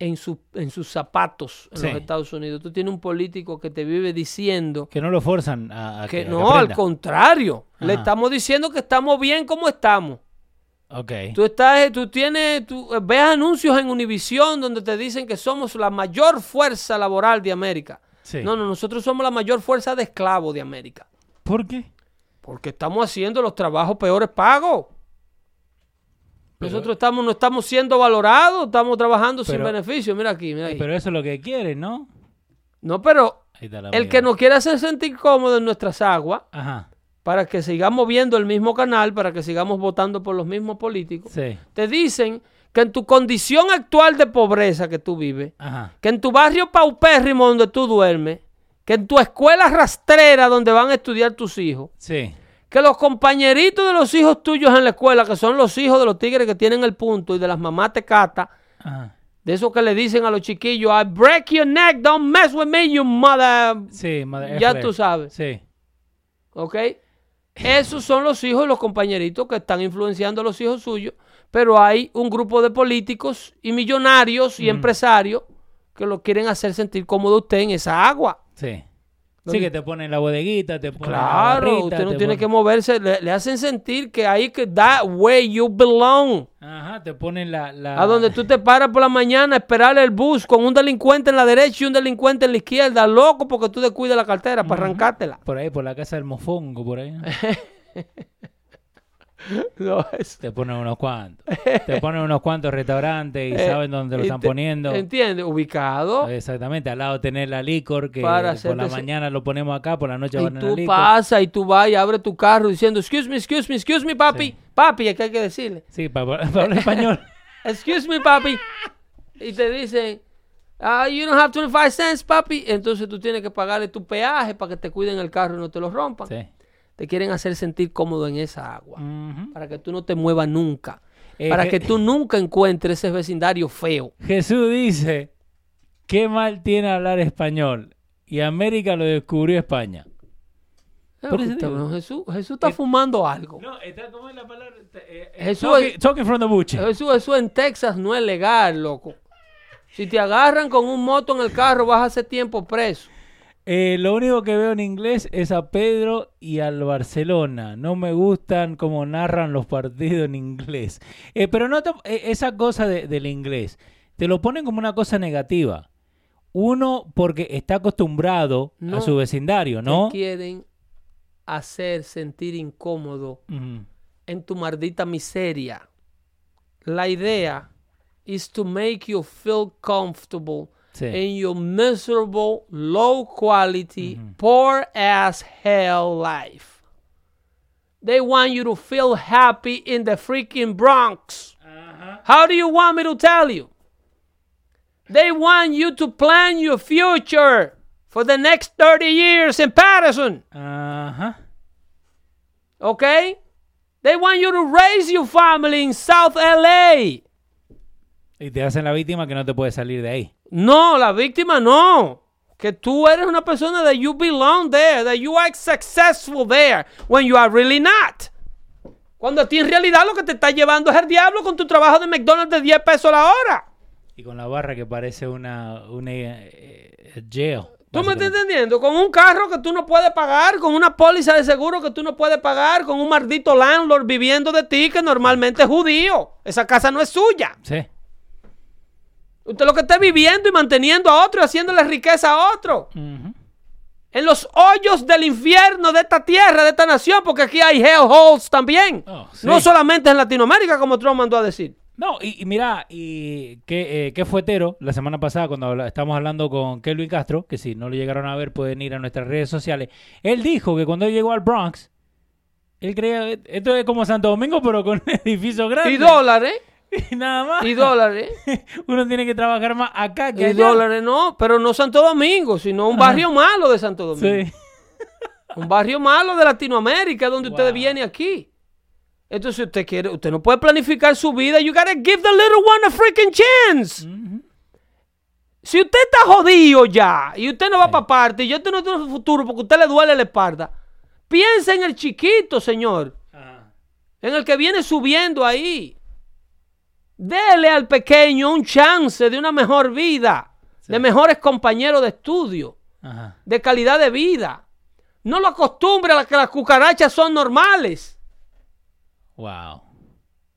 Speaker 2: en, su- en sus zapatos en
Speaker 1: Sí.
Speaker 2: los Estados Unidos. Tú tienes un político que te vive diciendo
Speaker 1: Que no lo forzan a, a
Speaker 2: que,
Speaker 1: que
Speaker 2: no, al
Speaker 1: alcohol.
Speaker 2: contrario, le
Speaker 1: Ajá.
Speaker 2: estamos diciendo que estamos bien como estamos.
Speaker 1: Ok.
Speaker 2: Tú estás, eh, tú tienes, tú eh, ves anuncios en Univisión donde te dicen que somos la mayor fuerza laboral de América.
Speaker 1: Sí.
Speaker 2: No, no, nosotros somos la mayor fuerza de esclavos de América.
Speaker 1: ¿Por qué?
Speaker 2: Porque estamos haciendo los trabajos peores pagos. Nosotros estamos, no estamos siendo valorados, estamos trabajando sin
Speaker 1: Pero-
Speaker 2: beneficio. Mira aquí, mira ahí.
Speaker 1: Pero eso es lo que quieren, ¿no?
Speaker 2: no, pero
Speaker 1: Ahí está la
Speaker 2: el
Speaker 1: amiga.
Speaker 2: que nos quiere hacer sentir cómodo en nuestras aguas,
Speaker 1: Ajá.
Speaker 2: para que sigamos viendo el mismo canal, para que sigamos votando por los mismos políticos,
Speaker 1: Sí.
Speaker 2: te dicen que en tu condición actual de pobreza que tú vives,
Speaker 1: Ajá.
Speaker 2: que en tu barrio paupérrimo donde tú duermes, que en tu escuela rastrera donde van a estudiar tus hijos,
Speaker 1: Sí.
Speaker 2: que los compañeritos de los hijos tuyos en la escuela, que son los hijos de los tigres que tienen el punto y de las mamás tecatas,
Speaker 1: Ajá.
Speaker 2: De eso que le dicen a los chiquillos, I break your neck, don't mess with me, you mother.
Speaker 1: Sí, madre.
Speaker 2: Ya
Speaker 1: FD.
Speaker 2: tú sabes.
Speaker 1: Sí.
Speaker 2: ¿Ok? Esos son los hijos y los compañeritos que están influenciando a los hijos suyos, pero hay un grupo de políticos y millonarios y empresarios que lo quieren hacer sentir cómodo a usted en esa agua.
Speaker 1: Sí. Sí,
Speaker 2: ¿Dónde-
Speaker 1: que te ponen la bodeguita, te ponen la
Speaker 2: Claro,
Speaker 1: barrita,
Speaker 2: usted no
Speaker 1: te
Speaker 2: tiene que
Speaker 1: ponen-
Speaker 2: moverse, le, le hacen sentir que ahí que that way you belong.
Speaker 1: Ajá, te ponen la... la...
Speaker 2: A donde tú te paras por la mañana a esperar el bus con un delincuente en la derecha y un delincuente en la izquierda, loco, porque tú descuidas la cartera para arrancártela.
Speaker 1: Por ahí, por la casa del mofongo, por ahí. ¿no?
Speaker 2: (laughs) No, eso-
Speaker 1: Te ponen unos cuantos. Te ponen unos cuantos restaurantes y saben dónde lo
Speaker 2: (laughs) Eh,
Speaker 1: están
Speaker 2: ent-
Speaker 1: poniendo.
Speaker 2: Entiende, ubicado.
Speaker 1: Exactamente, al lado tener la licor que
Speaker 2: Para
Speaker 1: por la
Speaker 2: hacerte-
Speaker 1: mañana lo ponemos acá, por la noche
Speaker 2: Y
Speaker 1: van a la
Speaker 2: tú
Speaker 1: licor.
Speaker 2: pasas y tú vas y abres tu carro diciendo, excuse me, excuse me, excuse me, papi. Papi, es que hay que decirle.
Speaker 1: Sí, (laughs) para, hablar
Speaker 2: (laughs)
Speaker 1: español.
Speaker 2: Excuse me, papi. Y te dicen, ah, you don't have 25 cents, papi. Entonces tú tienes que pagarle tu peaje para que te cuiden el carro y no te lo rompan.
Speaker 1: Sí.
Speaker 2: Te quieren hacer sentir cómodo en esa agua.
Speaker 1: Ujú.
Speaker 2: Para que tú no te muevas nunca.
Speaker 1: Eh,
Speaker 2: para
Speaker 1: je-
Speaker 2: que tú nunca encuentres ese vecindario feo.
Speaker 1: Jesús dice, qué mal tiene hablar español. Y América lo descubrió España.
Speaker 2: Eh,
Speaker 1: Por eso
Speaker 2: usted-
Speaker 1: digo.
Speaker 2: Jesús, Jesús está fumando algo.
Speaker 1: Eh, No, está como en la palabra...
Speaker 2: Jesús
Speaker 1: talking,
Speaker 2: es-
Speaker 1: talking from the buche.
Speaker 2: Eso, eso en Texas no es legal, loco. Si te agarran con un moto en el carro, vas a hacer tiempo preso.
Speaker 1: Eh, lo único que veo en inglés es a Pedro y al Barcelona. No me gustan cómo narran los partidos en inglés. Eh, pero no esa cosa de- del inglés. Te lo ponen como una cosa negativa. Uno, porque está acostumbrado
Speaker 2: No.
Speaker 1: a su vecindario,
Speaker 2: Te
Speaker 1: ¿no?
Speaker 2: quieren hacer sentir incómodo
Speaker 1: Ujú.
Speaker 2: en tu maldita miseria. La idea is to make you feel comfortable
Speaker 1: Sí.
Speaker 2: in your miserable, low quality, poor as hell life. They want you to feel happy in the freaking Bronx. How do you want me to tell you? They want you to plan your future for the next 30 years in Patterson.
Speaker 1: Ajá.
Speaker 2: Okay? They want you to raise your family in South LA.
Speaker 1: Y te hacen la víctima que no te puede salir de ahí.
Speaker 2: No, la víctima no. Que tú eres una persona that you belong there, that you are successful there, when you are really not. Cuando a ti en realidad lo que te está llevando es el diablo con tu trabajo de McDonald's de 10 pesos la hora.
Speaker 1: Y con la barra que parece una, una eh, eh, jail.
Speaker 2: ¿Tú me estás
Speaker 1: básicamente.
Speaker 2: entendiendo? Con un carro que tú no puedes pagar, con una póliza de seguro que tú no puedes pagar, con un maldito landlord viviendo de ti que normalmente es judío. Esa casa no es suya.
Speaker 1: Sí.
Speaker 2: Usted lo que está viviendo y manteniendo a otro y haciéndole riqueza a otro.
Speaker 1: Ujú.
Speaker 2: En los hoyos del infierno de esta tierra, de esta nación, porque aquí hay hellholes también.
Speaker 1: Oh, sí.
Speaker 2: No solamente en Latinoamérica, como Trump mandó a decir.
Speaker 1: No, y, y mira, y qué, eh, qué fuetero, la semana pasada cuando habla- estábamos hablando con Kelvin Castro, que si no lo llegaron a ver pueden ir a nuestras redes sociales, él dijo que cuando él llegó al Bronx, él creía, eh, esto es como Santo Domingo, pero con (laughs) edificios grandes.
Speaker 2: Y dólares,
Speaker 1: (laughs) Y nada más. (laughs)
Speaker 2: y dólares,
Speaker 1: Uno tiene que trabajar más acá que
Speaker 2: y
Speaker 1: allá.
Speaker 2: dólares no, pero no Santo Domingo, sino un barrio malo de Santo Domingo.
Speaker 1: Sí.
Speaker 2: Un barrio malo de Latinoamérica, donde
Speaker 1: Wow.
Speaker 2: usted viene aquí. Entonces usted quiere, usted no puede planificar su vida. You gotta give the little one a freaking chance. Si usted está jodido ya y usted no va para parte y usted no tiene futuro porque a usted le duele la espalda, piensa en el chiquito, señor.
Speaker 1: Ajá.
Speaker 2: En el que viene subiendo ahí. Dele al pequeño un chance de una mejor vida, de mejores compañeros de estudio
Speaker 1: Ajá.
Speaker 2: de calidad de vida. No lo acostumbre a la que las cucarachas son normales.
Speaker 1: Wow.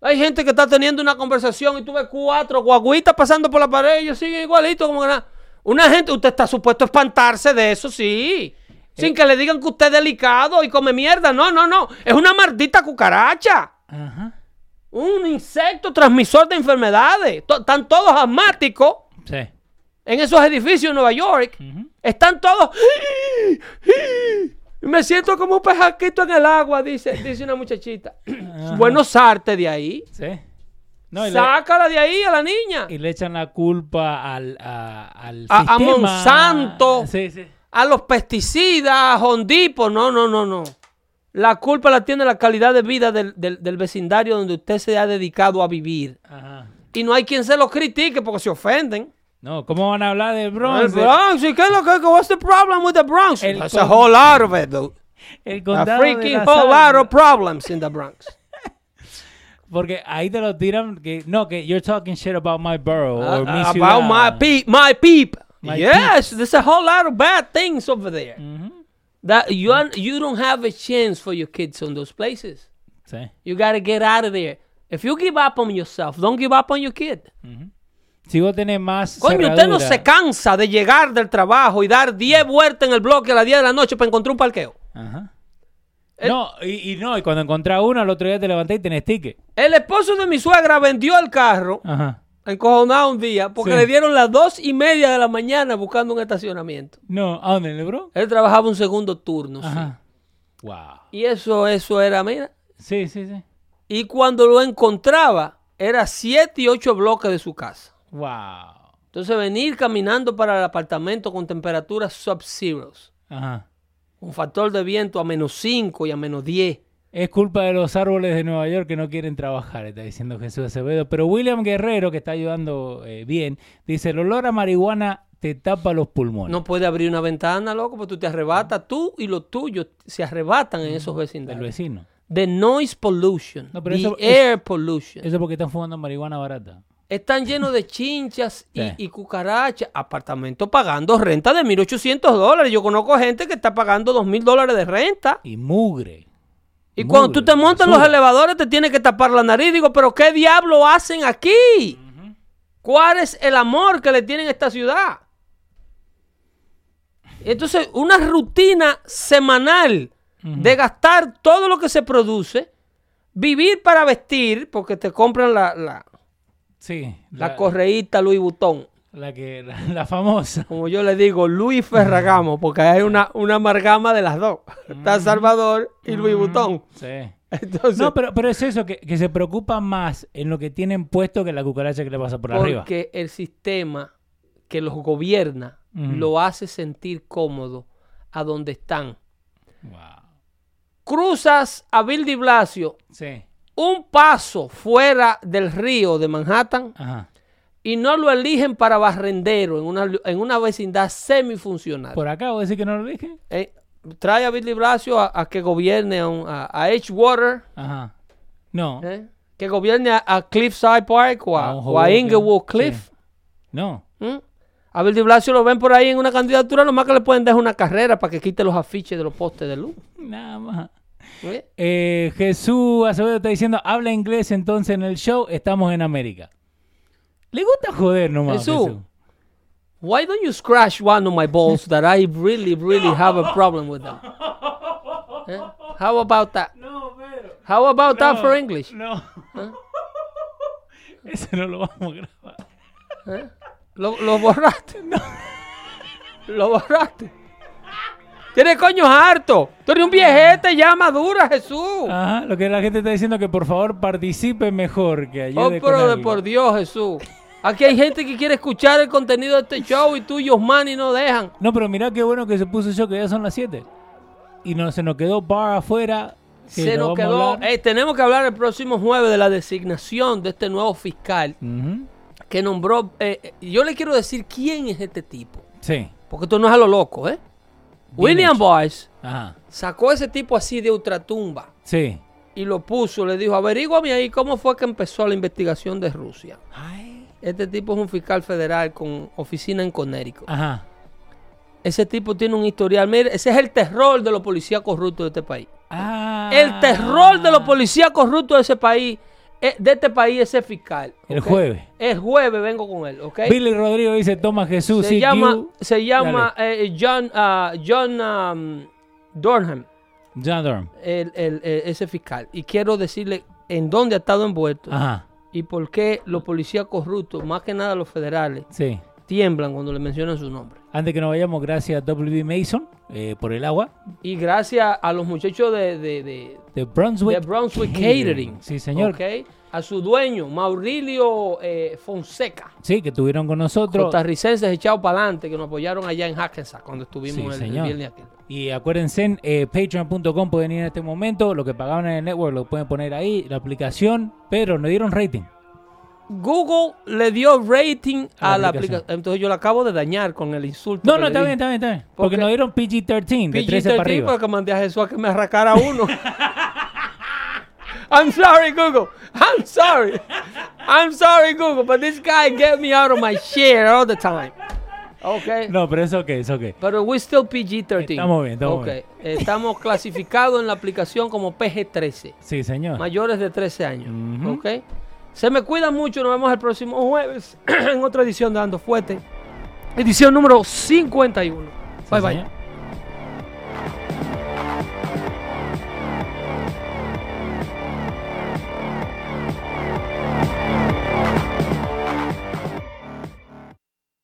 Speaker 2: Hay gente que está teniendo una conversación y tú ves cuatro guaguitas pasando por la pared y ellos siguen igualito como que nada. Una gente, usted está supuesto a espantarse de eso, sí. Sin que le digan que usted es delicado y come mierda. No, no, no. Es una maldita cucaracha.
Speaker 1: Ajá.
Speaker 2: Un insecto transmisor de enfermedades. To- Están todos asmáticos
Speaker 1: Sí.
Speaker 2: en esos edificios en Nueva York.
Speaker 1: Ujú.
Speaker 2: Están todos. Me siento como un pejaquito en el agua, dice, dice una muchachita. Bueno, sarte de ahí.
Speaker 1: Sí. No, y, le,
Speaker 2: Sácala de ahí a la niña.
Speaker 1: y le echan la culpa al, a, al
Speaker 2: A- a
Speaker 1: sistema.
Speaker 2: Monsanto.
Speaker 1: Sí, sí.
Speaker 2: A los pesticidas, a Hondipo. No, no, no, no. La culpa la tiene la calidad de vida del, del- del vecindario donde usted se ha dedicado a vivir.
Speaker 1: Ajá.
Speaker 2: Y no hay quien se los critique porque se ofenden.
Speaker 1: No, ¿cómo van a hablar del
Speaker 2: El
Speaker 1: Bronx?
Speaker 2: Bronx, ¿y qué es lo que what's the problem with the Bronx?
Speaker 1: El
Speaker 2: That's
Speaker 1: con-
Speaker 2: a whole lot of it, though.
Speaker 1: El
Speaker 2: A
Speaker 1: condado de
Speaker 2: freaking
Speaker 1: las
Speaker 2: whole lot
Speaker 1: almas.
Speaker 2: of problems in the Bronx.
Speaker 1: (laughs) Porque ahí te lo tiran que no, que you're talking shit about my borough or mi
Speaker 2: Uh, about
Speaker 1: ciudad.
Speaker 2: my peep, my peep.
Speaker 1: My Mm-hmm.
Speaker 2: yes, there's a whole lot of bad things over there. That you are, you don't have a chance for your kids on those places.
Speaker 1: Sí.
Speaker 2: You gotta get out of there. If you give up on yourself, don't give up on your kid.
Speaker 1: Si vos tenés más
Speaker 2: Coño, usted no
Speaker 1: Mm-hmm. cerradura-
Speaker 2: se cansa de llegar del trabajo y dar 10 vueltas en el bloque a las 10 de la noche para encontrar un parqueo.
Speaker 1: Ajá. No, y, y no, y cuando encontrás uno, al otro día te levantás y tenés ticket.
Speaker 2: El esposo de mi suegra vendió el carro
Speaker 1: Ajá.
Speaker 2: encojonado un día porque
Speaker 1: Sí.
Speaker 2: le dieron las dos y media de la mañana buscando un estacionamiento.
Speaker 1: No, ¿a dónde, bro?
Speaker 2: Él trabajaba un segundo turno. sí.
Speaker 1: Ajá. Wow.
Speaker 2: Y eso, eso era, mira.
Speaker 1: Sí, sí, sí.
Speaker 2: Y cuando lo encontraba, era siete y ocho bloques de su casa.
Speaker 1: Wow.
Speaker 2: Entonces venir caminando para el apartamento con temperaturas sub-zeros,
Speaker 1: Ajá.
Speaker 2: un factor de viento a menos 5 y a menos 10.
Speaker 1: Es culpa de los árboles de Nueva York que no quieren trabajar, está diciendo Jesús Acevedo. Pero William Guerrero, que está ayudando eh, bien, dice, el olor a marihuana te tapa los pulmones.
Speaker 2: No puede abrir una ventana, loco, porque tú te arrebatas, tú y los tuyos se arrebatan en esos
Speaker 1: Del
Speaker 2: vecindarios.
Speaker 1: vecino.
Speaker 2: The noise pollution,
Speaker 1: Mm, No, pero
Speaker 2: the
Speaker 1: eso-
Speaker 2: air pollution.
Speaker 1: Eso porque están fumando marihuana barata.
Speaker 2: Están llenos de chinchas y,
Speaker 1: Sí.
Speaker 2: y cucarachas. Apartamento pagando renta de 1.800 dólares. Yo conozco gente que está pagando 2.000 dólares de renta.
Speaker 1: Y mugre.
Speaker 2: Y cuando tú te
Speaker 1: Mugre,
Speaker 2: montas en los
Speaker 1: basura.
Speaker 2: elevadores te tienes que tapar la nariz. Digo, pero ¿qué diablo hacen aquí? ¿Cuál es el amor que le tienen a esta ciudad? Entonces, una rutina semanal de gastar todo lo que se produce, vivir para vestir, porque te compran la, la,
Speaker 1: Sí.
Speaker 2: la correíta Louis Vuitton.
Speaker 1: la que, la, la famosa.
Speaker 2: Como yo le digo, Luis
Speaker 1: Mm.
Speaker 2: Ferragamo, porque hay una, una amalgama de las dos. (laughs) Está Salvador y Louis Vuitton.
Speaker 1: Sí.
Speaker 2: (laughs) Entonces,
Speaker 1: Mm. No, pero, pero es eso, que, que se preocupa más en lo que tienen puesto que en la cucaracha que le pasa por arriba.
Speaker 2: Porque el sistema que los gobierna
Speaker 1: Ujú.
Speaker 2: lo hace sentir cómodo a donde están.
Speaker 1: Wow.
Speaker 2: Cruzas a Bill de Blasio
Speaker 1: Sí.
Speaker 2: un paso fuera del río de Manhattan
Speaker 1: Ajá.
Speaker 2: y no lo eligen para barrendero en una, en una vecindad semifuncional.
Speaker 1: ¿Por acá vos decís que no lo dije?
Speaker 2: Eh, trae a Bill de Blasio a, a que gobierne a, un- a, a Edgewater,
Speaker 1: Ajá. No.
Speaker 2: eh, que gobierne a, a Cliffside Park o a,
Speaker 1: A un
Speaker 2: o a
Speaker 1: Hoboken,
Speaker 2: Inglewood
Speaker 1: sí.
Speaker 2: Cliff.
Speaker 1: No.
Speaker 2: ¿Mm? A Bill de Blasio lo ven por ahí en una candidatura, lo más que le pueden dar es una carrera para que quite los afiches de los postes de luz.
Speaker 1: Nada más.
Speaker 2: ¿Eh?
Speaker 1: Eh, Jesús Acevedo está diciendo, habla inglés entonces en el show, estamos en América. Le gusta joder nomás.
Speaker 2: Jesús.
Speaker 1: Jesús.
Speaker 2: Why don't you scratch one of my balls that I really, really have a problem with them? ¿Eh? How about that?
Speaker 1: No, pero.
Speaker 2: How about that for English?
Speaker 1: No. (laughs) Ese no lo vamos a grabar.
Speaker 2: Lo, lo borraste. (laughs) Lo borraste. Tienes coño harto. Tú eres un viejete ya madura, Jesús.
Speaker 1: Ajá, lo que la gente está diciendo que por favor participe mejor que ayer.
Speaker 2: Oh, pero de por Dios, Jesús. Aquí hay gente que quiere escuchar el contenido de este show y tú y Osmani no dejan.
Speaker 1: No, pero mirá qué bueno que se puso yo, que ya son las 7. Y no, se nos quedó bar afuera. que
Speaker 2: Se
Speaker 1: lo
Speaker 2: nos
Speaker 1: vamos a
Speaker 2: quedó.
Speaker 1: hablar.
Speaker 2: Eh, tenemos que hablar el próximo jueves de la designación de este nuevo fiscal
Speaker 1: Ujú,
Speaker 2: que nombró. eh, eh, yo le quiero decir quién es este tipo,
Speaker 1: Sí.
Speaker 2: porque esto no es a lo loco, ¿eh? William
Speaker 1: hecho.
Speaker 2: Boyce
Speaker 1: Ajá.
Speaker 2: sacó a ese tipo así de ultratumba
Speaker 1: Sí.
Speaker 2: y lo puso. Le dijo: Averíguame ahí cómo fue que empezó la investigación de Rusia. Este tipo es un fiscal federal con oficina en Connecticut.
Speaker 1: Ajá.
Speaker 2: Ese tipo tiene un historial. Mire, ese es el terror de los policías corruptos de este país.
Speaker 1: Ah.
Speaker 2: El terror de los policías corruptos de ese país, eh, de este país, ese fiscal.
Speaker 1: El
Speaker 2: ¿ok?
Speaker 1: jueves.
Speaker 2: El jueves vengo con él, ¿ok?
Speaker 1: Billy Rodrigo dice, toma Jesús.
Speaker 2: se,
Speaker 1: CQ".
Speaker 2: llama, se llama
Speaker 1: Dale.
Speaker 2: eh, John, ah, John um, Durham,
Speaker 1: John Durham.
Speaker 2: el- el- eh, ese fiscal. Y quiero decirle en dónde ha estado envuelto
Speaker 1: Ajá.
Speaker 2: y por qué los policías corruptos, más que nada los federales,
Speaker 1: Sí.
Speaker 2: tiemblan cuando le mencionan su nombre.
Speaker 1: Antes que nos vayamos, gracias a WB Mason eh, por el agua.
Speaker 2: Y gracias a los muchachos de- de- de,
Speaker 1: De Brunswick.
Speaker 2: de Brunswick Catering.
Speaker 1: Sí, señor.
Speaker 2: Ok, A su dueño, Maurilio eh, Fonseca.
Speaker 1: Sí, que estuvieron con nosotros.
Speaker 2: Costarricenses echados para adelante que nos apoyaron allá en Hackensack cuando
Speaker 1: Sí,
Speaker 2: estuvimos el- el,
Speaker 1: señor.
Speaker 2: viernes aquí.
Speaker 1: Y acuérdense, eh, patreon.com pueden ir en este momento. Lo que pagaban en el network lo pueden poner ahí, la aplicación. Pero no dieron rating.
Speaker 2: Google le dio rating
Speaker 1: A la
Speaker 2: a la
Speaker 1: aplicación.
Speaker 2: aplicación. Entonces yo la acabo de dañar con el insulto.
Speaker 1: No,
Speaker 2: que
Speaker 1: no,
Speaker 2: le
Speaker 1: está
Speaker 2: di.
Speaker 1: bien, está bien, está bien. Porque
Speaker 2: Porque-
Speaker 1: nos dieron PG-13, de 13 para
Speaker 2: PG-13
Speaker 1: arriba.
Speaker 2: porque mandé a Jesús a que me arrancara uno. (laughs) I'm sorry, Google. I'm sorry. I'm sorry, Google, but this guy get me out of my shit all the time. Okay.
Speaker 1: No, pero es ok, es ok.
Speaker 2: Pero we still PG-13.
Speaker 1: Estamos bien, estamos
Speaker 2: Ok.
Speaker 1: bien. (laughs)
Speaker 2: Estamos clasificados en la aplicación como PG-13.
Speaker 1: Sí, señor.
Speaker 2: Mayores de 13 años.
Speaker 1: Ah. Ujú.
Speaker 2: Ok. Se me cuidan mucho. Nos vemos el próximo (clears throat) jueves en otra edición de Ando Fuerte. Edición número 51.
Speaker 1: Sí,
Speaker 2: Bye bye.
Speaker 1: señor.